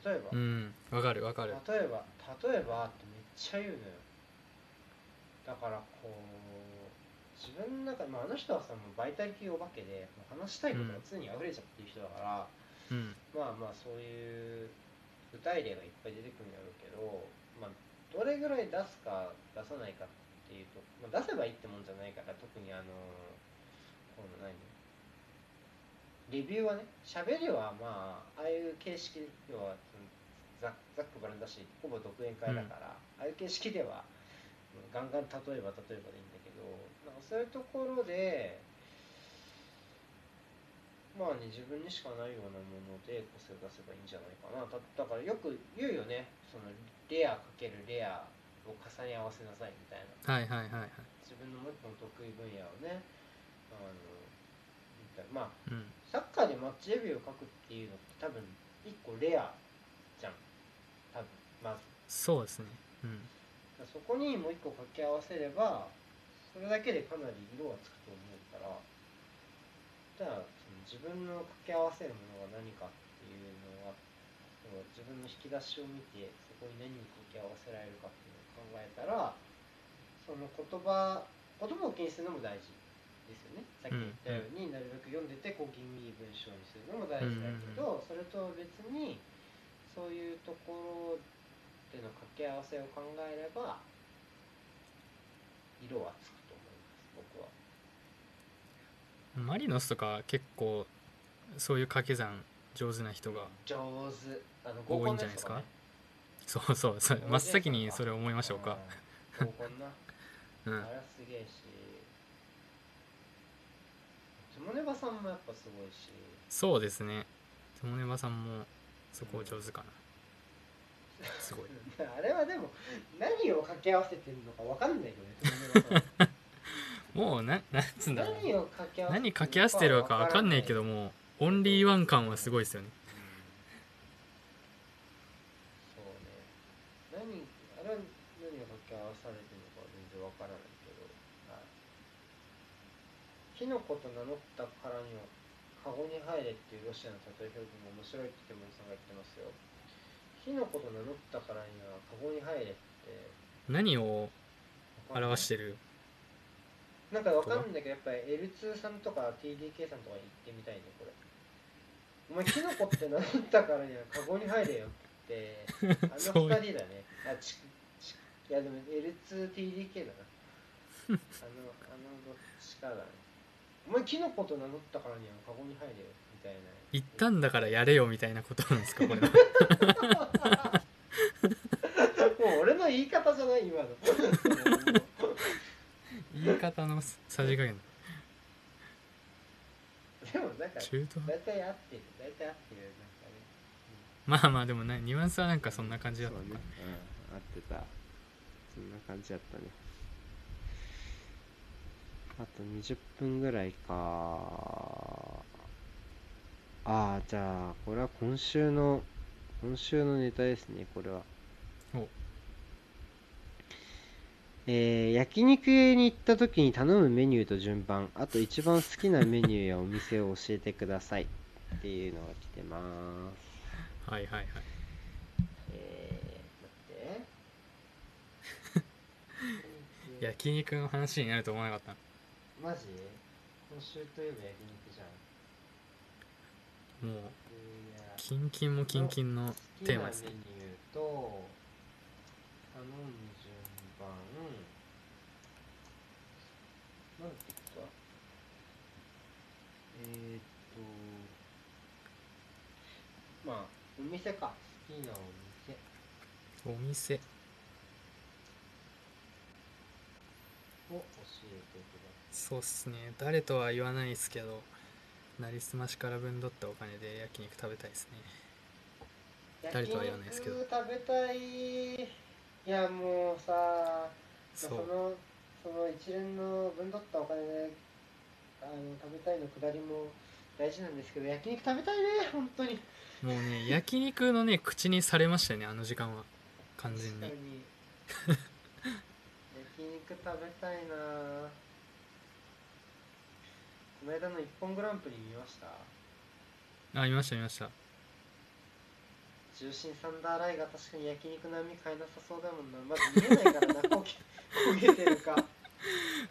例えば、
うんわかるわかる
例えば例えばってめっちゃ言うのよだからこう自分の中で、まあ、あの人はさもうバイタリティお化けでもう話したいことが常に溢れちゃってる人だから、
うん
まあまあそういう具体例がいっぱい出てくるんだろうけど、まあ、どれぐらい出すか出さないかっていうと、まあ、出せばいいってもんじゃないから特にあのこの何レビューはね喋りはまあああいう形式要はそのざざっくばらんだしほぼ独演会だから、ああいう形式ではガンガン例えば例えばでいいんだけどなんかそういうところでまあね自分にしかないようなもので個性を出せばいいんじゃないかなだだからよく言うよねそのレアかけるレアを重ね合わせなさいみたいな
はいはいはいはい
自分のもう一個の得意分野をねあのみたいなまあ
うん
サッカーでマッチレビューを書くっていうのって多分一個レアじゃん多分まず
そうですねうん
だからそこにもう一個掛け合わせればそれだけでかなり色はつくと思うからじゃあその自分の掛け合わせるものが何かっていうのはその自分の引き出しを見てそこに何に掛け合わせられるかっていうのを考えたらその言葉言葉を気にするのも大事ですよねさっき言ったようになるべく読んでてこう吟味いい文章にするのも大事だけどそれとは別にそういうところでの掛け合わせを考えれば色はつくと思います僕は
マリノスとか結構そういう掛け算上手な人が
上手あの
多いんじゃないですかそうそうそう真っ先にそれを思いましょうか
合コンな
う
あ
ん
れはすげえしジモネバさんもやっぱすごいし
そうですねトモネバさんもそこ上手かなすごい
あれはでも何を掛け合わせてるのかわかんないよねジモネバさん
もうな なんつうんだろう
何を掛け合わせてるのかは
何掛け合わせてるかわかんないけどもうオンリーワン感はすごいですよね
そうね。何、あれは何が掛け合わされてるのか全然わからないけど、はい。キノコと名乗ったからには、カゴに入れっていうロシアの例え表現が面白いってモンさんが言ってますよ。キノコと名乗ったからには、カゴに入れって、
何を
わかんない
表してる
なんかわかんないけど、やっぱり L2 さんとか TDK さんとか行ってみたいね、これ。お前、キノコって名乗ったからには、カゴに入れよって、あの
そう
二人だ ね。あ、ち、ち、いやでも L2TDK だな。あの、あのどっちかだね。お前、キノコと名乗ったからには、カゴに入れよ、みたいな。
言ったんだからやれよみたいなことなんですかこれは
もう俺の言い方じゃない、今の。
言い方のさじ加減
でも、なんか、
中途半
大体合ってる、大体合ってる、なんかね。
まあまあでもねニュアンスはなんかそんな感じだっ
そ
た
うね、うん、合ってたそんな感じだったねあと20分ぐらいかああじゃあこれは今週の今週のネタですねこれは
お
えー焼肉屋に行った時に頼むメニューと順番あと一番好きなメニューやお店を教えてくださいっていうのが来てます
はいはいはい
えー、待って。
焼肉の話になると思わなかった
マジ今週といえば焼肉じゃん。
もう
いや
キンキンもキンキンのテーマですね
好きなメニューと頼む順番なんて言ったえー、っとまあお店か好きなお店
お店
を教えてくだ
そうっすね誰とは言わないですけどなりすましから分取ったお金で焼肉食べたいですね
さい
誰とは言わないですけど
焼肉食べたいいやもうさそ
そう
のその一連の分取ったお金であの食べたいのくだりも大事なんですけど焼肉食べたいね本当に
もうね焼肉のね口にされましたよねあの時間は完全
確か
に
に焼肉食べたいなこの間の一本グランプリ見ました
あ見ました見ました
重心サンダーライが確かに焼肉並み買えなさそうだもんなまず見えないから な焦げ焦げてるか、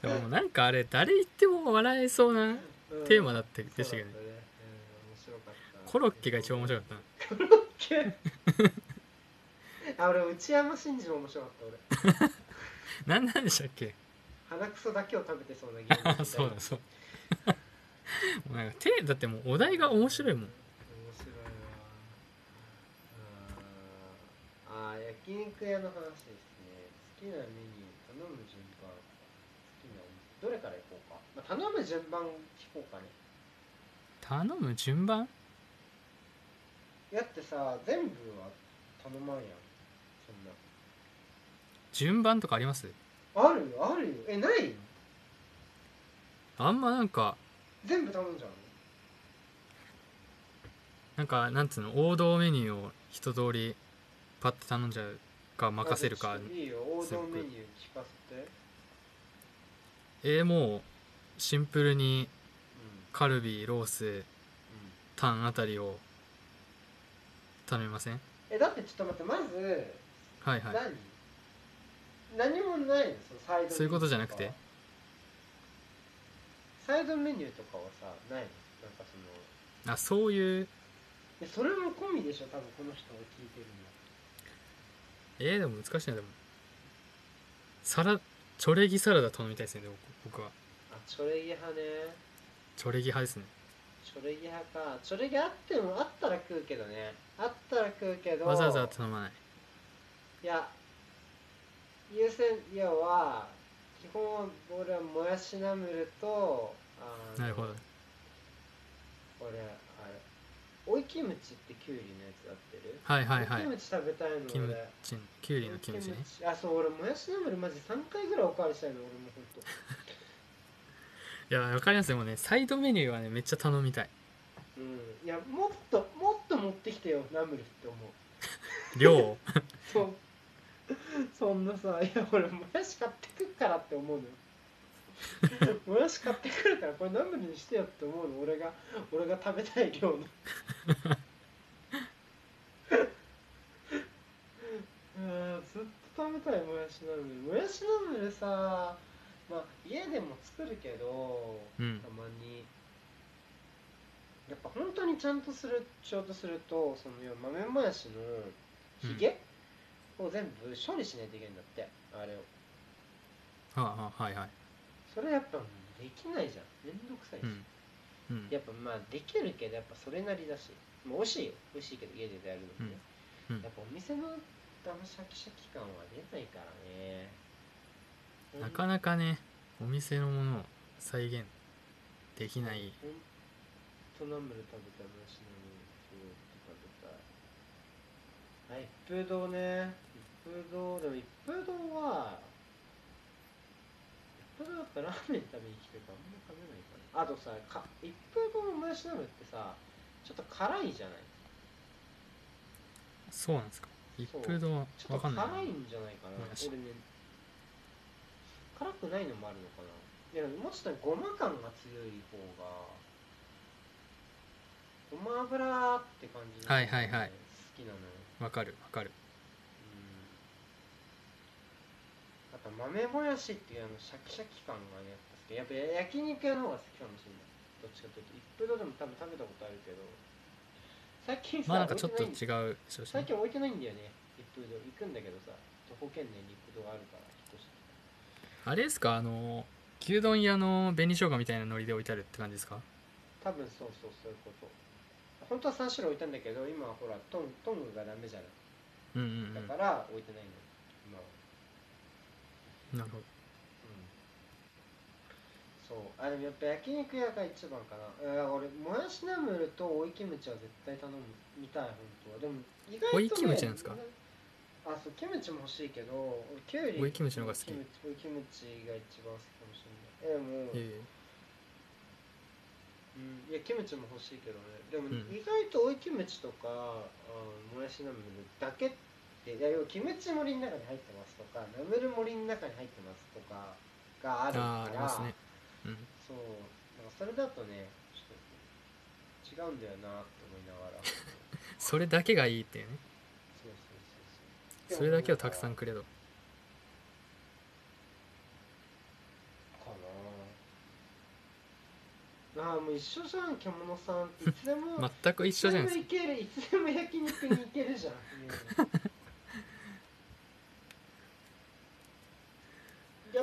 でももうなんかあれ誰言っても笑えそうな
うん
テーマだって
そうだ
でし
ったた
け
ね、
ど
う
ね
ん、面白かった
コロッケが一番面白かったな
あ俺内山信二も面白かった俺
何なんでしたっけ
鼻くそだけを食べて そうなゲーム
あ そうだそうもうなんか手だってもうお題が面白いもん
面白いなあーあー焼肉屋の話ですね好きなメニュー頼む順番好きなお店どれからいこうか、まあ、頼む順番聞こうかね
頼む順番
だってさ全部は頼まんやんそんな
順番とかあります
あるよあるよえない
あんまなんか
全部頼んじゃうの
なんかなんつうの王道メニューを一通りパッて頼んじゃうか任せるか
あいいよ王
すご
道
く
メニュー聞かせて
えーもうシンプルに
う
カルビロース
ん、うん
タンあたりを頼みません
えだってちょっと待ってまず
はいはい
何、何もないのそのサイドメニューか
そういうことじゃなくて
サイドメニューとかはさないのなんかその
あそういう
えそれも込みでしょ多分この人が聞いてるの
えー、でも難しいなでもサラチョレギサラダ頼みたいですねでも僕は
あチョレギ派ね
チョレギ派ですね
チョレギ派かチョレギあってもあったら食うけどねあったら食うけど
わざわざ頼まない
いや優先要は基本は俺はもやしナムルとあの
なるほど
俺あれおいキムチってきゅうりのやつやってる
はいはいは
キ
い
ムチ食べたいの
キム
俺
チキュウリのキムチね
あそう俺もやしナムルマジ3回ぐらいおかわりしたいの俺もほんと
いやわかりますでもねサイドメニューはねめっちゃ頼みたい
うんいやもっともっと持ってきてよナムルって思う
量を
そうそんなさいや俺もやし買ってくっからって思うのよもやし買ってくるからこれナムルにしてよって思うの俺が俺が食べたい量のうんずっと食べたいもやしナムルもやしナムルさまあ家でも作るけど
うん
たまにやっぱ本当にちゃんとするしようとするとその要は豆もやしのひげを全部処理しないといけないんだってあれを
はあはあはいはい
それやっぱできないじゃんめんどくさいし、
うんうん
やっぱまあできるけどやっぱそれなりだしもう美味しいよ美味しいけど家でやるのもね、
うんうん
やっぱお店のあのシャキシャキ感は出ないからね
なかなかねお店のものを再現できない
ほんとナムル食べたいもやしナムルキムチ食べたいあ一風堂ね一風堂でも一風堂は一風堂やっぱラーメン食べに来てるからあんま食べないからあとさか一風堂のもやしナムルってさちょっと辛いじゃない
そうなんですか一
そう
風堂は
ちょ
わ
っと
か
辛
んないない
んじゃないかな
わかんないなもやし
俺ね辛くないのもあるのかないやもうちょっとごま感が強い方がごま油って感じなのがね
はいはいはい
好きなのよ
わかるわかる
うんあと豆もやしっていうあのシャキシャキ感がねやっぱ好きやっぱ焼肉屋の方が好きかもしれないどっちかというと一風堂でも多分食べたことあるけど最近さ、
まあなんかちょっと
置いてないんだよ
違うそうで
最近
すね
置いてないんだよね一風堂行くんだけどさ徒歩圏内に一風堂があるから引っ越してきた
あれですかあの牛丼屋の紅生姜みたいなノリで置いてあるって感じですか
多分そうそうそういうこと本当は3種類置いたんだけど今はほらトントングがダメじゃない
うんうん
だから置いてないの、今は
うんなるほど
うんそうあでもやっぱ焼肉屋が一番かなうん俺もやしナムルと追いキムチは絶対頼むみたい本当はでも意外と、ね、
追いキムチなんですか
あそうキムチも欲しいけど俺キュウリ
追いキムチの方が好き
キムチ追いキムチが一番好きかもしれないえでも、
え
うん、いやキムチも欲しいけどねでも、
うん
意外と追いキムチとかあもやしナムルだけっていや要はキムチ盛りの中に入ってますとかナムル盛りの中に入ってますとかがあ
え
るか
ああーあり
ら
ますねうん
そうなんかそれだとねちょっと違うんだよなって思いな がらそう
それだけがいいっていうね
そうそうそう
それだけをたくさん
か
くれと
なああーもう一緒じゃん獣さんいつでも
全く一緒じゃないです
いつでも行けるいつでも焼肉に行けるじゃんやっぱ
か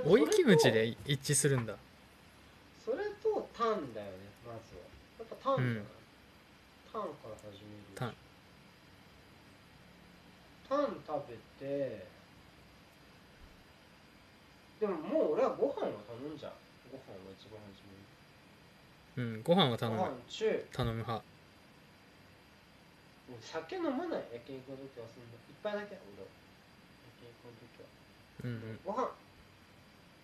そ
追
れ
い
と
キムチで一致するんだ
それとタンだよねまずはやっぱタンだな、
うん
タンから始める
タン
タン食べてでももう俺はご飯は頼んじゃうご飯は一番初めに
うんご飯は頼
ご飯
む
中
頼む派
もう酒飲まない焼肉の時はそんな一杯だけ俺は焼肉の時は
うんうん
ご飯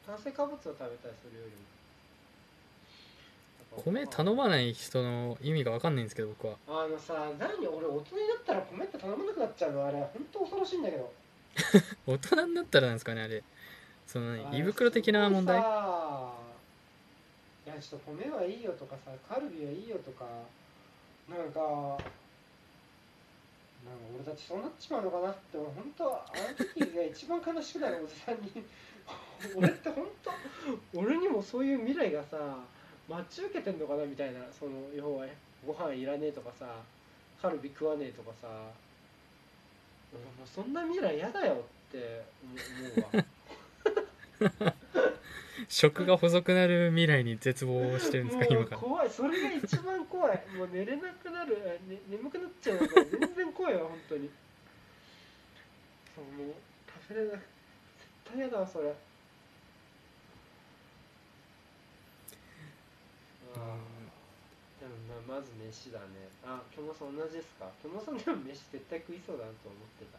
炭水化物を食べたりするよりも
米頼まない人の意味が分かんないんですけど僕は
あのさ何俺大人になったら米って頼まなくなっちゃうのあれ本当恐ろしいんだけど
大人になったらなんですかねあれその
あ
何
れ
胃袋的な問
す
題
ごいさいやちょっと米はいいよとかさカルビはいいよとかなんかなんか俺たちそうなっちまうのかなって本当あの時が一番悲しくなるおじさんに 俺って本当俺にもそういう未来がさ待ち受けてんのかなみたいなその要はご飯いらねえとかさカルビ食わねえとかさ俺もうそんな未来嫌だよって思思うわ。
食が細くなる未来に絶望してるんですか
も
今
う
から
怖いそれが一番怖い もう寝れなくなる、ね、眠くなっちゃうのが全然怖いわ本当にそうもう食べれない絶対嫌だわそれあーでもまあまず飯だねあ今日もさん同じですか今日もさんでも飯絶対食いそうだなと思ってた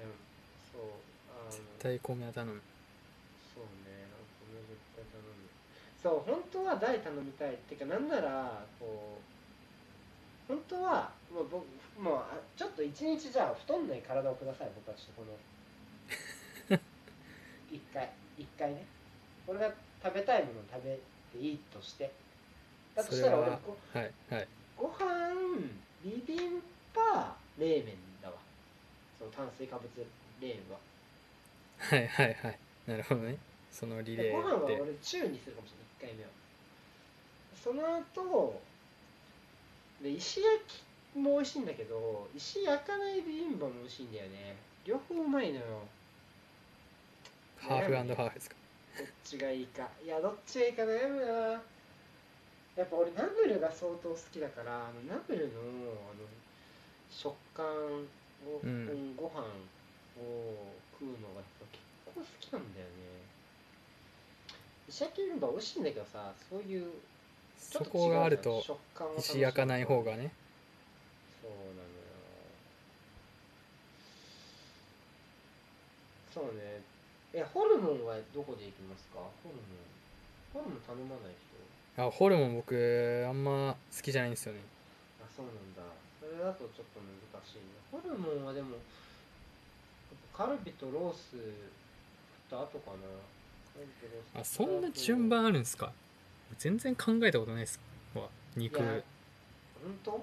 うんそうあの
絶対米は頼む
そうね、お米絶対頼む。そう、本当は大頼みたい。ってか、なんなら、こう、本当は、もう僕、もうあ、ちょっと一日じゃあ、太んない体をください、僕はちょっとこの。 一回、一回ね。俺が食べたいものを食べていいとして。だとしたら
それは
俺ご、
はいはい
ご飯、ビビンパ、冷麺だわ。そう、炭水化物冷麺は。
はいはいはいなるほどねそのリ
で
レ
ご飯
ー
は
で
俺中にするかもしれない1回目はその後で石焼きも美味しいんだけど石焼かないビビンバも美味しいんだよね両方うまいのよ
ハーフハーフですか
どっちがいいかいやどっちがいいか悩むなやっぱ俺ナムルが相当好きだからあのナムルのあの食感を、
うん
ご飯を食うのがやっぱ結構好きなんだよね石焼きビビンバ美味しいんだけどさそういうちょ
そ
っと違う
こがあると
食感を楽し
石
む
焼かない方がね
そうなのよそうねえホルモンはどこで行きますかホルモンホルモン頼まない人
あホルモン僕あんま好きじゃないんですよね
あそうなんだそれだとちょっと難しいねホルモンはでもカルビとロース食った後かなカルビとロース
あそんな順番あるんですか全然考えたことないですわ
食っ
肉
た後いや本当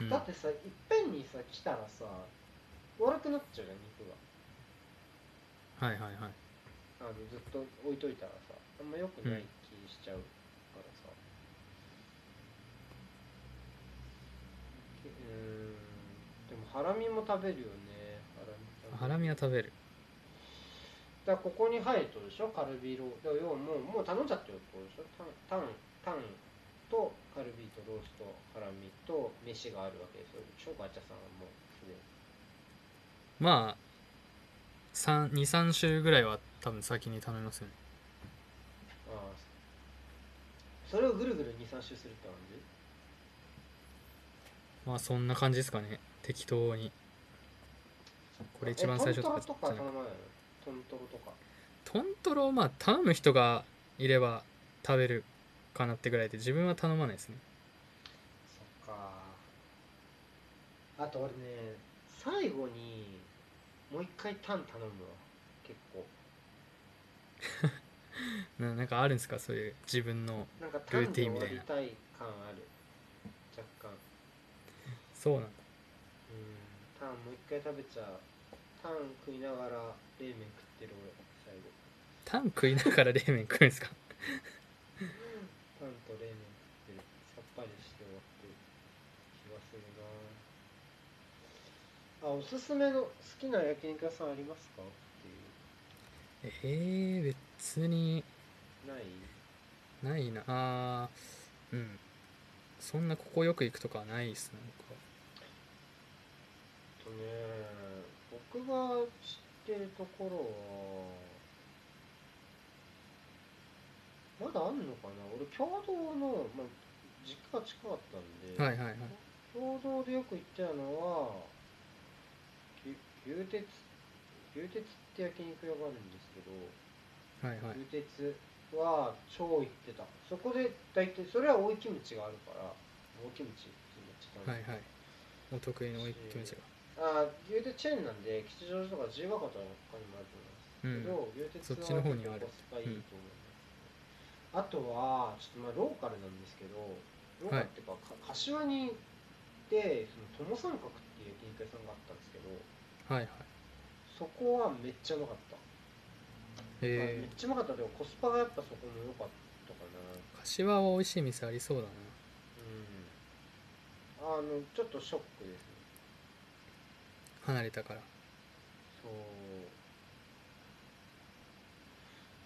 うん
だってさいっぺんにさ来たらさ悪くなっちゃうじゃん肉が
はいはいはい
あのずっと置いといたらさあんま良くない気しちゃうからさ、けうーんでもハラミも食べるよねハ
ハ
ラ
ラ
ミ食べる
ミは
だ
食べる
からここに入るとでしょカルビローだから要はもうもう頼んじゃってるってことでしょタンタンタンとカルビとロースとハラミと飯があるわけですよでしょガチャさんはもうすでに
まあ23週ぐらいは多分先に頼みますよね
ああそれをぐるぐる23周するって感じ
まあそんな感じですかね適当にこれ一番最初
と
作
か
っ
と
た
か
じ
頼
ゃな
ま
い
ないのトントロとか
トントロをまあ頼む人がいれば食べるかなってぐらいで自分は頼まないですね
そっかあと俺ね最後にもう一回タン頼むわ結構
ななんかあるんですかそういう自分の
なんかタンで終
ルーティンみ
わ
たい
り
な
たい感ある若干
そうなん
う
だ
んタンもう一回食べちゃうタン食いながら冷麺食ってる俺最後
タン食いながら冷麺食うんですか
タンと冷麺食ってるさっぱりして終わってる気がするなあおすすめの好きな焼肉屋さんありますかっていう
えー、別に
ない
ないなあーうんそんなここよく行くとかはないっすね僕は
えっとね僕が知ってるところはまだあんのかな俺共同の、まあ、実家が近かったんで、
はいはいはい
共同でよく行ってたのはぎ牛鉄牛鉄って焼肉屋があるんですけど、
はいはい
牛鉄は超行ってたそこで大体それは大キムチがあるから大キムチって言っちゃった
はいはいお得意のおい気持ちが
あー牛鉄チェーンなんで吉祥寺とか自由が丘とかにもあると思いますけど、牛鉄
そっちの方にはある
コスパいいと思います、あとはちょっとまあローカルなんですけどローカルっていうか,か、柏にでその友三角っていう焼肉屋さんがあったんですけど
はいはい
そこはめっちゃうまかった、まあめ
え
っちゃうまかったけどコスパがやっぱそこも良かったかな
ー、柏は美味しい店ありそうだ
う
な
んあのちょっとショックですね
離れたから
そう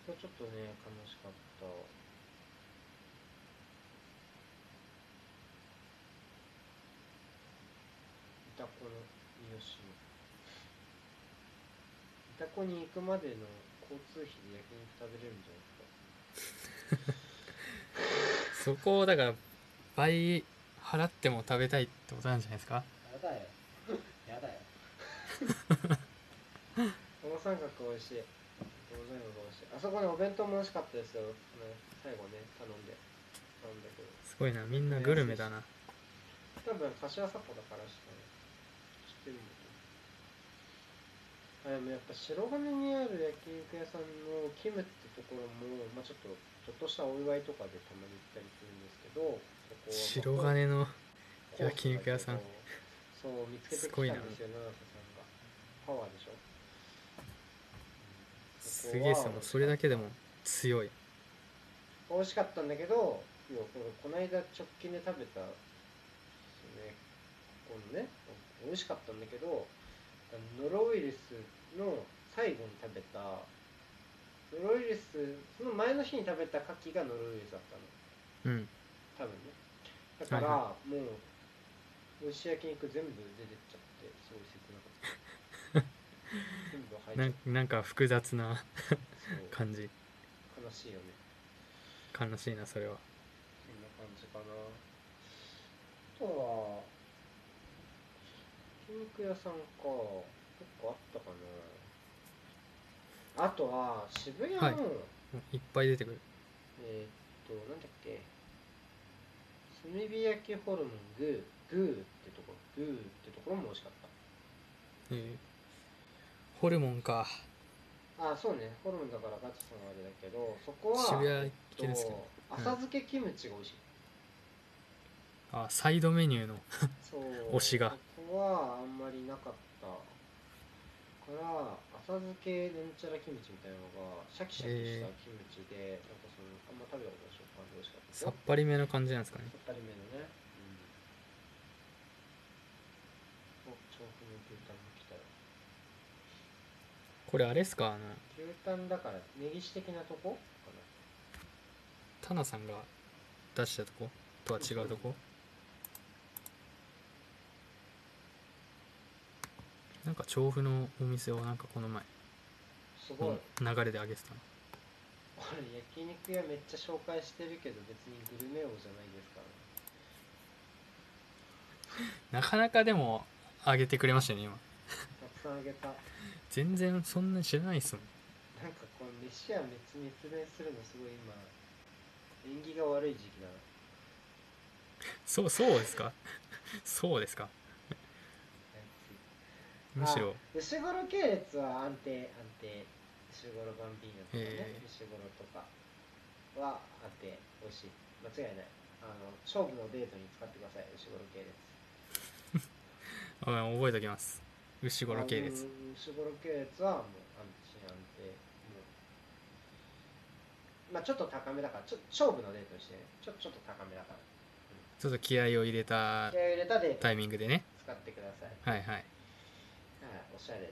それちょっとね悲しかったイタコの三好のイタコに行くまでの交通費で焼肉食べれるんじゃないですか
そこをだから倍払っても食べたいってことなんじゃないですか
やだよやだよ この三角美味しいこの三角美味しいあそこねお弁当も美味しかったですよ、ね、最後ね頼んで頼んだけど
すごいなみんなグルメだな
多分柏サポだからしかね知ってるんだと思うあでもやっぱ白金にある焼肉屋さんのキムってところも、まあ、ちょっとちょっとしたお祝いとかでたまに行ったりするんですけどそこ
白
はまあ
金の
焼
焼
肉
肉
屋
屋
さ
さ
ん
ん
そう見つけてき
す
たん
ごいな
ですよ七瀬さんがパワーでしょ
すげえっすよもうそれだけでも強い
美味しかったんだけど要はこれこの間直近で食べたですねこのね美味しかったんだけどノロウイルスの最後に食べたノロウイルスその前の日に食べた牡蠣がノロウイルスだったの
うん
多分ねだから、
は
もう美味しい焼肉全部出てっちゃってすごい切なかった 全部入
な
っ
んなんか複雑な
ちゃって
感じ
そう悲しいよね
悲しいなそれは
そんな感じかなあとは焼肉屋さんか結構あったかなあとは渋谷の、
はいいっぱい出てくる
えーっとなんだっけ炭火焼きホルモングーグーってところグーってところも美味しかった
えーホルモンか
あそうねホルモンだからガチャさんはあれだけどそこは
渋谷行けるんですけ
え
ど
っと浅漬けキムチが美味しい、
あサイドメニューの
そう
推しが
そこはあんまりなかったから浅漬けなんちゃらキムチみたいなのがシャキシャキしたキムチで、なんかそのあんま食べたことない食感で美味しかったです
さ
よ
っぱりめな感じなんですかね
さっぱりめのね、うん、お調布の牛タンも来たよ
これあれですかあの
牛タンだからネギシ的なとこかな
タナさんが出したとことは違うとこなんか調布のお店をなんかこの前
すごい、
の流れであげてたの
これ焼肉屋めっちゃ紹介してるけど別にグルメ王じゃないですからね
なかなかでもあげてくれましたね今
たくさんあげた
全然そんな知らないっすもん
なんかこの飯屋滅滅連するのすごい今縁起が悪い時期だな
そうそうですか そうですかむしろ
あ牛頃系列は安定安定牛頃バンビーナとか
へ
ね
え
牛頃とかは安定美味しい間違いないあの勝負のデートに使ってください牛頃系列
うん覚えときます牛頃系列
あうん牛頃系列はもう安心安定もうまあちょっと高めだからちょ勝負のデートにしてねちょちょっと高めだから
ちょっと気合を入れた
気合を入れたデート
タイミングでね
使ってください
はいはい
はい、おしゃれな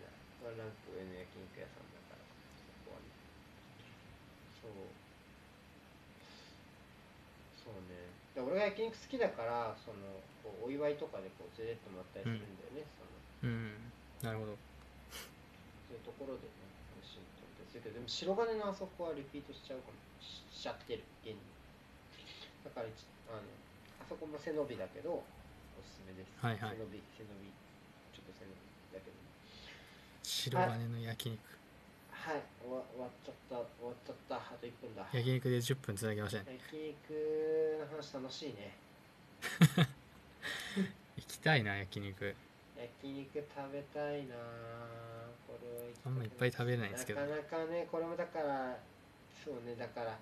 ワンランク上の焼肉屋さんだからそこはねそうそうねで俺が焼肉好きだからそのこうお祝いとかでこう連れてってもらったりするんだよね、その
うんなるほど
そういうところでね美味しいと思ったりするけどでも白金のあそこはリピートしちゃうかもししちゃってる現にだから一あのあそこも背伸びだけどおすすめです、
はいはい
背伸び背伸びちょっと背伸びだけど
白金の焼肉
はい、終わ終わっちゃった、終わっちゃった、あと1分だ。
焼肉で10分つなぎましたね
焼肉の話楽しいね。
行きたいな焼肉
焼肉食べたいなぁこれは行きたく
あんまいっぱい食べれないんですけど
なかなかね、これもだから、そうね、だから、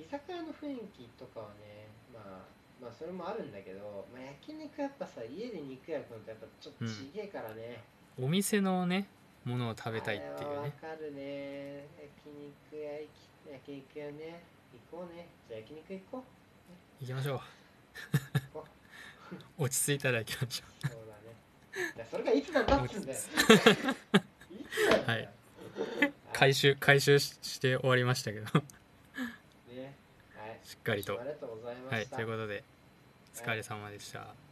居酒屋の雰囲気とかはね、まあ、まあそれもあるんだけど、まあ、焼肉やっぱさ、家で肉焼くのとやっぱちょっとちげえからね。
お店のねものを食べたいっ
あれ
ていう
はわ
ね
かるね。焼肉屋行き、焼肉屋ね、行こうね。じゃあ焼肉行こう。
行きましょ
行こう
う落ち着いたら行きましょう
そうだ ね。いやそれがいつなんだっつうんだよ。いつなんだよ。はい。
回収回収しして終わりましたけど
ね。はい。
しっかりと
ありがとうございま
はい
した。
ということでお疲れ様でした、
お